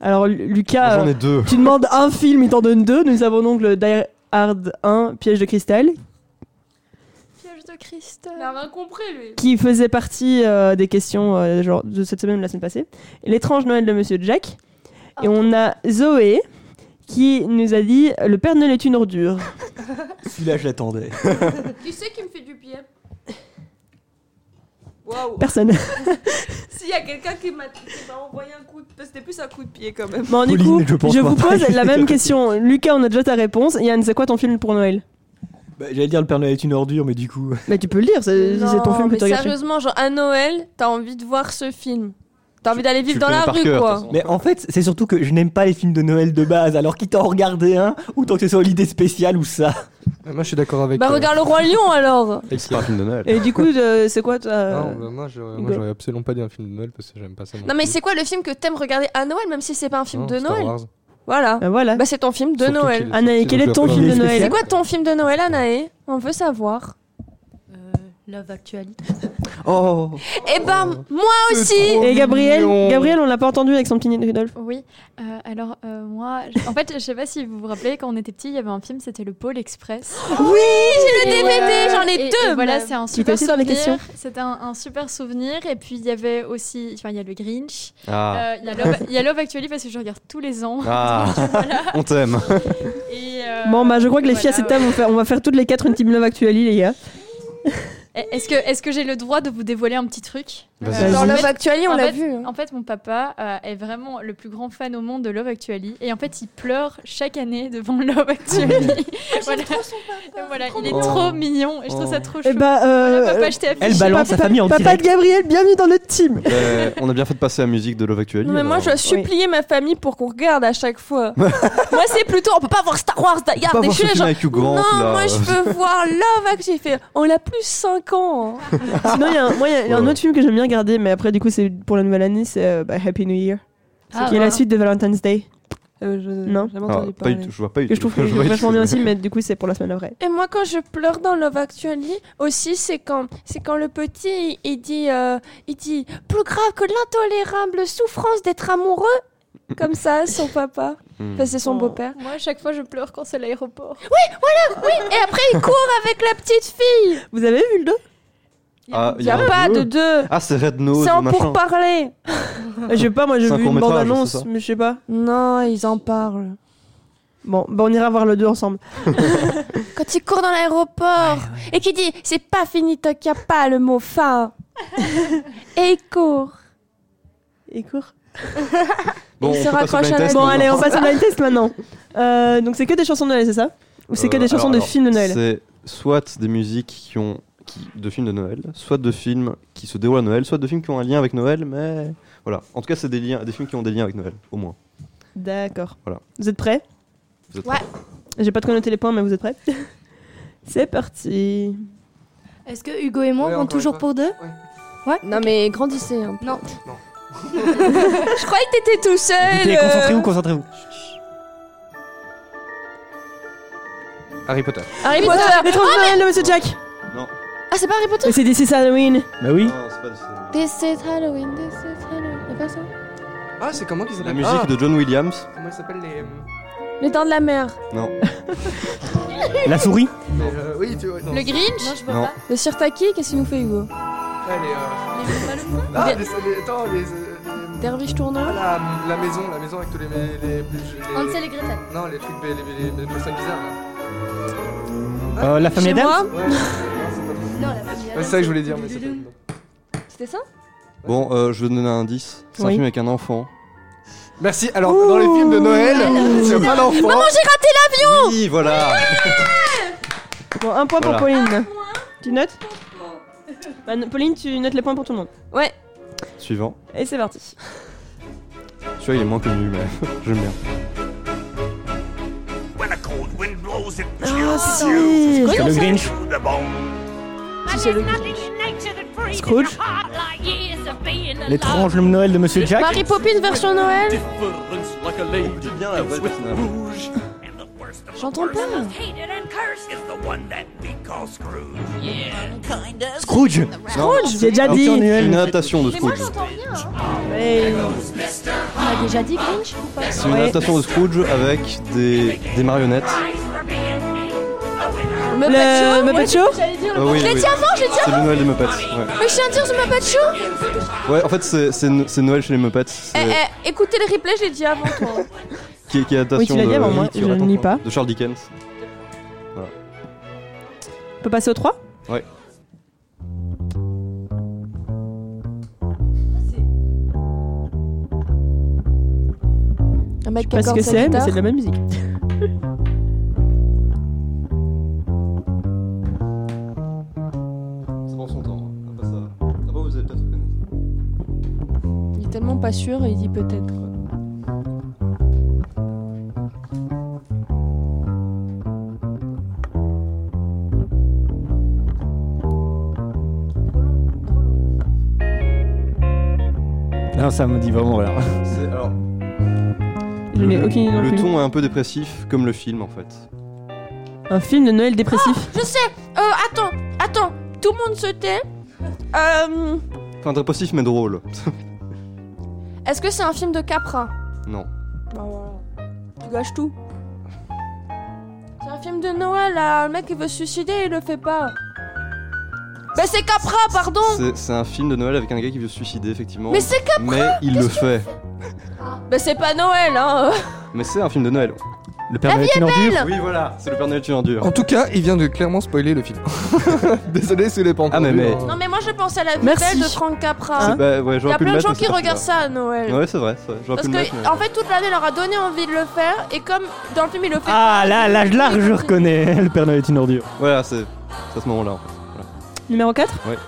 [SPEAKER 2] Alors Lu- Lucas,
[SPEAKER 5] Moi, j'en ai
[SPEAKER 2] euh,
[SPEAKER 5] deux.
[SPEAKER 2] tu demandes un film, il t'en donne deux. Nous avons donc le Die Hard 1, Piège de cristal,
[SPEAKER 15] Piège de cristal. Il a rien compris, lui.
[SPEAKER 2] qui faisait partie euh, des questions euh, genre de cette semaine ou de la semaine passée. Et L'étrange Noël de Monsieur Jack. Et on a Zoé qui nous a dit le Père Noël est une
[SPEAKER 8] <laughs>
[SPEAKER 2] ordure.
[SPEAKER 8] Celui-là, je l'attendais.
[SPEAKER 15] Qui c'est qui me fait du pied Waouh
[SPEAKER 2] Personne.
[SPEAKER 15] <laughs> S'il y a quelqu'un qui m'a qui m'a envoyé un coup de pied, c'était plus un coup de pied quand même.
[SPEAKER 2] <laughs> Bon, du
[SPEAKER 8] Pauline,
[SPEAKER 2] coup,
[SPEAKER 8] je pense
[SPEAKER 2] je
[SPEAKER 8] pas.
[SPEAKER 2] vous pose la
[SPEAKER 8] <laughs>
[SPEAKER 2] même question. Lucas, on a déjà ta réponse. Yann, c'est quoi ton film pour Noël
[SPEAKER 8] Bah, J'allais dire le Père Noël est une ordure, mais du coup. euh,
[SPEAKER 2] Mais tu peux Bah, le dire, c'est c'est ton
[SPEAKER 4] Non,
[SPEAKER 2] film que
[SPEAKER 4] mais
[SPEAKER 2] tu regardes.
[SPEAKER 4] Sérieusement, genre à Noël, t'as envie de voir ce film.
[SPEAKER 6] T'as envie d'aller vivre dans la rue, quoi.
[SPEAKER 8] Mais en fait, c'est surtout que je n'aime pas les films de Noël de base, alors quitte à en regarder un, autant que ce soit l'idée spéciale ou ça.
[SPEAKER 9] Moi, je suis d'accord avec.
[SPEAKER 6] Bah, regarde le Roi Lion alors
[SPEAKER 2] Et du coup, euh, c'est quoi toi euh,
[SPEAKER 9] Non, bah, moi, j'aurais moi,
[SPEAKER 2] Hugo
[SPEAKER 9] j'aurais absolument pas dit un film de Noël parce que j'aime pas ça.
[SPEAKER 6] Non, mais c'est quoi le film que t'aimes regarder à Noël, même si c'est pas un film
[SPEAKER 9] Non,
[SPEAKER 6] de
[SPEAKER 9] Star
[SPEAKER 6] Noël
[SPEAKER 9] Wars.
[SPEAKER 6] Voilà.
[SPEAKER 2] Bah voilà.
[SPEAKER 6] Bah, c'est ton film de
[SPEAKER 9] Surtout
[SPEAKER 6] Noël.
[SPEAKER 9] qu'il est- Anaé,
[SPEAKER 2] quel est ton
[SPEAKER 9] film de
[SPEAKER 2] Noël
[SPEAKER 6] C'est quoi ton film de Noël, Anaé On veut savoir.
[SPEAKER 7] Love Actually.
[SPEAKER 8] Oh
[SPEAKER 6] Eh ben,
[SPEAKER 2] Oh.
[SPEAKER 6] moi
[SPEAKER 7] Ah,
[SPEAKER 6] aussi
[SPEAKER 2] Et Gabriel, Gabriel, on l'a pas entendu avec son petit nid de Rudolph.
[SPEAKER 7] Oui, euh, alors euh, moi, j- en fait, je sais pas si vous vous rappelez, quand on était petit, il y avait un film, c'était le Pôle Express.
[SPEAKER 6] Oui, j'ai le
[SPEAKER 7] Et,
[SPEAKER 6] DVD, j'en ai
[SPEAKER 7] et- et
[SPEAKER 6] deux,
[SPEAKER 7] voilà,
[SPEAKER 6] même.
[SPEAKER 7] c'est un
[SPEAKER 6] Il était
[SPEAKER 7] super
[SPEAKER 6] aussi dans les
[SPEAKER 7] souvenir.
[SPEAKER 6] questions.
[SPEAKER 7] C'était un, un super souvenir. Et puis il y avait aussi, enfin, il y a le Grinch.
[SPEAKER 5] Ah.
[SPEAKER 7] Euh, Il y a Love- il y a Love Actually parce que je regarde tous les ans. <laughs>
[SPEAKER 5] Ah,
[SPEAKER 8] <laughs>
[SPEAKER 5] on t'aime.
[SPEAKER 7] Et, euh,
[SPEAKER 2] Bon, bah, je crois que les filles à
[SPEAKER 7] voilà,
[SPEAKER 2] cette table, vont faire- on va faire toutes les quatre une team love actually, les gars.
[SPEAKER 7] Eh, Est-ce que, est-ce que j'ai le droit de vous dévoiler un petit truc
[SPEAKER 2] Vas-y. Dans
[SPEAKER 7] en
[SPEAKER 2] Love
[SPEAKER 7] fait-
[SPEAKER 6] Actually, on
[SPEAKER 7] en
[SPEAKER 6] l'a
[SPEAKER 7] fait-
[SPEAKER 6] vu, hein.
[SPEAKER 7] En fait, mon papa euh, est vraiment le plus grand fan au monde de Love Actually. Et en fait, il pleure chaque année devant <laughs> Love Actually. <laughs> voilà. Et voilà, il est
[SPEAKER 8] mignon.
[SPEAKER 7] trop mignon et je trouve ça trop chou.
[SPEAKER 2] Eh bah, euh,
[SPEAKER 7] Voilà, papa, je t'ai affiché.
[SPEAKER 2] Papa- Papa de Gabriel, bienvenue dans le team.
[SPEAKER 5] Euh, on a bien fait de passer la musique de Love Actually.
[SPEAKER 6] Non, mais moi, je dois
[SPEAKER 5] alors.
[SPEAKER 6] supplier ma famille pour qu'on regarde à chaque
[SPEAKER 5] <laughs>
[SPEAKER 6] fois. moi, c'est plutôt, on peut pas voir Star Wars,
[SPEAKER 5] pas
[SPEAKER 6] regarde, et
[SPEAKER 5] voir
[SPEAKER 6] je suis
[SPEAKER 5] ce
[SPEAKER 6] là,
[SPEAKER 5] film
[SPEAKER 6] genre,
[SPEAKER 5] avec Hugh Grant,
[SPEAKER 6] non,
[SPEAKER 5] là.
[SPEAKER 6] moi, je
[SPEAKER 5] <laughs>
[SPEAKER 6] veux voir Love Actually. J'ai fait, on l'a plus 5 ans. hein.
[SPEAKER 2] <laughs> Sinon, il y a, un- moi, il y a- il y a un autre film que j'aime bien regarder, mais après, du coup, c'est pour la nouvelle année, c'est euh, bah, Happy New Year.
[SPEAKER 6] Ah,
[SPEAKER 2] qui est
[SPEAKER 6] ouais.
[SPEAKER 2] la suite de Valentine's Day.
[SPEAKER 6] Euh,
[SPEAKER 2] non
[SPEAKER 6] jamais
[SPEAKER 5] entendu Ah, pas du parler. tout, je vois pas du
[SPEAKER 2] Que je
[SPEAKER 5] tout.
[SPEAKER 2] trouve que
[SPEAKER 5] <laughs> Je
[SPEAKER 2] je
[SPEAKER 5] vois pas du
[SPEAKER 2] vachement
[SPEAKER 5] tout.
[SPEAKER 2] bien aussi, mais du coup, c'est pour la semaine après.
[SPEAKER 6] Et moi, quand je pleure dans Love Actually, aussi, c'est quand, c'est quand le petit, il dit, euh, il dit, plus grave que l'intolérable souffrance d'être amoureux. Comme ça, son papa.
[SPEAKER 7] Hmm.
[SPEAKER 6] Enfin, c'est son beau-père.
[SPEAKER 7] Moi, à chaque fois, je pleure quand c'est l'aéroport.
[SPEAKER 6] Oui, voilà, oui. Et après, il court avec la petite fille.
[SPEAKER 2] Vous avez vu le dos
[SPEAKER 5] Ah,
[SPEAKER 6] Il y a pas de deux.
[SPEAKER 5] Ah, c'est Red Nose.
[SPEAKER 6] C'est en
[SPEAKER 5] machin.
[SPEAKER 6] pourparler.
[SPEAKER 2] Je sais pas, moi, j'ai
[SPEAKER 6] <laughs>
[SPEAKER 5] C'est un
[SPEAKER 2] vu une
[SPEAKER 5] court-métrage, c'est
[SPEAKER 2] bande-annonce,
[SPEAKER 5] ça
[SPEAKER 2] mais je sais pas.
[SPEAKER 6] Non, ils en parlent.
[SPEAKER 2] Bon, bah, on ira voir le 2 ensemble.
[SPEAKER 6] Quand il court dans l'aéroport et qu'il dit c'est pas fini tant qu'il n'y a pas le mot fin. et il court.
[SPEAKER 2] Et court.
[SPEAKER 6] Bon, Il on se peut passer au raccroche blind à la test
[SPEAKER 2] Bon,
[SPEAKER 6] maintenant.
[SPEAKER 2] allez, on passe au blind test maintenant. Euh, donc, c'est que des chansons de Noël, c'est ça Ou c'est que
[SPEAKER 5] Euh,
[SPEAKER 2] des chansons
[SPEAKER 5] alors,
[SPEAKER 2] de
[SPEAKER 5] alors,
[SPEAKER 2] films de Noël
[SPEAKER 5] C'est soit des musiques qui ont qui- de films de Noël, soit de films qui se déroulent à Noël, soit de films qui ont un lien avec Noël, mais voilà. En tout cas, c'est des liens, des films qui ont des liens avec Noël, au moins.
[SPEAKER 2] D'accord.
[SPEAKER 5] Voilà.
[SPEAKER 2] Vous êtes prêts
[SPEAKER 5] Vous êtes
[SPEAKER 6] Ouais.
[SPEAKER 2] J'ai pas de connoter les points, mais vous êtes
[SPEAKER 5] <laughs>
[SPEAKER 2] prêts C'est parti.
[SPEAKER 11] Est-ce que Hugo et moi
[SPEAKER 2] Ouais,
[SPEAKER 11] on compte
[SPEAKER 2] encore une
[SPEAKER 11] toujours
[SPEAKER 2] fois.
[SPEAKER 11] pour deux Ouais.
[SPEAKER 6] Non mais grandissez un
[SPEAKER 11] Non.
[SPEAKER 6] <laughs> Je croyais que t'étais tout seul.
[SPEAKER 8] Écoutez,
[SPEAKER 6] euh.
[SPEAKER 8] concentrez-vous, concentrez-vous.
[SPEAKER 9] Harry Potter.
[SPEAKER 6] Harry Potter.
[SPEAKER 2] Les
[SPEAKER 6] Ah,
[SPEAKER 2] trois de Noël de Monsieur Jack
[SPEAKER 6] Ah, c'est pas Harry Potter
[SPEAKER 2] Et c'est This is Halloween
[SPEAKER 8] Bah oui.
[SPEAKER 6] This is Halloween, this is Halloween. Y'a pas ça
[SPEAKER 9] Ah, c'est comment qu'ils
[SPEAKER 5] La
[SPEAKER 9] s'appellent
[SPEAKER 5] musique
[SPEAKER 9] Ah,
[SPEAKER 5] de John Williams.
[SPEAKER 9] Comment ils s'appellent les. euh,
[SPEAKER 6] Les dents de la mer.
[SPEAKER 2] <laughs>
[SPEAKER 5] Non.
[SPEAKER 8] La souris
[SPEAKER 9] Mais, euh, oui, tu vois. non.
[SPEAKER 6] Le Grinch
[SPEAKER 9] Non, je vois Non. pas.
[SPEAKER 6] Le Sirtaki, qu'est-ce qu'il nous fait Hugo
[SPEAKER 9] Ah, les. euh, Ah, les. les- Attends, les. euh, les-
[SPEAKER 6] Derviche tourneur
[SPEAKER 9] Ah, la, la maison, la maison avec tous les. les, les, les-
[SPEAKER 11] Hansel et Gretel.
[SPEAKER 9] Non, les trucs, les, les, les, les personnes bizarres là.
[SPEAKER 8] Euh, la famille
[SPEAKER 9] Chez
[SPEAKER 8] Adams
[SPEAKER 9] Ouais, non, c'est pas trop. Ouais, c'est ça que je voulais dire, mais c'est pas.
[SPEAKER 6] C'était ça
[SPEAKER 5] Bon, euh, je vais donner un indice. C'est un
[SPEAKER 6] Oui.
[SPEAKER 5] film avec un enfant.
[SPEAKER 9] Merci. Alors, dans les films de Noël,
[SPEAKER 6] Ah,
[SPEAKER 9] c'est pas l'enfant.
[SPEAKER 6] Maman, j'ai raté l'avion
[SPEAKER 5] Oui, voilà.
[SPEAKER 2] Bon, un point pour
[SPEAKER 5] Voilà.
[SPEAKER 2] Pauline. Tu notes Bah, no- Pauline, tu notes les points pour tout le monde.
[SPEAKER 6] Ouais.
[SPEAKER 5] Suivant.
[SPEAKER 2] Et c'est parti.
[SPEAKER 5] Celui-là, il est moins connu, mais <laughs> j'aime bien.
[SPEAKER 2] Ah si
[SPEAKER 8] C'est le Grinch. Scrooge L'étrange homme Noël de Monsieur Jack
[SPEAKER 6] Marie Poppins version Noël J'entends pas.
[SPEAKER 8] Scrooge
[SPEAKER 6] Scrooge
[SPEAKER 2] J'ai déjà dit.
[SPEAKER 5] Une adaptation de Scrooge.
[SPEAKER 11] euh, On a déjà dit Grinch ou pas
[SPEAKER 5] C'est une adaptation de Scrooge avec des, des marionnettes.
[SPEAKER 2] Le Muppet Show
[SPEAKER 5] Ah oui,
[SPEAKER 6] Je l'ai
[SPEAKER 5] oui.
[SPEAKER 6] dit avant, je l'ai dit
[SPEAKER 5] C'est le
[SPEAKER 6] avant
[SPEAKER 5] Noël des Muppets. ouais.
[SPEAKER 6] Mais je tiens à dire ce Muppet Show
[SPEAKER 5] Ouais, en fait, c'est- c'est c'est Noël chez les Muppets.
[SPEAKER 6] Eh,
[SPEAKER 5] c'est-
[SPEAKER 6] eh, écoutez les replays, je l'ai dit avant toi.
[SPEAKER 5] Qui est, qui est
[SPEAKER 2] Oui, tu
[SPEAKER 5] adaptation
[SPEAKER 2] l'as dit
[SPEAKER 5] de,
[SPEAKER 2] avant moi,
[SPEAKER 5] qui
[SPEAKER 2] je
[SPEAKER 5] aurait
[SPEAKER 2] ne
[SPEAKER 5] tant-
[SPEAKER 2] lis pas.
[SPEAKER 5] de Charles Dickens. Voilà.
[SPEAKER 2] On peut passer au 3
[SPEAKER 5] Ouais.
[SPEAKER 6] Un mec
[SPEAKER 2] Parce que c'est, mais c'est de la
[SPEAKER 11] <laughs>
[SPEAKER 2] même musique.
[SPEAKER 5] C'est pour son temps. hein. Après ça. Après, vous allez peut-être reconnaître.
[SPEAKER 6] Il tellement pas sûr, il dit peut-être. quoi.
[SPEAKER 8] Non, ça me dit vraiment rien.
[SPEAKER 5] C'est- alors,
[SPEAKER 2] Je n'ai aucune idée non
[SPEAKER 5] le
[SPEAKER 2] plus.
[SPEAKER 5] ton est un peu dépressif, comme le film en fait.
[SPEAKER 2] Un film de Noël dépressif.
[SPEAKER 6] Je sais Euh, Attends, attends, tout le monde se tait. Euh,
[SPEAKER 5] Enfin, dépressif mais drôle. <laughs>
[SPEAKER 6] Est-ce que c'est un film de Capra
[SPEAKER 5] non.
[SPEAKER 6] Bah voilà. Tu gâches tout. C'est un film de Noël, là. Le mec il veut se suicider, il le fait pas. Mais c'est Capra, pardon
[SPEAKER 5] C'est- C'est un film de Noël avec un gars qui veut se suicider, effectivement.
[SPEAKER 6] Mais c'est Capra
[SPEAKER 5] Mais il le fait.
[SPEAKER 6] Mais Bah, c'est pas Noël, hein
[SPEAKER 5] Mais c'est un film de Noël.
[SPEAKER 8] Le
[SPEAKER 5] Père
[SPEAKER 9] La Noël vie est une ordure belle
[SPEAKER 5] Oui, voilà, c'est le Père Noël tu endures.
[SPEAKER 9] En tout cas, il vient de clairement spoiler le film. <laughs> Désolé si vous l'avez pas entendu.
[SPEAKER 5] Ah, mais- mais-
[SPEAKER 9] hein.
[SPEAKER 6] Non mais moi je pense à la vie
[SPEAKER 9] Merci.
[SPEAKER 6] belle de Frank Capra.
[SPEAKER 5] C'est- bah, ouais,
[SPEAKER 6] il y
[SPEAKER 5] j'aurais
[SPEAKER 6] a
[SPEAKER 5] pu le
[SPEAKER 6] plein de gens
[SPEAKER 5] mettre, mais
[SPEAKER 6] qui
[SPEAKER 5] c'est pas
[SPEAKER 6] regardent ça
[SPEAKER 5] celui-là.
[SPEAKER 6] à Noël.
[SPEAKER 5] Ouais, c'est vrai, c'est vrai, j'aurais
[SPEAKER 6] Parce
[SPEAKER 5] pu
[SPEAKER 6] que
[SPEAKER 5] le mettre. mais-
[SPEAKER 6] en fait toute l'année leur a donné envie de le faire et comme dans le film il le fait
[SPEAKER 8] Ah là, là, là,
[SPEAKER 6] <laughs>
[SPEAKER 8] je reconnais. <laughs> Le Père Noël est une ordure.
[SPEAKER 5] Voilà, c'est c'est à ce moment-là en fait. Voilà.
[SPEAKER 2] Numéro 4
[SPEAKER 5] Ouais.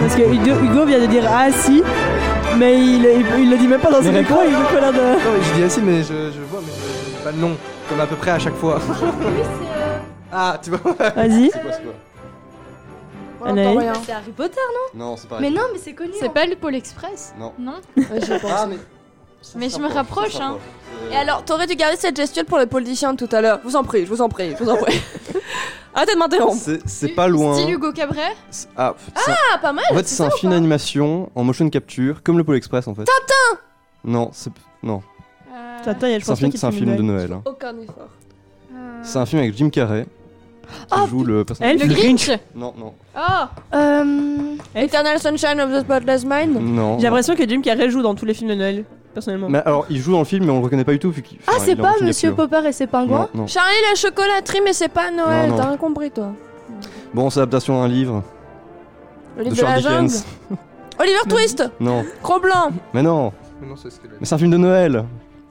[SPEAKER 2] Parce que Hugo, Hugo vient de dire ah si, mais il, il, il le dit même pas dans son
[SPEAKER 9] Mais
[SPEAKER 2] micro,
[SPEAKER 9] d'accord.
[SPEAKER 2] il est colère de.
[SPEAKER 9] Non, mais je dis assis, mais je, je vois, mais je- je dis pas le nom, comme à peu près à chaque fois.
[SPEAKER 12] euh,
[SPEAKER 9] Ah, tu vois.
[SPEAKER 2] Vas-y.
[SPEAKER 5] C'est quoi, c'est quoi
[SPEAKER 12] On
[SPEAKER 2] Anaïs.
[SPEAKER 12] entend rien. C'est Harry Potter, non
[SPEAKER 5] Non, c'est pas
[SPEAKER 12] Mais
[SPEAKER 5] Harry
[SPEAKER 12] non,
[SPEAKER 5] Potter.
[SPEAKER 12] mais c'est connu. hein.
[SPEAKER 20] C'est pas le Pôle Express
[SPEAKER 5] Non.
[SPEAKER 20] Non
[SPEAKER 12] <laughs>
[SPEAKER 6] je pense.
[SPEAKER 5] Ah, mais...
[SPEAKER 20] Mais je me rapproche, hein.
[SPEAKER 6] Et alors, t'aurais dû garder cette gestuelle pour les politiciens tout à l'heure. Je Vous en prie, je vous en prie, je vous
[SPEAKER 20] <laughs>
[SPEAKER 6] en prie. Arrêtez de m'interrompre.
[SPEAKER 5] C'est- C'est pas loin.
[SPEAKER 20] Style Hugo Cabret
[SPEAKER 5] C'est- Ah, pff, c'est-
[SPEAKER 6] Ah, pas mal.
[SPEAKER 5] en fait, c'est un film d'animation en motion capture, comme le Pôle Express en fait.
[SPEAKER 6] Tintin
[SPEAKER 5] Non, c'est non.
[SPEAKER 2] Attends, il y a- je
[SPEAKER 5] C'est un
[SPEAKER 2] pense pas
[SPEAKER 5] film,
[SPEAKER 2] qu'il
[SPEAKER 5] c'est un
[SPEAKER 2] filme
[SPEAKER 5] film de
[SPEAKER 2] Noël.
[SPEAKER 5] Noël. hein.
[SPEAKER 6] Aucun effort.
[SPEAKER 5] C'est un film avec Jim Carrey qui joue le personnage.
[SPEAKER 6] Elf Ah, Le Grinch Grinch
[SPEAKER 5] Non, non,
[SPEAKER 6] Oh Eternal Sunshine of the Spotless Mind
[SPEAKER 5] non.
[SPEAKER 2] Euh, J'ai l'impression que Jim Carrey joue dans tous les films de Noël, personnellement.
[SPEAKER 5] Mais euh, alors, il joue dans le film, mais on le reconnaît pas du tout. Vu qu'il-
[SPEAKER 12] Ah,
[SPEAKER 5] enfin,
[SPEAKER 12] c'est
[SPEAKER 5] il est en
[SPEAKER 12] pas
[SPEAKER 5] motion
[SPEAKER 12] Monsieur
[SPEAKER 5] capture.
[SPEAKER 12] Popper et ses pingouins
[SPEAKER 5] Non, non.
[SPEAKER 6] Charlie la chocolaterie, mais c'est pas Noël,
[SPEAKER 5] Non, non.
[SPEAKER 6] t'as rien compris toi.
[SPEAKER 5] Bon, c'est adaptation à un livre.
[SPEAKER 6] Le livre
[SPEAKER 5] De
[SPEAKER 6] de, la
[SPEAKER 5] Charles
[SPEAKER 6] jungle.
[SPEAKER 5] Dickens.
[SPEAKER 6] Oliver Twist
[SPEAKER 5] Non.
[SPEAKER 6] Gros blanc
[SPEAKER 5] Mais non.
[SPEAKER 9] Mais non, c'est Skelet.
[SPEAKER 5] Mais c'est un film de Noël.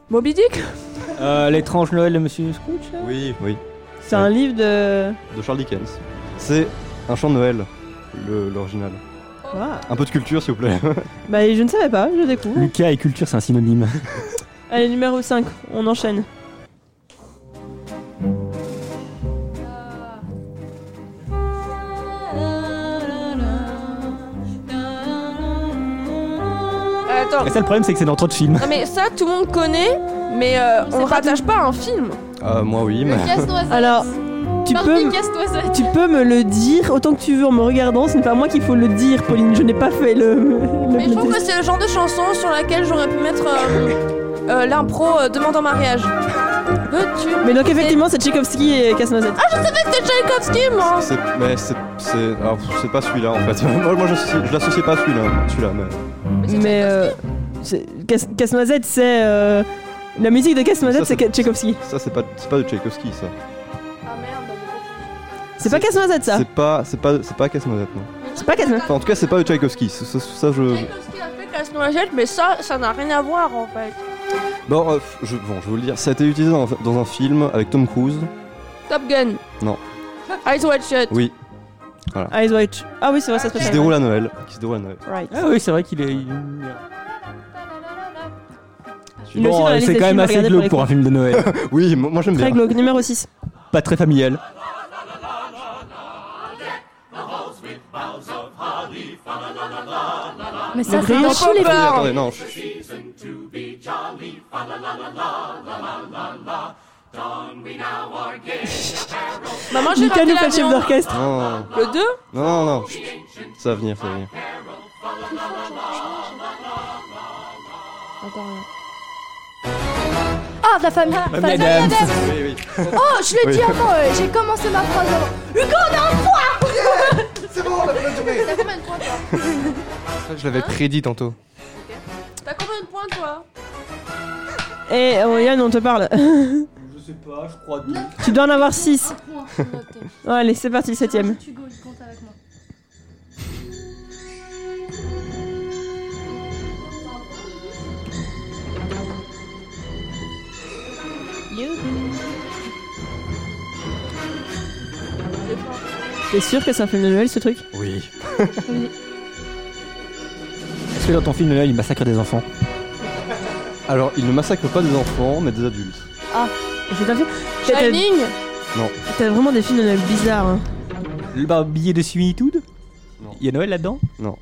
[SPEAKER 6] Moby Dick
[SPEAKER 8] Euh, L'étrange Noël de Monsieur Scrooge là
[SPEAKER 5] Oui, oui.
[SPEAKER 2] C'est un livre de.
[SPEAKER 5] De Charles Dickens. C'est un chant de Noël, le- l'original.
[SPEAKER 2] Ah.
[SPEAKER 5] Un peu de culture, s'il vous plaît.
[SPEAKER 2] Bah, je ne savais pas, je découvre.
[SPEAKER 8] <laughs> Lucas et culture, c'est un synonyme.
[SPEAKER 2] Allez, numéro 5, on enchaîne.
[SPEAKER 6] Attends.
[SPEAKER 8] Et ça, le problème, c'est que c'est dans trop de films.
[SPEAKER 6] Non mais ça, tout le monde connaît, mais euh, on le rattache pas à un film.
[SPEAKER 5] Euh, moi, oui, mais.
[SPEAKER 2] Alors, tu peux,
[SPEAKER 6] casse-noisette.
[SPEAKER 2] tu peux me le dire autant que tu veux en me regardant, ce n'est pas moi qu'il faut le dire, Pauline, je n'ai pas fait le. le
[SPEAKER 6] Mais je trouve que c'est le genre de chanson sur laquelle j'aurais pu mettre euh, euh, l'impro euh, Demande en mariage. Veux-tu
[SPEAKER 2] Mais donc, effectivement, c'est Tchaikovsky et Casse-Noisette.
[SPEAKER 6] Ah, je savais que c'était Tchaïkovski, moi
[SPEAKER 5] C'est, mais c'est, c'est, alors, c'est pas celui-là en fait. <laughs> moi, moi, j'associe- je l'associe pas à celui-là. Celui-là, mais.
[SPEAKER 2] Mais. euh, c'est- Casse- Casse-Noisette, c'est. euh, La musique de Casse-Noisette,
[SPEAKER 5] Ça, c'est-
[SPEAKER 2] c'est Tchaikovsky.
[SPEAKER 5] Ça, c'est pas, c'est pas de Tchaïkovski, ça.
[SPEAKER 2] C'est pas Casse-Noisette, ça
[SPEAKER 5] C'est pas, c'est pas, c'est pas Casse-Noisette, non.
[SPEAKER 2] C'est pas Casse-Noisette.
[SPEAKER 5] Enfin, en tout cas, c'est pas de Tchaïkovski. Ça, ça- ça, je.
[SPEAKER 6] Tchaïkovski a fait Casse-Noisette, mais ça, ça n'a rien à voir en fait.
[SPEAKER 5] Bon, euh, je, bon, je vais vous le dire. Ça a été utilisé dans, dans un film avec Tom Cruise.
[SPEAKER 6] Top Gun,
[SPEAKER 5] Non.
[SPEAKER 6] Eyes Wide Shut.
[SPEAKER 5] Oui. Voilà.
[SPEAKER 2] Eyes Wide Shut. Ah oui, c'est vrai, ça se
[SPEAKER 5] Qui
[SPEAKER 2] passe
[SPEAKER 5] se
[SPEAKER 2] à
[SPEAKER 5] déroule à Noël. Qui se déroule à Noël.
[SPEAKER 2] Right.
[SPEAKER 8] Ah oui, c'est vrai qu'il est.
[SPEAKER 2] Il est aussi dans
[SPEAKER 8] Bon,
[SPEAKER 2] la
[SPEAKER 8] euh,
[SPEAKER 2] liste
[SPEAKER 8] c'est
[SPEAKER 2] des
[SPEAKER 8] quand même
[SPEAKER 2] films à
[SPEAKER 8] assez
[SPEAKER 2] regarder pour
[SPEAKER 8] glauque
[SPEAKER 2] les
[SPEAKER 8] pour un
[SPEAKER 2] cons.
[SPEAKER 8] film de Noël.
[SPEAKER 5] <laughs> oui, moi, moi, j'aime
[SPEAKER 2] Très
[SPEAKER 5] bien.
[SPEAKER 2] glauque, numéro 6.
[SPEAKER 8] Pas très familial.
[SPEAKER 12] Mais ça,
[SPEAKER 2] Le
[SPEAKER 12] c'est
[SPEAKER 2] Grinch.
[SPEAKER 12] dans tous
[SPEAKER 5] Attendez,
[SPEAKER 12] les films.
[SPEAKER 5] attendez, non. je-
[SPEAKER 6] Maman, j'ai
[SPEAKER 2] Lucas
[SPEAKER 6] raté
[SPEAKER 2] nous fait le chef
[SPEAKER 6] l'avion.
[SPEAKER 2] d'orchestre.
[SPEAKER 5] Non,
[SPEAKER 6] Le 2
[SPEAKER 5] non, non, non. Chut, chut. Ça va venir, ça va venir.
[SPEAKER 12] Ah, de la famille. famille
[SPEAKER 8] Adams.
[SPEAKER 12] Adams.
[SPEAKER 5] <laughs> Oui, oui.
[SPEAKER 12] Oh, je l'ai
[SPEAKER 5] Oui.
[SPEAKER 12] dit avant, euh, j'ai commencé ma phrase avant. Hugo, on a un point
[SPEAKER 9] C'est bon, on a fait tournée.
[SPEAKER 6] T'as combien de points toi
[SPEAKER 9] Je l'avais prédit tantôt.
[SPEAKER 6] T'as combien de points toi
[SPEAKER 2] Et oh, Yann, on te parle. <laughs>
[SPEAKER 8] Je sais pas, je crois
[SPEAKER 2] tu dois en avoir
[SPEAKER 6] <laughs>
[SPEAKER 2] 6. allez, c'est parti, le septième.
[SPEAKER 12] Hugo, il compte avec moi.
[SPEAKER 2] T'es sûr que c'est un film de Noël ce truc
[SPEAKER 8] Oui. Est-ce que dans ton film de Noël, il massacre des enfants
[SPEAKER 5] Alors, il ne massacre pas des enfants, mais des adultes.
[SPEAKER 2] Ah, c'est un film. T'as- t'as-
[SPEAKER 6] Ah. Shining
[SPEAKER 5] Non.
[SPEAKER 2] T'as vraiment des films de Noël bizarres. hein.
[SPEAKER 8] Le barbier de similitude
[SPEAKER 5] Non.
[SPEAKER 8] Il y a Noël là-dedans
[SPEAKER 5] Non.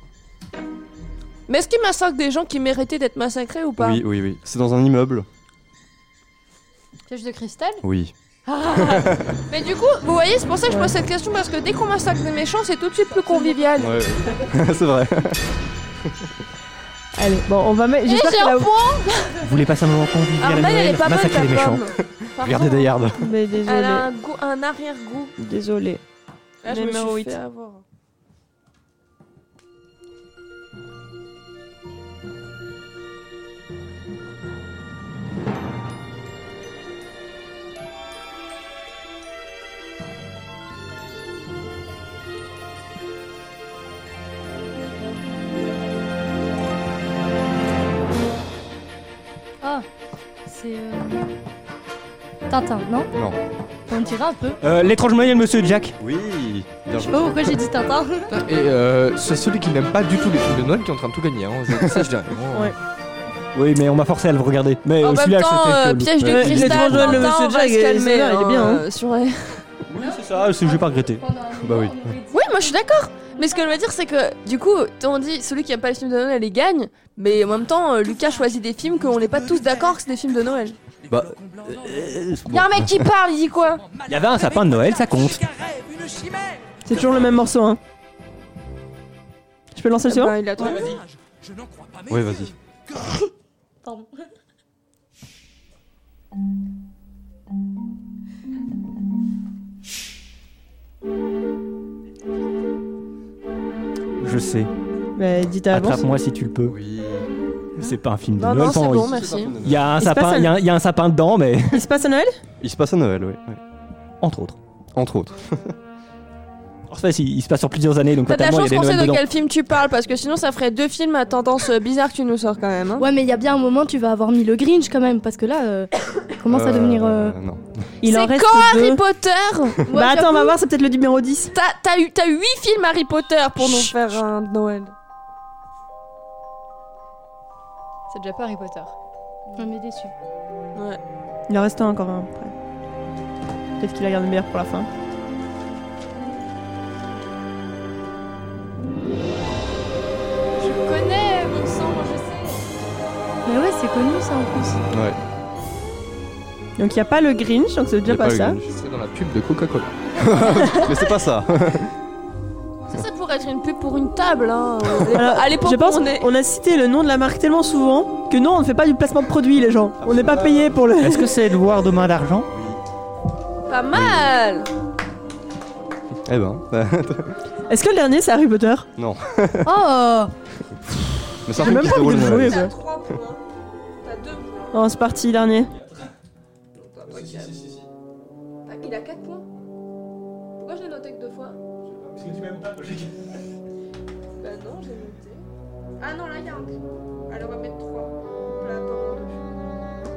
[SPEAKER 6] Mais est-ce qu'il massacre des gens qui méritaient d'être massacrés ou pas
[SPEAKER 5] Oui, oui, oui. C'est dans un immeuble.
[SPEAKER 6] Piège de <laughs> cristal
[SPEAKER 5] Oui.
[SPEAKER 2] Ah.
[SPEAKER 6] Mais du coup, vous voyez, c'est pour ça que je pose cette question parce que dès qu'on massacre des méchants, c'est tout de suite plus convivial.
[SPEAKER 5] <laughs> Ouais, ouais. <laughs> c'est vrai.
[SPEAKER 2] Allez, bon, on va mettre.
[SPEAKER 6] Et
[SPEAKER 2] j'espère
[SPEAKER 6] j'ai
[SPEAKER 2] que
[SPEAKER 6] un
[SPEAKER 2] la-
[SPEAKER 6] point
[SPEAKER 8] Vous voulez passer un moment convivial à
[SPEAKER 6] Armel, elle
[SPEAKER 8] Noël
[SPEAKER 6] est pas bonne
[SPEAKER 8] Massacrer
[SPEAKER 6] ta
[SPEAKER 8] les méchants.
[SPEAKER 6] pomme. Pardon.
[SPEAKER 8] <laughs> Regardez Die Hard.
[SPEAKER 2] Mais désolé.
[SPEAKER 6] Elle a un, goût- un arrière-goût.
[SPEAKER 2] Désolé.
[SPEAKER 6] Là, je me
[SPEAKER 2] Numéro
[SPEAKER 6] suis
[SPEAKER 2] huit.
[SPEAKER 6] fait avoir.
[SPEAKER 12] Ah, c'est. euh, Tintin, non
[SPEAKER 5] Non.
[SPEAKER 12] On dirait un peu.
[SPEAKER 8] Euh, L'étrange Noël, monsieur Jack.
[SPEAKER 5] Oui.
[SPEAKER 12] Je sais pas pourquoi j'ai dit Tintin. <laughs>
[SPEAKER 21] Et euh, c'est celui qui n'aime pas du tout les films de Noël qui est en train de tout gagner. Hein. Ça, ça, je dirais.
[SPEAKER 2] Ouais.
[SPEAKER 8] Oui, mais on m'a forcé à le regarder. Mais
[SPEAKER 6] En
[SPEAKER 8] euh,
[SPEAKER 6] même
[SPEAKER 8] celui-là,
[SPEAKER 6] temps,
[SPEAKER 8] c'était
[SPEAKER 6] euh,
[SPEAKER 8] cool.
[SPEAKER 6] piège de
[SPEAKER 8] Ouais.
[SPEAKER 6] cristal,
[SPEAKER 2] L'étrange Noël de
[SPEAKER 6] Tintin,
[SPEAKER 2] Monsieur
[SPEAKER 6] on va
[SPEAKER 2] Jack,
[SPEAKER 6] se
[SPEAKER 2] euh,
[SPEAKER 6] calmer,
[SPEAKER 2] celui-là, il est bien, hein.
[SPEAKER 6] euh, sur les-
[SPEAKER 8] Oui, c'est ça, Ah, c'est- j'ai pas regretté. Bah oui.
[SPEAKER 6] Oui, moi je suis d'accord. Mais ce que je veux dire, c'est que du coup, on dit celui qui aime pas les films de Noël, il gagne. Mais en même temps, euh, Lucas choisit des films qu'on n'est pas tous d'accord que c'est des films de Noël.
[SPEAKER 8] Bah.
[SPEAKER 6] Y'a un mec qui parle, il dit quoi
[SPEAKER 8] Il y avait un sapin de Noël, ça compte.
[SPEAKER 2] C'est toujours le même morceau, hein. Je peux lancer le suivant
[SPEAKER 6] Bah, il a trouvé.
[SPEAKER 5] Ouais, vas-y.
[SPEAKER 12] Pardon.
[SPEAKER 8] Je sais.
[SPEAKER 2] Mais dis ta avance.
[SPEAKER 8] Attrape-moi si tu le peux. C'est pas un film de
[SPEAKER 2] Non,
[SPEAKER 8] Noël.
[SPEAKER 2] non, c'est
[SPEAKER 8] tant-
[SPEAKER 2] bon,
[SPEAKER 8] il-
[SPEAKER 2] merci.
[SPEAKER 8] Il y a un
[SPEAKER 2] Il se passe
[SPEAKER 8] sapin,
[SPEAKER 2] un-
[SPEAKER 8] il y a un- il y a un sapin dedans, mais
[SPEAKER 2] Il se passe à Noël
[SPEAKER 5] <laughs> Il se passe à Noël, oui.
[SPEAKER 8] entre autres.
[SPEAKER 5] Entre autres.
[SPEAKER 8] En fait, il, il se passe sur plusieurs années, donc
[SPEAKER 6] T'as de la
[SPEAKER 8] fatalement, il y
[SPEAKER 6] chance
[SPEAKER 8] a des
[SPEAKER 6] qu'on sait
[SPEAKER 8] Noëls
[SPEAKER 6] de
[SPEAKER 8] dedans.
[SPEAKER 6] quel film tu parles parce que sinon ça ferait deux films à tendance euh, bizarre que tu nous sors quand même. hein.
[SPEAKER 12] Ouais, mais il y a bien un moment, tu vas avoir mis le Grinch quand même, parce que là, euh, <coughs> commence à
[SPEAKER 5] Euh,
[SPEAKER 12] devenir. euh,
[SPEAKER 5] Non.
[SPEAKER 2] Il en
[SPEAKER 6] C'est
[SPEAKER 2] reste
[SPEAKER 6] quand
[SPEAKER 2] deux.
[SPEAKER 6] Harry Potter
[SPEAKER 2] <laughs> Bah attends, on va voir, c'est peut-être le numéro 10.
[SPEAKER 6] T'as- T'as eu t'as eu huit films Harry Potter pour nous faire un Noël.
[SPEAKER 7] C'est déjà pas Harry Potter.
[SPEAKER 12] On est déçus.
[SPEAKER 6] Ouais.
[SPEAKER 2] Il en reste un encore un. après. Peut-être qu'il a gardé le meilleur pour la fin.
[SPEAKER 6] Je connais mon sang, je sais.
[SPEAKER 12] Mais ouais, c'est connu ça en plus.
[SPEAKER 5] Ouais.
[SPEAKER 2] Donc il n'y a pas le Grinch, donc c'est
[SPEAKER 5] Il y
[SPEAKER 2] déjà
[SPEAKER 5] a
[SPEAKER 2] pas,
[SPEAKER 5] pas le
[SPEAKER 2] ça.
[SPEAKER 5] Grinch.
[SPEAKER 21] Ce serait dans la pub de Coca-Cola.
[SPEAKER 5] <laughs> Mais c'est
[SPEAKER 2] <laughs>
[SPEAKER 5] pas ça.
[SPEAKER 6] Ça, ça pourrait être une pub pour une
[SPEAKER 2] <laughs>
[SPEAKER 6] table. Hein. Allez,
[SPEAKER 2] Alors,
[SPEAKER 6] allez, pour
[SPEAKER 2] Euh, je pense
[SPEAKER 6] on est-
[SPEAKER 2] qu'on a cité le nom de la marque tellement souvent que non, on ne fait pas du placement de produit, les gens. On n'est pas payé pour le.
[SPEAKER 8] Ah, Est-ce que c'est Edouard Demain d'argent
[SPEAKER 6] Pas mal
[SPEAKER 5] Eh <laughs> ben. bah,
[SPEAKER 2] Est-ce que le dernier c'est Harry Potter
[SPEAKER 5] non.
[SPEAKER 12] Oh
[SPEAKER 5] Mais <laughs> ça
[SPEAKER 2] J'ai même
[SPEAKER 5] plus
[SPEAKER 2] pas envie de le jouer,
[SPEAKER 5] Noël.
[SPEAKER 2] quoi.
[SPEAKER 6] Trois points. T'as deux points.
[SPEAKER 2] Non, c'est parti, dernier.
[SPEAKER 6] Ah, Il a quatre points. Pourquoi je l'ai noté que deux fois Bah non, j'ai noté. Ah non, là, il y a un point. Alors, on va mettre trois. Là, pas moins deux.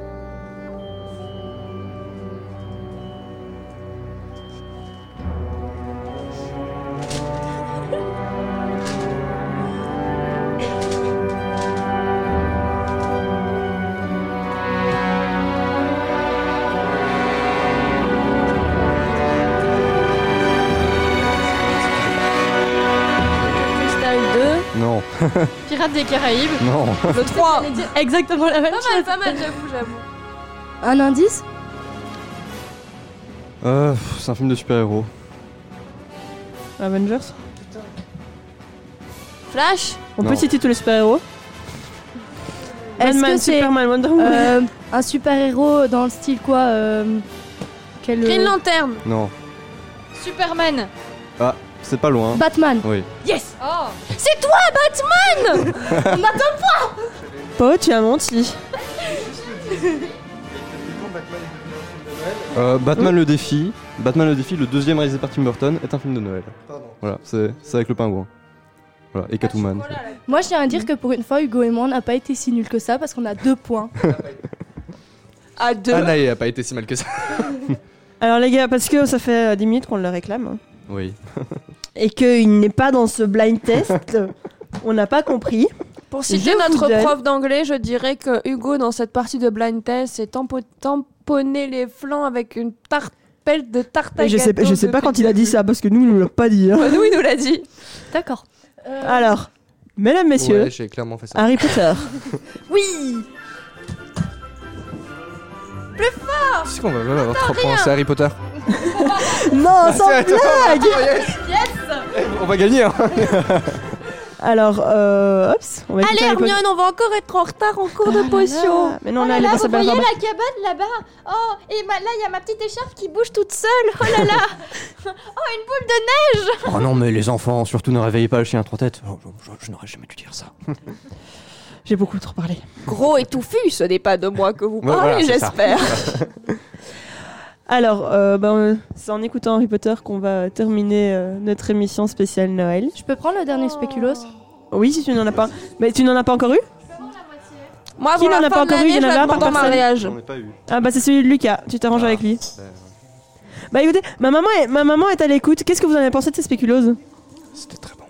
[SPEAKER 7] Crystal
[SPEAKER 5] Non. <laughs>
[SPEAKER 7] 2, Pirates des Caraïbes.
[SPEAKER 5] Non.
[SPEAKER 6] Le 3
[SPEAKER 12] Exactement la même
[SPEAKER 6] Pas mal,
[SPEAKER 12] chose.
[SPEAKER 6] pas mal, j'avoue, j'avoue.
[SPEAKER 12] Un indice
[SPEAKER 5] Euh, pff, c'est un film de super-héros.
[SPEAKER 2] Avengers
[SPEAKER 6] Flash
[SPEAKER 2] On
[SPEAKER 5] Non.
[SPEAKER 2] peut citer tous les super-héros
[SPEAKER 12] Est-ce
[SPEAKER 2] Batman,
[SPEAKER 12] que c'est
[SPEAKER 2] Superman, Wonder Woman.
[SPEAKER 12] euh, un super-héros dans le style quoi euh, quel, euh,
[SPEAKER 6] Green Lantern
[SPEAKER 5] Non.
[SPEAKER 7] Superman.
[SPEAKER 5] Ah, c'est pas loin.
[SPEAKER 12] Batman.
[SPEAKER 5] Oui.
[SPEAKER 7] Yes Oh
[SPEAKER 6] C'est toi, Batman
[SPEAKER 2] Pao, tu as menti.
[SPEAKER 5] Euh, Batman le défi. Batman le défi, le deuxième réalisé par Tim Burton, est un film de Noël. Voilà, c'est c'est avec le pingouin. Voilà, et Catwoman.
[SPEAKER 12] Moi je tiens à dire que pour une fois Hugo et moi on n'a pas été si nuls que ça parce qu'on a deux points.
[SPEAKER 6] À deux.
[SPEAKER 5] Ah,
[SPEAKER 9] Anna elle Ah, a pas été si
[SPEAKER 5] <laughs>
[SPEAKER 9] mal que ça.
[SPEAKER 2] Alors les gars, parce que ça fait euh, 10 minutes qu'on le réclame
[SPEAKER 9] <laughs>
[SPEAKER 22] Oui.
[SPEAKER 2] et qu'il n'est pas dans ce blind <laughs> test, on n'a pas compris.
[SPEAKER 6] Pour
[SPEAKER 2] Je
[SPEAKER 6] citer
[SPEAKER 2] vous
[SPEAKER 6] notre
[SPEAKER 2] donne-
[SPEAKER 6] prof d'anglais, je dirais que Hugo, dans cette partie de blind test, s'est tampo- tamponné les flancs avec une tarte pelle de tarte à
[SPEAKER 2] Et je sais,
[SPEAKER 6] gâteau
[SPEAKER 2] je sais pas
[SPEAKER 6] depuis
[SPEAKER 2] quand il
[SPEAKER 6] le
[SPEAKER 2] a dit
[SPEAKER 6] début.
[SPEAKER 2] ça, parce que nous, il nous l'a pas dit. hein.
[SPEAKER 6] Bah, nous, il nous l'a dit.
[SPEAKER 12] D'accord.
[SPEAKER 2] <laughs> Alors, mesdames, messieurs,
[SPEAKER 9] Ouais, j'ai clairement fait ça.
[SPEAKER 2] Harry
[SPEAKER 6] <laughs>
[SPEAKER 2] Potter.
[SPEAKER 12] Oui
[SPEAKER 7] <laughs>
[SPEAKER 6] Plus fort
[SPEAKER 9] Est-ce qu'on va même avoir 3 points C'est Harry Potter. Ah,
[SPEAKER 2] non, sans
[SPEAKER 9] c'est- attends, attends,
[SPEAKER 2] blague
[SPEAKER 9] yes. On va
[SPEAKER 5] <laughs>
[SPEAKER 9] gagner. Hein.
[SPEAKER 2] <laughs> Alors, euh, hops, on va écouter
[SPEAKER 6] Allez,
[SPEAKER 2] Harry Potter.
[SPEAKER 6] Hermione, on va encore être en retard en cours de potion.
[SPEAKER 2] Ah Mais non,
[SPEAKER 6] Oh
[SPEAKER 2] là,
[SPEAKER 6] là
[SPEAKER 2] elle est
[SPEAKER 6] là,
[SPEAKER 2] dans
[SPEAKER 6] vous
[SPEAKER 2] sa belle
[SPEAKER 6] voyez
[SPEAKER 2] robe.
[SPEAKER 6] la-
[SPEAKER 12] cabane là-bas. Oh, et ma- là, il y a ma petite écharpe qui bouge toute seule. Oh là là. <laughs> oh, une boule de neige.
[SPEAKER 5] Oh non, mais les enfants, surtout ne réveillez pas le chien à trois <laughs> têtes. Oh, je- je- je n'aurais jamais dû dire ça.
[SPEAKER 2] J'ai beaucoup trop parlé.
[SPEAKER 6] Gros et touffu, ce n'est pas de moi que vous parlez, j'espère.
[SPEAKER 2] Alors, euh, ben, euh, c'est en écoutant Harry Potter qu'on va terminer euh, notre émission spéciale Noël.
[SPEAKER 12] Je peux prendre le dernier spéculoos
[SPEAKER 2] Oui, si tu n'en as pas. Mais tu n'en as pas encore eu
[SPEAKER 6] Moi,
[SPEAKER 2] Qui
[SPEAKER 6] avant la
[SPEAKER 2] n'en a
[SPEAKER 6] fin
[SPEAKER 2] pas
[SPEAKER 6] de
[SPEAKER 2] encore eu Il y en
[SPEAKER 6] l'année, je
[SPEAKER 2] avait
[SPEAKER 6] la
[SPEAKER 2] un par
[SPEAKER 6] demande en
[SPEAKER 2] personne.
[SPEAKER 6] mariage.
[SPEAKER 22] J'en ai pas eu. Ah,
[SPEAKER 2] Ah bah c'est celui de Lucas, tu t'arranges avec lui. Bah écoutez, ma maman est, ma maman est à l'écoute. Qu'est-ce que vous en avez pensé de ces
[SPEAKER 6] <laughs>
[SPEAKER 2] spéculoses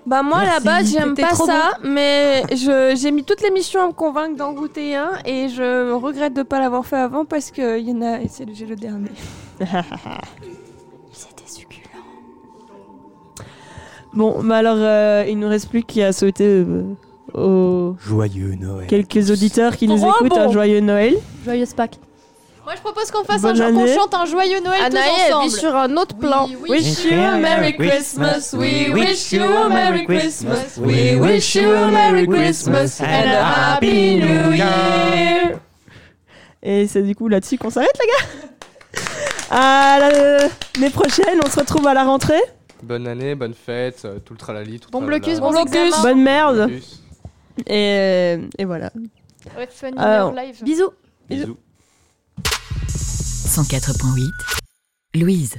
[SPEAKER 6] Bah moi
[SPEAKER 2] Merci,
[SPEAKER 6] là-bas j'aime
[SPEAKER 2] c'était
[SPEAKER 6] pas
[SPEAKER 2] trop
[SPEAKER 6] ça, mais je- j'ai mis toute l'émission à me convaincre d'en goûter un et je regrette de pas l'avoir fait avant parce que il y en a et c'est j'ai le dernier.
[SPEAKER 2] Bon, bah alors euh, il nous reste plus qu'à souhaiter euh, aux
[SPEAKER 5] Joyeux Noël.
[SPEAKER 2] quelques auditeurs qui nous
[SPEAKER 12] Bravo.
[SPEAKER 2] écoutent un joyeux Noël.
[SPEAKER 12] Joyeuse Pâques.
[SPEAKER 11] Moi, je propose qu'on fasse
[SPEAKER 2] Bonne
[SPEAKER 11] un jour qu'on
[SPEAKER 2] année.
[SPEAKER 11] chante un joyeux Noël
[SPEAKER 6] Anaïs,
[SPEAKER 11] tous ensemble.
[SPEAKER 6] elle vit sur un autre plan.
[SPEAKER 11] wish you a Merry Christmas. We wish you a Merry Christmas. We wish you a Merry Christmas and a Happy New Year.
[SPEAKER 2] Et c'est du coup là-dessus qu'on s'arrête les gars.
[SPEAKER 11] <laughs>
[SPEAKER 2] À la- l'année prochaine, on se retrouve à la rentrée.
[SPEAKER 9] Bonne année, bonne fête, euh, tout le tralali, tout le
[SPEAKER 11] Bon
[SPEAKER 9] tralala.
[SPEAKER 11] blocus, bon blocus.
[SPEAKER 2] Bonne merde.
[SPEAKER 9] Blocus.
[SPEAKER 2] Et, et voilà.
[SPEAKER 11] Ouais, fun in
[SPEAKER 2] Alors,
[SPEAKER 11] your life.
[SPEAKER 12] Bisous.
[SPEAKER 2] Bisous.
[SPEAKER 19] 104.8. Louise.